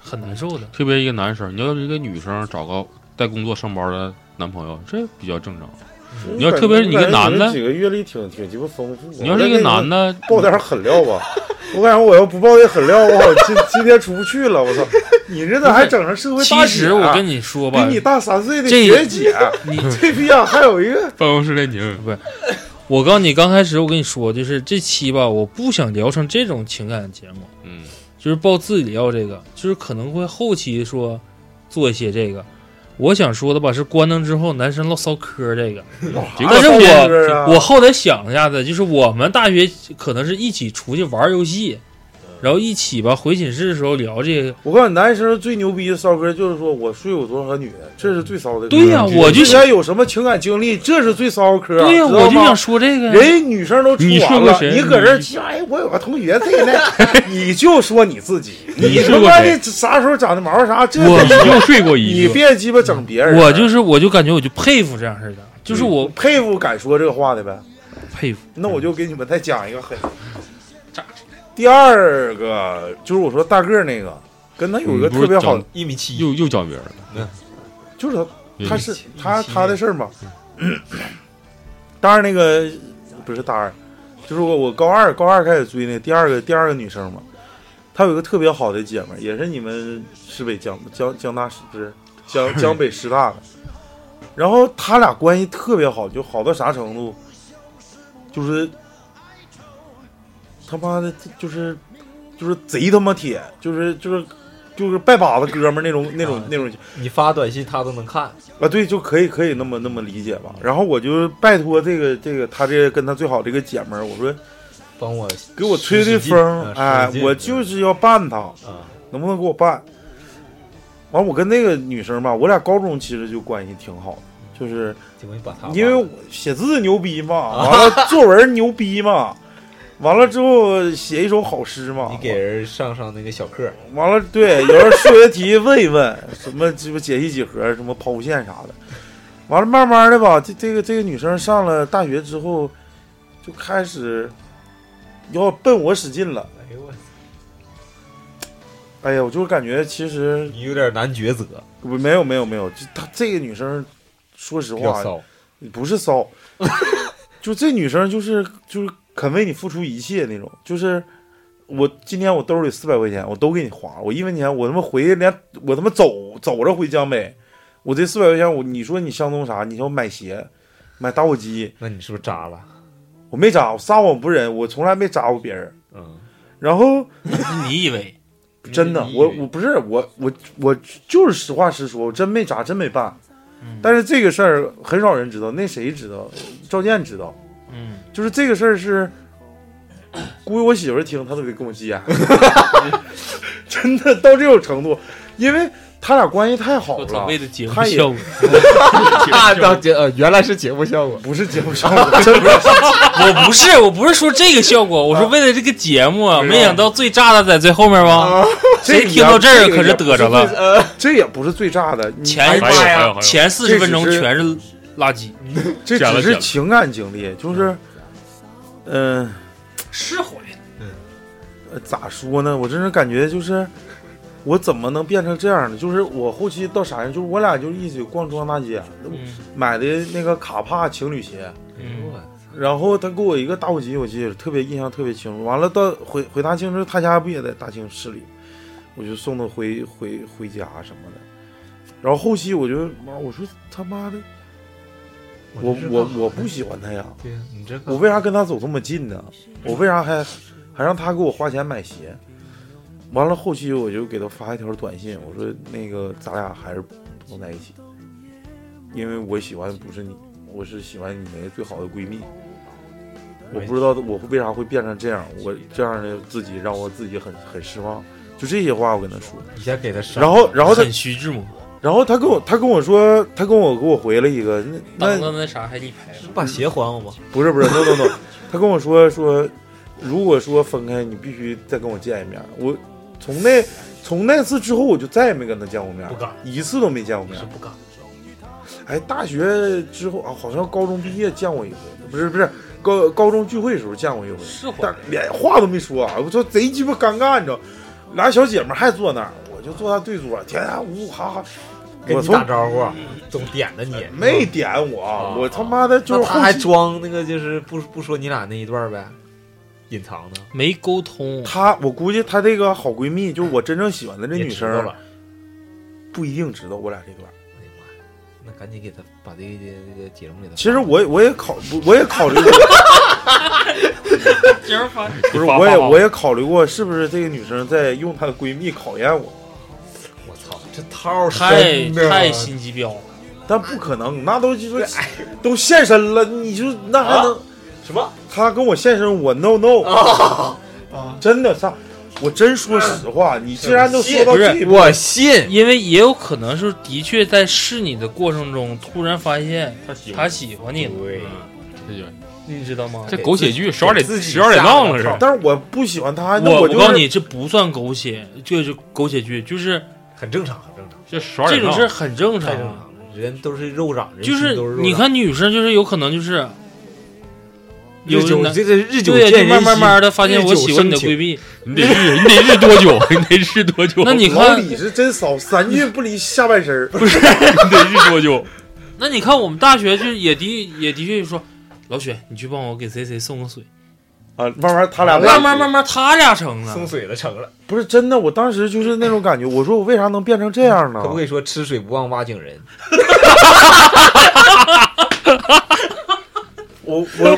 C: 很难受的。
D: 特别一个男生，你要是一个女生找个在工作上班的男朋友，这比较正常。你要特别是你一
B: 一
D: 个男的
B: 几个阅历挺挺鸡巴丰富啊。
D: 你要是一个男的，
B: 爆点狠料吧，我感觉我要不爆这狠料，我好今今天出不去了。我操，你这咋还整成社会
C: 其
B: 大姐？
C: 实我跟你说吧
B: 比，你大三岁的
C: 这嗯
B: 学姐，
C: 你
B: 这逼样还有一个
D: 办公室恋情，
C: 我告诉你，刚开始我跟你说，就是这期吧，我不想聊成这种情感节目。
D: 嗯，
C: 就是报自己要这个，就是可能会后期说做一些这个。我想说的吧，是关灯之后男生唠骚嗑 这个。但是
B: 骚人
C: 我
B: 啊
C: 我后来想了一下子，就是我们大学可能是一起出去玩游戏，然后一起吧回寝室的时候聊这个。
B: 我告诉你，男生最牛逼的骚哥就是说我睡过多少个女人，这是最骚的。
C: 对呀
B: 你
C: 我就
B: 之前有什么情感经历，这是最骚科。
C: 对呀、
B: 啊知道
C: 我就
B: 吗
C: 想说这个呀。
B: 人女生都出
D: 你
B: 完
D: 睡过
B: 了，
D: 谁
B: 你搁这儿鸡巴哎，我有个同学这那，你就说你自己，
D: 你
B: 他
D: 睡过
B: 妈
D: 谁
B: 的啥时候长的毛啥，这
C: 我
D: 你又睡过一
B: 你
D: 个，
B: 别鸡巴整别人。
C: 我就是，我就感觉我就佩服这样似的，就是我
B: 佩服敢说这话的呗。
C: 佩服，
B: 那我就给你们再讲一个狠。第二个就是我说大个儿那个，跟他有一个
D: 嗯不是
B: 特别好
D: 长，
F: 一米七，
D: 又又讲别人了，
B: 就是他
D: 也
B: 他
D: 是
B: 是他他的事儿嘛。 当然那个不是大二，就是我我高二高二开始追那个第二个第二个女生嘛，她有一个特别好的姐们儿，也是你们市北江江江大师不是江江北师大的，然后他俩关系特别好，就好到啥程度，就是他妈的就是就是贼他妈铁，就是就是就是拜把子哥们儿那种那种那种
F: 你发短信他都能看，
B: 啊，对，就可以可以那么那么理解吧。然后我就拜托这个这个他这跟他最好这个姐们儿，我说
F: 帮我
B: 给我吹吹
F: 使劲
B: 风，
F: 啊
B: 哎
F: 使劲，
B: 我就是要办他，
F: 啊，
B: 能不能给我办？完，我跟那个女生吧，我俩高中其实就关系挺好的，就是
F: 结果你把他
B: 因为
F: 忘
B: 我
F: 了
B: 写字牛逼嘛， 完了作文牛逼嘛，完了之后写一首好诗嘛，
F: 你给人上上那个小课，
B: 完了，对，有人数学题问一问，什么鸡巴解析几何，什么抛物线啥的。完了，慢慢的吧，这这个这个女生上了大学之后，就开始要奔我使劲了。
F: 哎呦我，
B: 哎呀，我就是感觉其实
F: 你有点难抉择，
B: 不没有没有没有，就她这个女生，说实
F: 比较
B: 话
F: 骚，
B: 不是骚， 就这女生就是就是肯为你付出一切那种，就是。我今天我兜里四百块钱，我都给你花了。我一分钱，我他妈回去连我他妈走走着回江北，我这四百块钱，我你说你相中啥？你要买鞋，买打火机，
F: 那你是不是渣了？
B: 我没扎，我撒谎不认，我从来没扎过别人。
F: 嗯，
B: 然后
C: 你以为
B: 真的，
E: 嗯
D: 你
B: 我我不是我我我就是实话实说，我真没扎，真没办。但是这个事儿很少人知道，那谁知道？赵健知道。
C: 嗯，
B: 就是这个事儿是，估计我媳妇儿听她都得跟我急眼，真的到这种程度，因为他俩关系太好
C: 我操，
B: 了
C: 为，了节目
B: 他也
C: 效果，
F: 啊，到节呃，原来是节目效果，
B: 不是节目效果，真不是。
C: 我不是我不是说这个效果，我说为了这个节目啊，没想到最炸的在最后面吧？谁听到这儿可是得着了，
B: 了，这也不是最炸的，你
C: 前
D: 还有还有还有
C: 前四十分钟
B: 这只是
C: 全是垃圾，
B: 这
D: 剪
B: 只
D: 了剪
B: 是
D: 了
B: 情感经历，就是，嗯、
C: 释怀。
B: 呃咋说呢？我真是感觉就是，我怎么能变成这样呢？就是我后期到啥样，就是我俩就一起逛中央大街，买的那个卡帕情侣鞋，
F: 哎
C: 嗯，
B: 然后他给我一个打火机，我记得特别印象特别清楚。完了到回回大庆之后，他家不也在大庆市里，我就送他回回回家什么的。然后后期我就妈，我说他妈的，我我我不喜欢他呀，
F: 对呀，你这
B: 我为啥跟他走这么近呢？我为啥还还让他给我花钱买鞋？完了后期我就给他发一条短信，我说那个咱俩还是不能在一起，因为我喜欢的不是你，我是喜欢你那个最好的闺蜜。我不知道我为啥会变成这样，我这样的自己让我自己很很失望。就这些话我跟他说，
F: 一下给他上，
B: 然后然后他
C: 很徐志摩，
B: 然后他跟我他跟我说他跟我给我回了一个那
C: 当
B: 那
C: 当那啥还立牌了，
F: 把鞋还我吧，
B: 不是不是，no no no，他跟我说说，如果说分开，你必须再跟我见一面。我从那从那次之后，我就再也没跟他见过面，
F: 不敢
B: 一次都没见过面
F: 是。不敢，
B: 哎，大学之后啊，好像高中毕业见过一回，不是不是，高高中聚会的时候见过一回，
C: 释怀
B: 但。连话都没说啊，我说贼鸡巴尴尬，你知道，俩小姐们还坐那儿，我就坐他对桌，天天呜呜哈哈。
F: 给
B: 我
F: 你
B: 从哎
F: 打招呼，啊总点着你，嗯
B: 没点我，啊，我他妈的就是
F: 那
B: 后
F: 他还
B: 期
F: 装那个就是不不说你俩那一段呗，隐藏呢，
C: 没沟通，
B: 她，我估计她这个好闺蜜，就是我真正喜欢的这
F: 也
B: 女
F: 知
B: 生，
F: 道了，
B: 不一定知道我俩这段。
F: 哎呀妈呀，那赶紧给他把这个这个节目给他，
B: 其实我我也考不我也考虑 过，不是我也我也考虑过，是不是这个女生在用她的闺蜜考验我？
F: 我操，这套
C: 太
F: 深
E: 啊
F: 的
C: 太心机婊了。
B: 但不可能，那都就说
C: 哎
B: 都现身了，你就那还
C: 啊
B: 能
F: 什么？
B: 她跟我现身，我 no no，真
C: 啊
B: 的啥？我真说实话，你既然都说到
C: 不是
B: 这一步，
F: 我信，
C: 因为也有可能是的确在试你的过程中，突然发现
D: 他喜
C: 他
D: 欢，
C: 喜欢你了，嗯
F: 对
D: 这就
C: 你知道吗？
D: 这狗血剧，十二点
F: 自己
D: 十二点
F: 吓
D: 档
F: 得
D: 了是
F: 跳
D: 吧？
B: 但是我不喜欢她，那
C: 我
B: 就
C: 告诉
B: 是
C: 你，这不算狗血，就是狗血剧，就是
F: 很正常，很正常，
D: 这十二
C: 这
D: 点
C: 种
D: 档
C: 事儿很正
F: 太正常
C: 常。啊
F: 了。
E: 人都是肉长，人
C: 就
E: 心
C: 是
E: 都是肉
C: 你
E: 长
C: 看女生就是有可能就是有
E: 日久
C: 男
E: 这个日久
C: 对，
E: 见
C: 就
E: 人
C: 慢
E: 心，
C: 慢慢的发现
E: 日
C: 我
E: 久
C: 喜欢你的
E: 生情
C: 规避，
D: 你得日你得日多久？ 你得日多久？
C: 那你
B: 老
C: 看
B: 李是真骚，三句不离下半身儿。
D: 你得日多久？
C: 那你看我们大学就也的也的确说，老雪，你去帮我给谁谁送个水。
B: 啊，慢慢他俩
C: 慢慢慢慢，他俩成了
E: 送。水了成了。
B: 不是真的，我当时就是那种感觉，我说我为啥能变成这样呢
E: 可？不可以说吃水不忘挖井人？
B: 我 我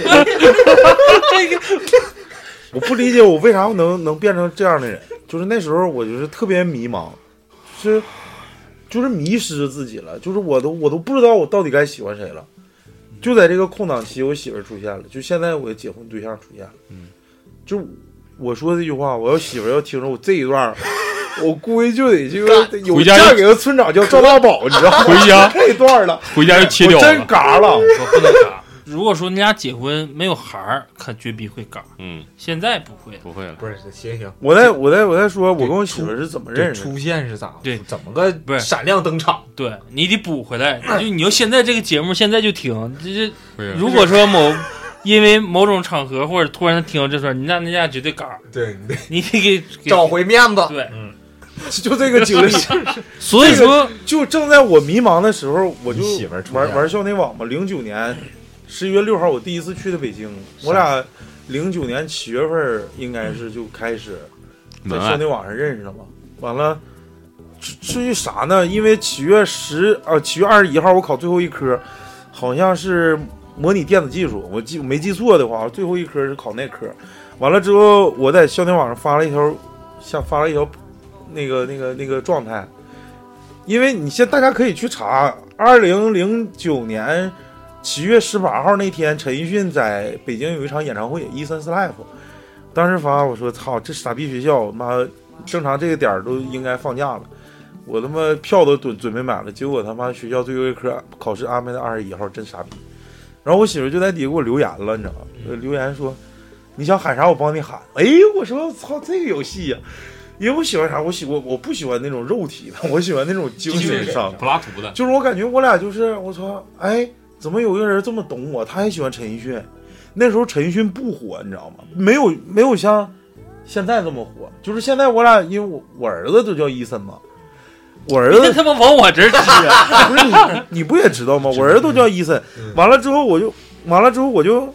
B: 我不理解我为啥能能变成这样的人，就是那时候我就是特别迷茫，是就是迷失自己了，就是我都我都不知道我到底该喜欢谁了。
D: 嗯
B: 就在这个空档期，我媳妇儿出现了，就现在我的结婚对象出现了。嗯，就我说这句话，我要媳妇儿要听着我这一 段儿，我估计就得就有
D: 回家就
B: 嫁给个村长叫赵大宝，你知道吗？
D: 回家
B: 这一段儿了，
D: 回家就切
B: 我
D: 掉
B: 真
D: 了。
B: 嘎了。
C: 如果说你俩结婚没有孩儿，可绝逼会搞。
D: 嗯，
C: 现在不会了，
D: 不会了。
E: 不是，行行，
B: 我再我再我再说，我跟我媳妇儿是怎么
E: 这
B: 认识的？
E: 出现是咋？
C: 对
E: 怎么个
C: 不是
E: 闪亮登场？
C: 对你得补回来。就你要现在这个节目现在就听，这这
D: 会啊
C: 如果说某因为某种场合或者突然听到这段，你俩那家绝对嘎，
E: 对，你得
C: 你得给给
E: 找回面子。
C: 对。
E: 嗯，
B: 就这个经历，
C: 所以说，
B: 就正在我迷茫的时候，我就
E: 你媳妇儿出
B: 玩
E: 现
B: 玩校内网嘛。零九年十一月六号，我第一次去的北京，我俩零九年七月份儿应该是就开始在
D: 门
B: 校
D: 外
B: 内网上认识了嘛。完了，至至于啥呢？因为七月十啊，七月二十一号我考最后一科，好像是模拟电子技术，我记没记错的话，最后一科是考那科。完了之后，我在校内网上发了一条，像发了一条那个那个那个状态，因为你现在大家可以去查，二零零九年七月十八号那天，陈奕迅在北京有一场演唱会，一三四 live。当时发我说操，这傻逼学校，妈正常这个点儿都应该放假了，我他妈票都准准备买了，结果他妈学校最后一科考试安排的二十一号，真傻逼。然后我媳妇就在底下给我留言了，你知道吗？呃留言说你想喊啥，我帮你喊。哎，我说操，这个有戏呀、因为我喜欢啥，我喜我我不喜欢那种肉体的，我喜欢那种精神上。
D: 柏拉图的，
B: 就是我感觉我俩就是我操，哎，怎么有一个人这么懂我？他也喜欢陈奕迅，那时候陈奕迅不火，你知道吗？没有没有像现在这么火。就是现在我俩，因为我我儿子都叫伊森嘛，我儿
C: 别
B: 子
C: 他妈往我这儿贴，
B: 不是你你不也知道吗？我儿子都叫伊森。
E: 嗯
B: 完了之后我就完了之后我就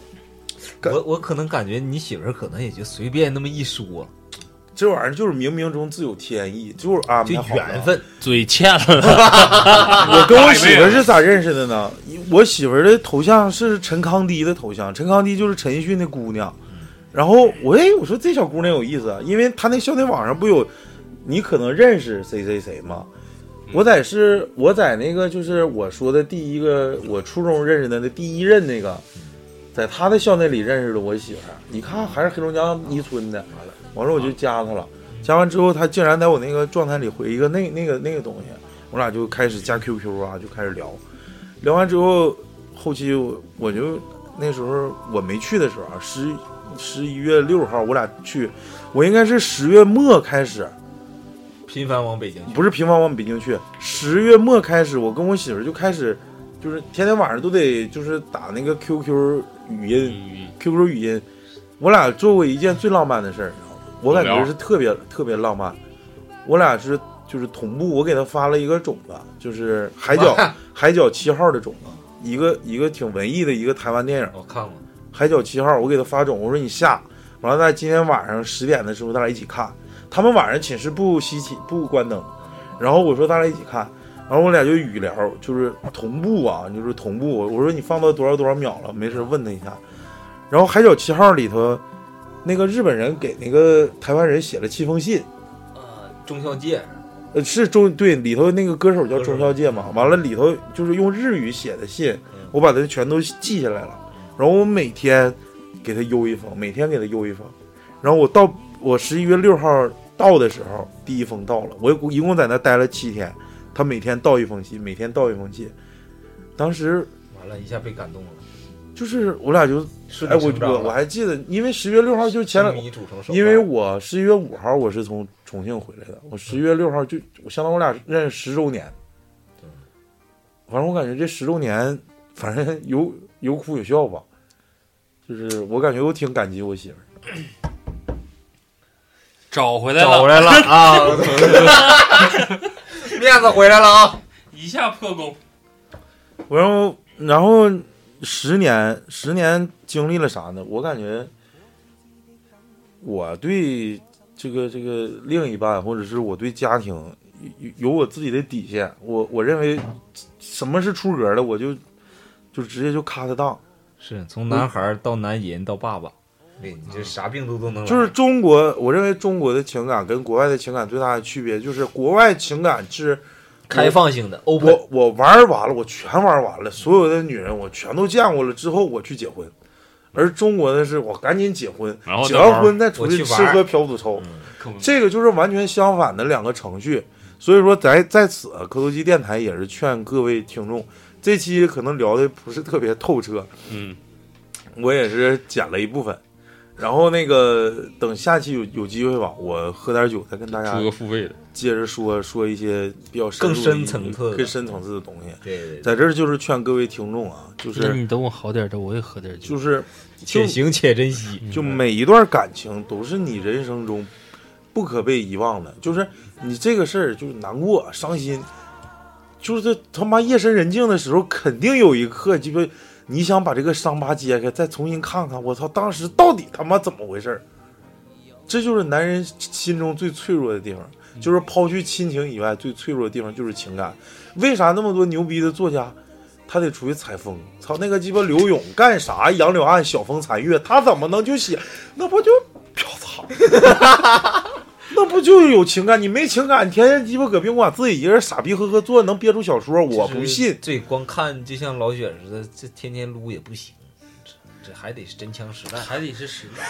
B: 感
E: 我我可能感觉你媳妇儿可能也就随便那么一说，
B: 这玩意儿就是冥冥中自有天意，就是安
E: 就
B: 排好的
E: 缘分。
C: 嘴欠了，
B: 我跟我 媳妇儿是咋认识的呢？我媳妇儿的头像是陈康迪的头像，陈康迪就是陈奕迅的姑娘。然后我哎，我说这小姑娘有意思，啊，因为她那校内网上不有你可能认识谁谁谁吗？我在是我在那个就是我说的第一个我初中认识的那第一任那个，在他的校内里认识的我媳妇儿。你看还是黑龙江伊春的，啊完了我啊就加她了。加完之后，她竟然在我那个状态里回一个那那个那个东西，我俩就开始加 QQ 啊，就开始聊。聊完之后，后期我我就那时候我没去的时候啊，十十一月六号我俩去，我应该是十月末开始，
E: 频繁往北京去，
B: 不是频繁往北京去，十月末开始，我跟我媳妇儿就开始，就是天天晚上都得就是打那个 QQ 语音
D: 嗯
B: ，QQ 语音，我俩做过一件最浪漫的事儿，你知道吗？我感
D: 无
B: 觉
D: 聊
B: 是特别特别浪漫，我俩是就是同步，我给她发了一个种子，就是海角海角七号的种子，一个一个挺文艺的一个台湾电影。
E: 我看过。
B: 海角七号，我给他发种，我说你下，完了咱今天晚上十点的时候咱俩一起看。他们晚上寝室不熄起不关灯，然后我说咱俩一起看，然后我俩就语聊，就是同步啊，就是同步。我说你放到多少多少秒了，没事问他一下。然后海角七号里头，那个日本人给那个台湾人写了七封信，
E: 呃，
F: 嗯
E: 忠孝界，
B: 呃，是中对里头那个歌手叫中孝介嘛？完了里头就是用日语写的信，我把它全都记下来了。然后我每天给他邮一封，每天给他邮一封。然后我到我十一月六号到的时候，第一封到了。我一共在那待了七天，他每天到一封信，每天到一封信。当时
E: 完了一下被感动了。
B: 就是我俩就
E: 顺
B: 哎，
E: 理
B: 我
E: 成章
B: 我
E: 了
B: 我还记得，因为十月六号就前两
E: 生米煮成熟饭
B: 因为我十一月五号我是从重庆回来的，我十一月六号就我相当于我俩认识十周年，反正我感觉这十周年，反正 有有哭有笑吧，就是我感觉我挺感激我媳妇儿。
C: 找回来
F: 找回
C: 了，
F: 来了啊， 面子回来了啊！
C: 一下破功。
B: 我然后然后十年十年经历了啥呢？我感觉我对这个这个另一半，或者是我对家庭有有我自己的底线。我我认为什么是出格的，我就就直接就咔的当。
E: 是从
F: 从
E: 男
F: 男
E: 孩
F: 孩儿到男人到爸爸，对哎你这啥病毒都
E: 嗯
F: 能来
B: 就是中国，我认为中国的情感跟国外的情感最大的区别就是，国外情感是
F: 开放性的 open，
B: 我我玩儿完了，我全玩儿完了，所有的女人我全都见过了，之后我去结婚。而中国的是我赶紧结婚，
D: 然后
B: 结
D: 再玩
B: 完
D: 儿
B: 婚再出
F: 我
B: 去
F: 去
B: 吃
F: 玩儿嗯
B: 喝嫖赌抽，
D: 可不
B: 这个就是完全相反的两个程序。所以说在，在此，磕头机电台也是劝各位听众，这期可能聊的不是特别透彻，
D: 嗯，
B: 我也是剪了一部分。然后那个等下期有有机会吧，我喝点酒再跟大家
D: 出个付费的，
B: 接着说说一些比较深
F: 更
B: 入
F: 深
B: 的一
F: 层次的
B: 更深层次的东西。
F: 对对对，
B: 在这儿就是劝各位听众啊，就
C: 那
B: 是
C: 你等我好点的，我也喝点酒。
B: 就是就
F: 且行且珍惜。
B: 就每一段感情都是你人生中不可被遗忘的，就是你这个事儿就是难过、伤心，就是他妈夜深人静的时候，肯定有一刻鸡巴你想把这个伤疤揭开，再重新看看，我操，当时到底他妈怎么回事儿？这就是男人心中最脆弱的地方，就是抛去亲情以外，最脆弱的地方就是情感。为啥那么多牛逼的作家，他得出去采风？操，那个鸡巴刘勇干啥？杨柳岸晓风残月，他怎么能就写？那不就飘操？ 那不就有情感？你没情感，你天天鸡巴搁宾馆自己一个人傻逼呵呵坐，能憋出小说？我不信。
F: 对，光看就像老雪似的，这天天撸也不行，这这还得是真枪实弹，
C: 还得是实在。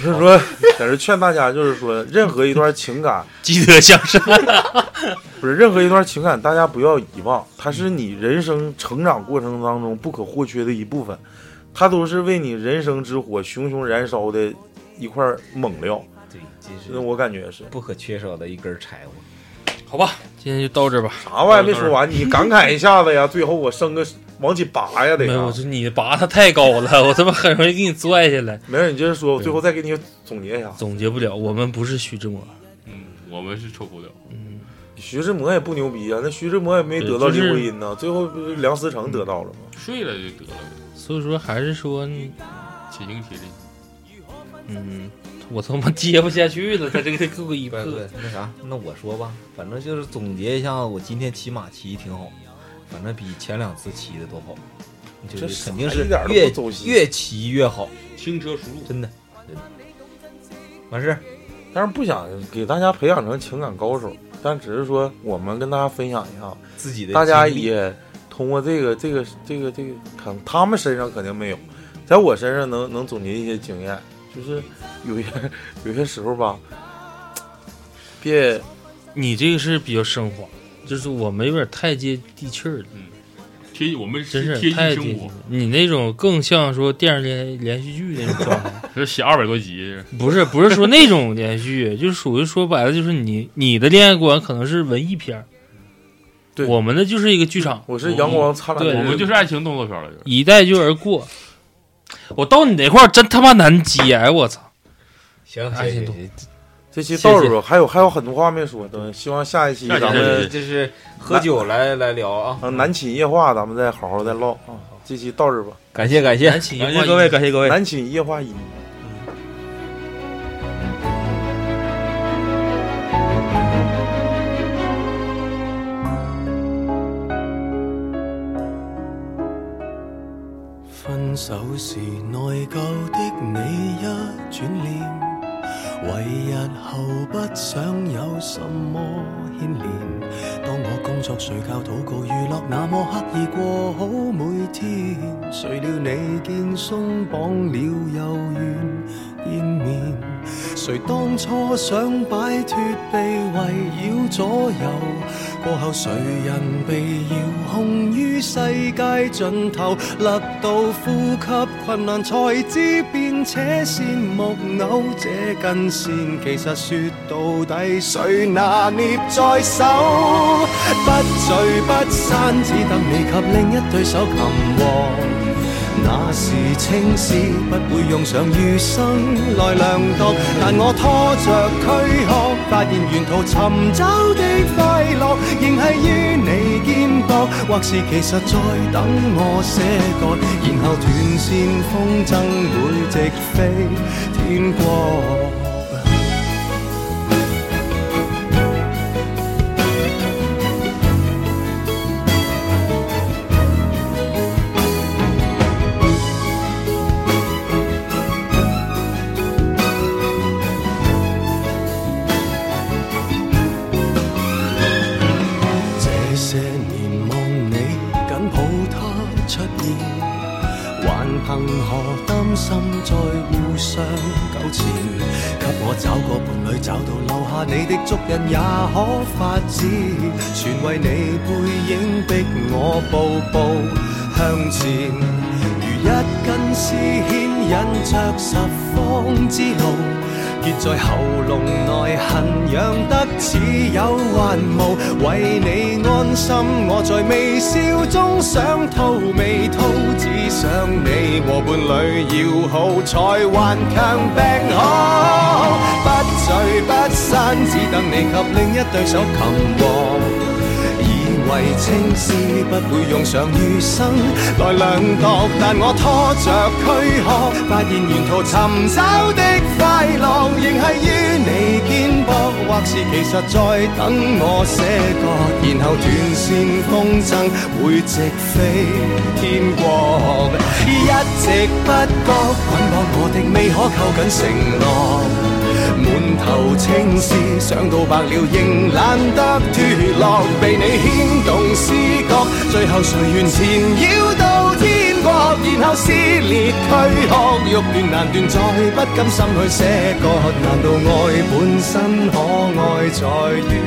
B: 所以 说，在这劝大家，就是说，任何一段情感，
C: 积德向上。
B: 不是任何一段情感，大家不要遗忘，它是你人生成长过程当中不可或缺的一部分，它都是为你人生之火熊熊燃烧的一块猛料。
F: 对，这
B: 那
F: 是
B: 我感觉是
F: 不可缺少的一根柴火。
C: 好吧，今天就到这吧。
B: 啥玩啊意儿没说完，你感慨一下子呀，最后我升个往起拔呀，得
C: 没有，
B: 啊
C: 我说你拔的太高了， 我他妈很容易给你拽下来。
B: 没事，你接着说，我最后再给你总结一下。
C: 总结不了，我们不是徐志摩，
D: 嗯，我们是抽不了，
B: 徐志摩也不牛逼啊，那徐志摩也没得到
C: 对
B: 林
C: 就是
B: 徽因呢，最后不是梁思成得到了吗？
D: 睡了就得了，
C: 所以说还是说，
D: 且行且珍惜。
C: 嗯，我他妈接不下去了，他这个给我一
F: 不不
C: 破，，
F: 那啥，那我说吧，反正就是总结一下，我今天骑马骑挺好，反正比前两次骑的都好，就
B: 这
F: 是肯定
B: 啥
F: 是
B: 一点都不
F: 越
B: 走心
F: 越骑越好，
D: 轻车熟路，
F: 真的，真的。完事儿，
B: 但是不想给大家培养成情感高手，但只是说我们跟大家分享一下，
F: 自己的
B: 大家
F: 经历
B: 也通过这个这个这个这个，可能他们身上肯定没有，在我身上能能总结一些经验，就是有些有些时候吧，别
C: 你这个是比较升华，就是我们有点太接地气儿了，
D: 贴我们
C: 真
D: 是
C: 是
D: 贴
C: 太
D: 近
C: 接地
D: 生
C: 气
D: 活
C: 了，。你那种更像说电视连连续剧那种状态。
D: 这写二百多集，
C: 不是不是说那种连续， 就是属于说白了，就是你你的恋爱观可能是文艺片儿
B: 对
C: 我们的就是一个剧场，
B: 我是阳光灿烂的日
C: 对
D: 我
B: 子，
D: 们就是爱情动作片了，就是。
C: 一带就而过。我到你那块儿真他妈难接，哎我操！
F: 行，
C: 哎
F: 行
C: 行
F: 行
B: 这期到这吧，还有还有很多话没说，等希望下一期
D: 下一期
B: 咱
D: 再
B: 们
D: 见
F: 这是喝酒来来聊啊，
B: 啊南寝夜话，咱们再好好再唠啊。这期到这吧，
F: 感谢感谢
C: 南秦
E: 感谢各位，感谢各位。
B: 南寝夜话一。
G: 分手时内疚的你一转脸，为日后不想有什么牵连。当我工作、睡觉、祷告、娛樂，那麼刻意過好每天，谁料你見鬆綁了又怨見面。谁當初想擺脱被圍繞左右，過後誰人被遙控於世界盡頭，勒到呼吸困難才知變且善木偶這根線，其實説到底，誰拿捏在手？不聚不散，只等你及另一對手擒獲。那是青史，不會用上餘生來量度。但我拖着軀殼，發現沿途尋找的快樂，仍係於你肩膊。或是其實再等我些個，然後斷線風箏會直飛天國。這些年望你緊抱他出現，還憑何擔心再互相糾纏？給我找個伴侶，找到留下你的足印也可發展，全為你背影逼我步步向前，如一根絲牽引着十方之路。結在喉嚨內，痕癢得似有還無。為你安心，我在微笑中想吐未吐，只想你和伴侶要好，才頑強病好。不聚不散，只等你及另一對手擒獲。以為青絲不會用上餘生來量度，但我拖着軀殼，發現沿途尋找的快樂，仍係於你肩膊。或是其實再等我些個，然後斷線風箏會直飛天國，一直不覺捆綁我的未可扣緊承諾。滿頭青絲，想到白了仍懶得脱落，被你牽動思覺，最後誰願纏繞到天國，然後撕裂軀殼，欲斷難斷，再不甘心去捨割，難道愛本身可愛在於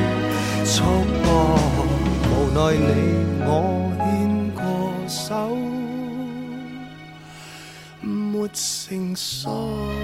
G: 束縛？無奈你我牽過手，沒成熟。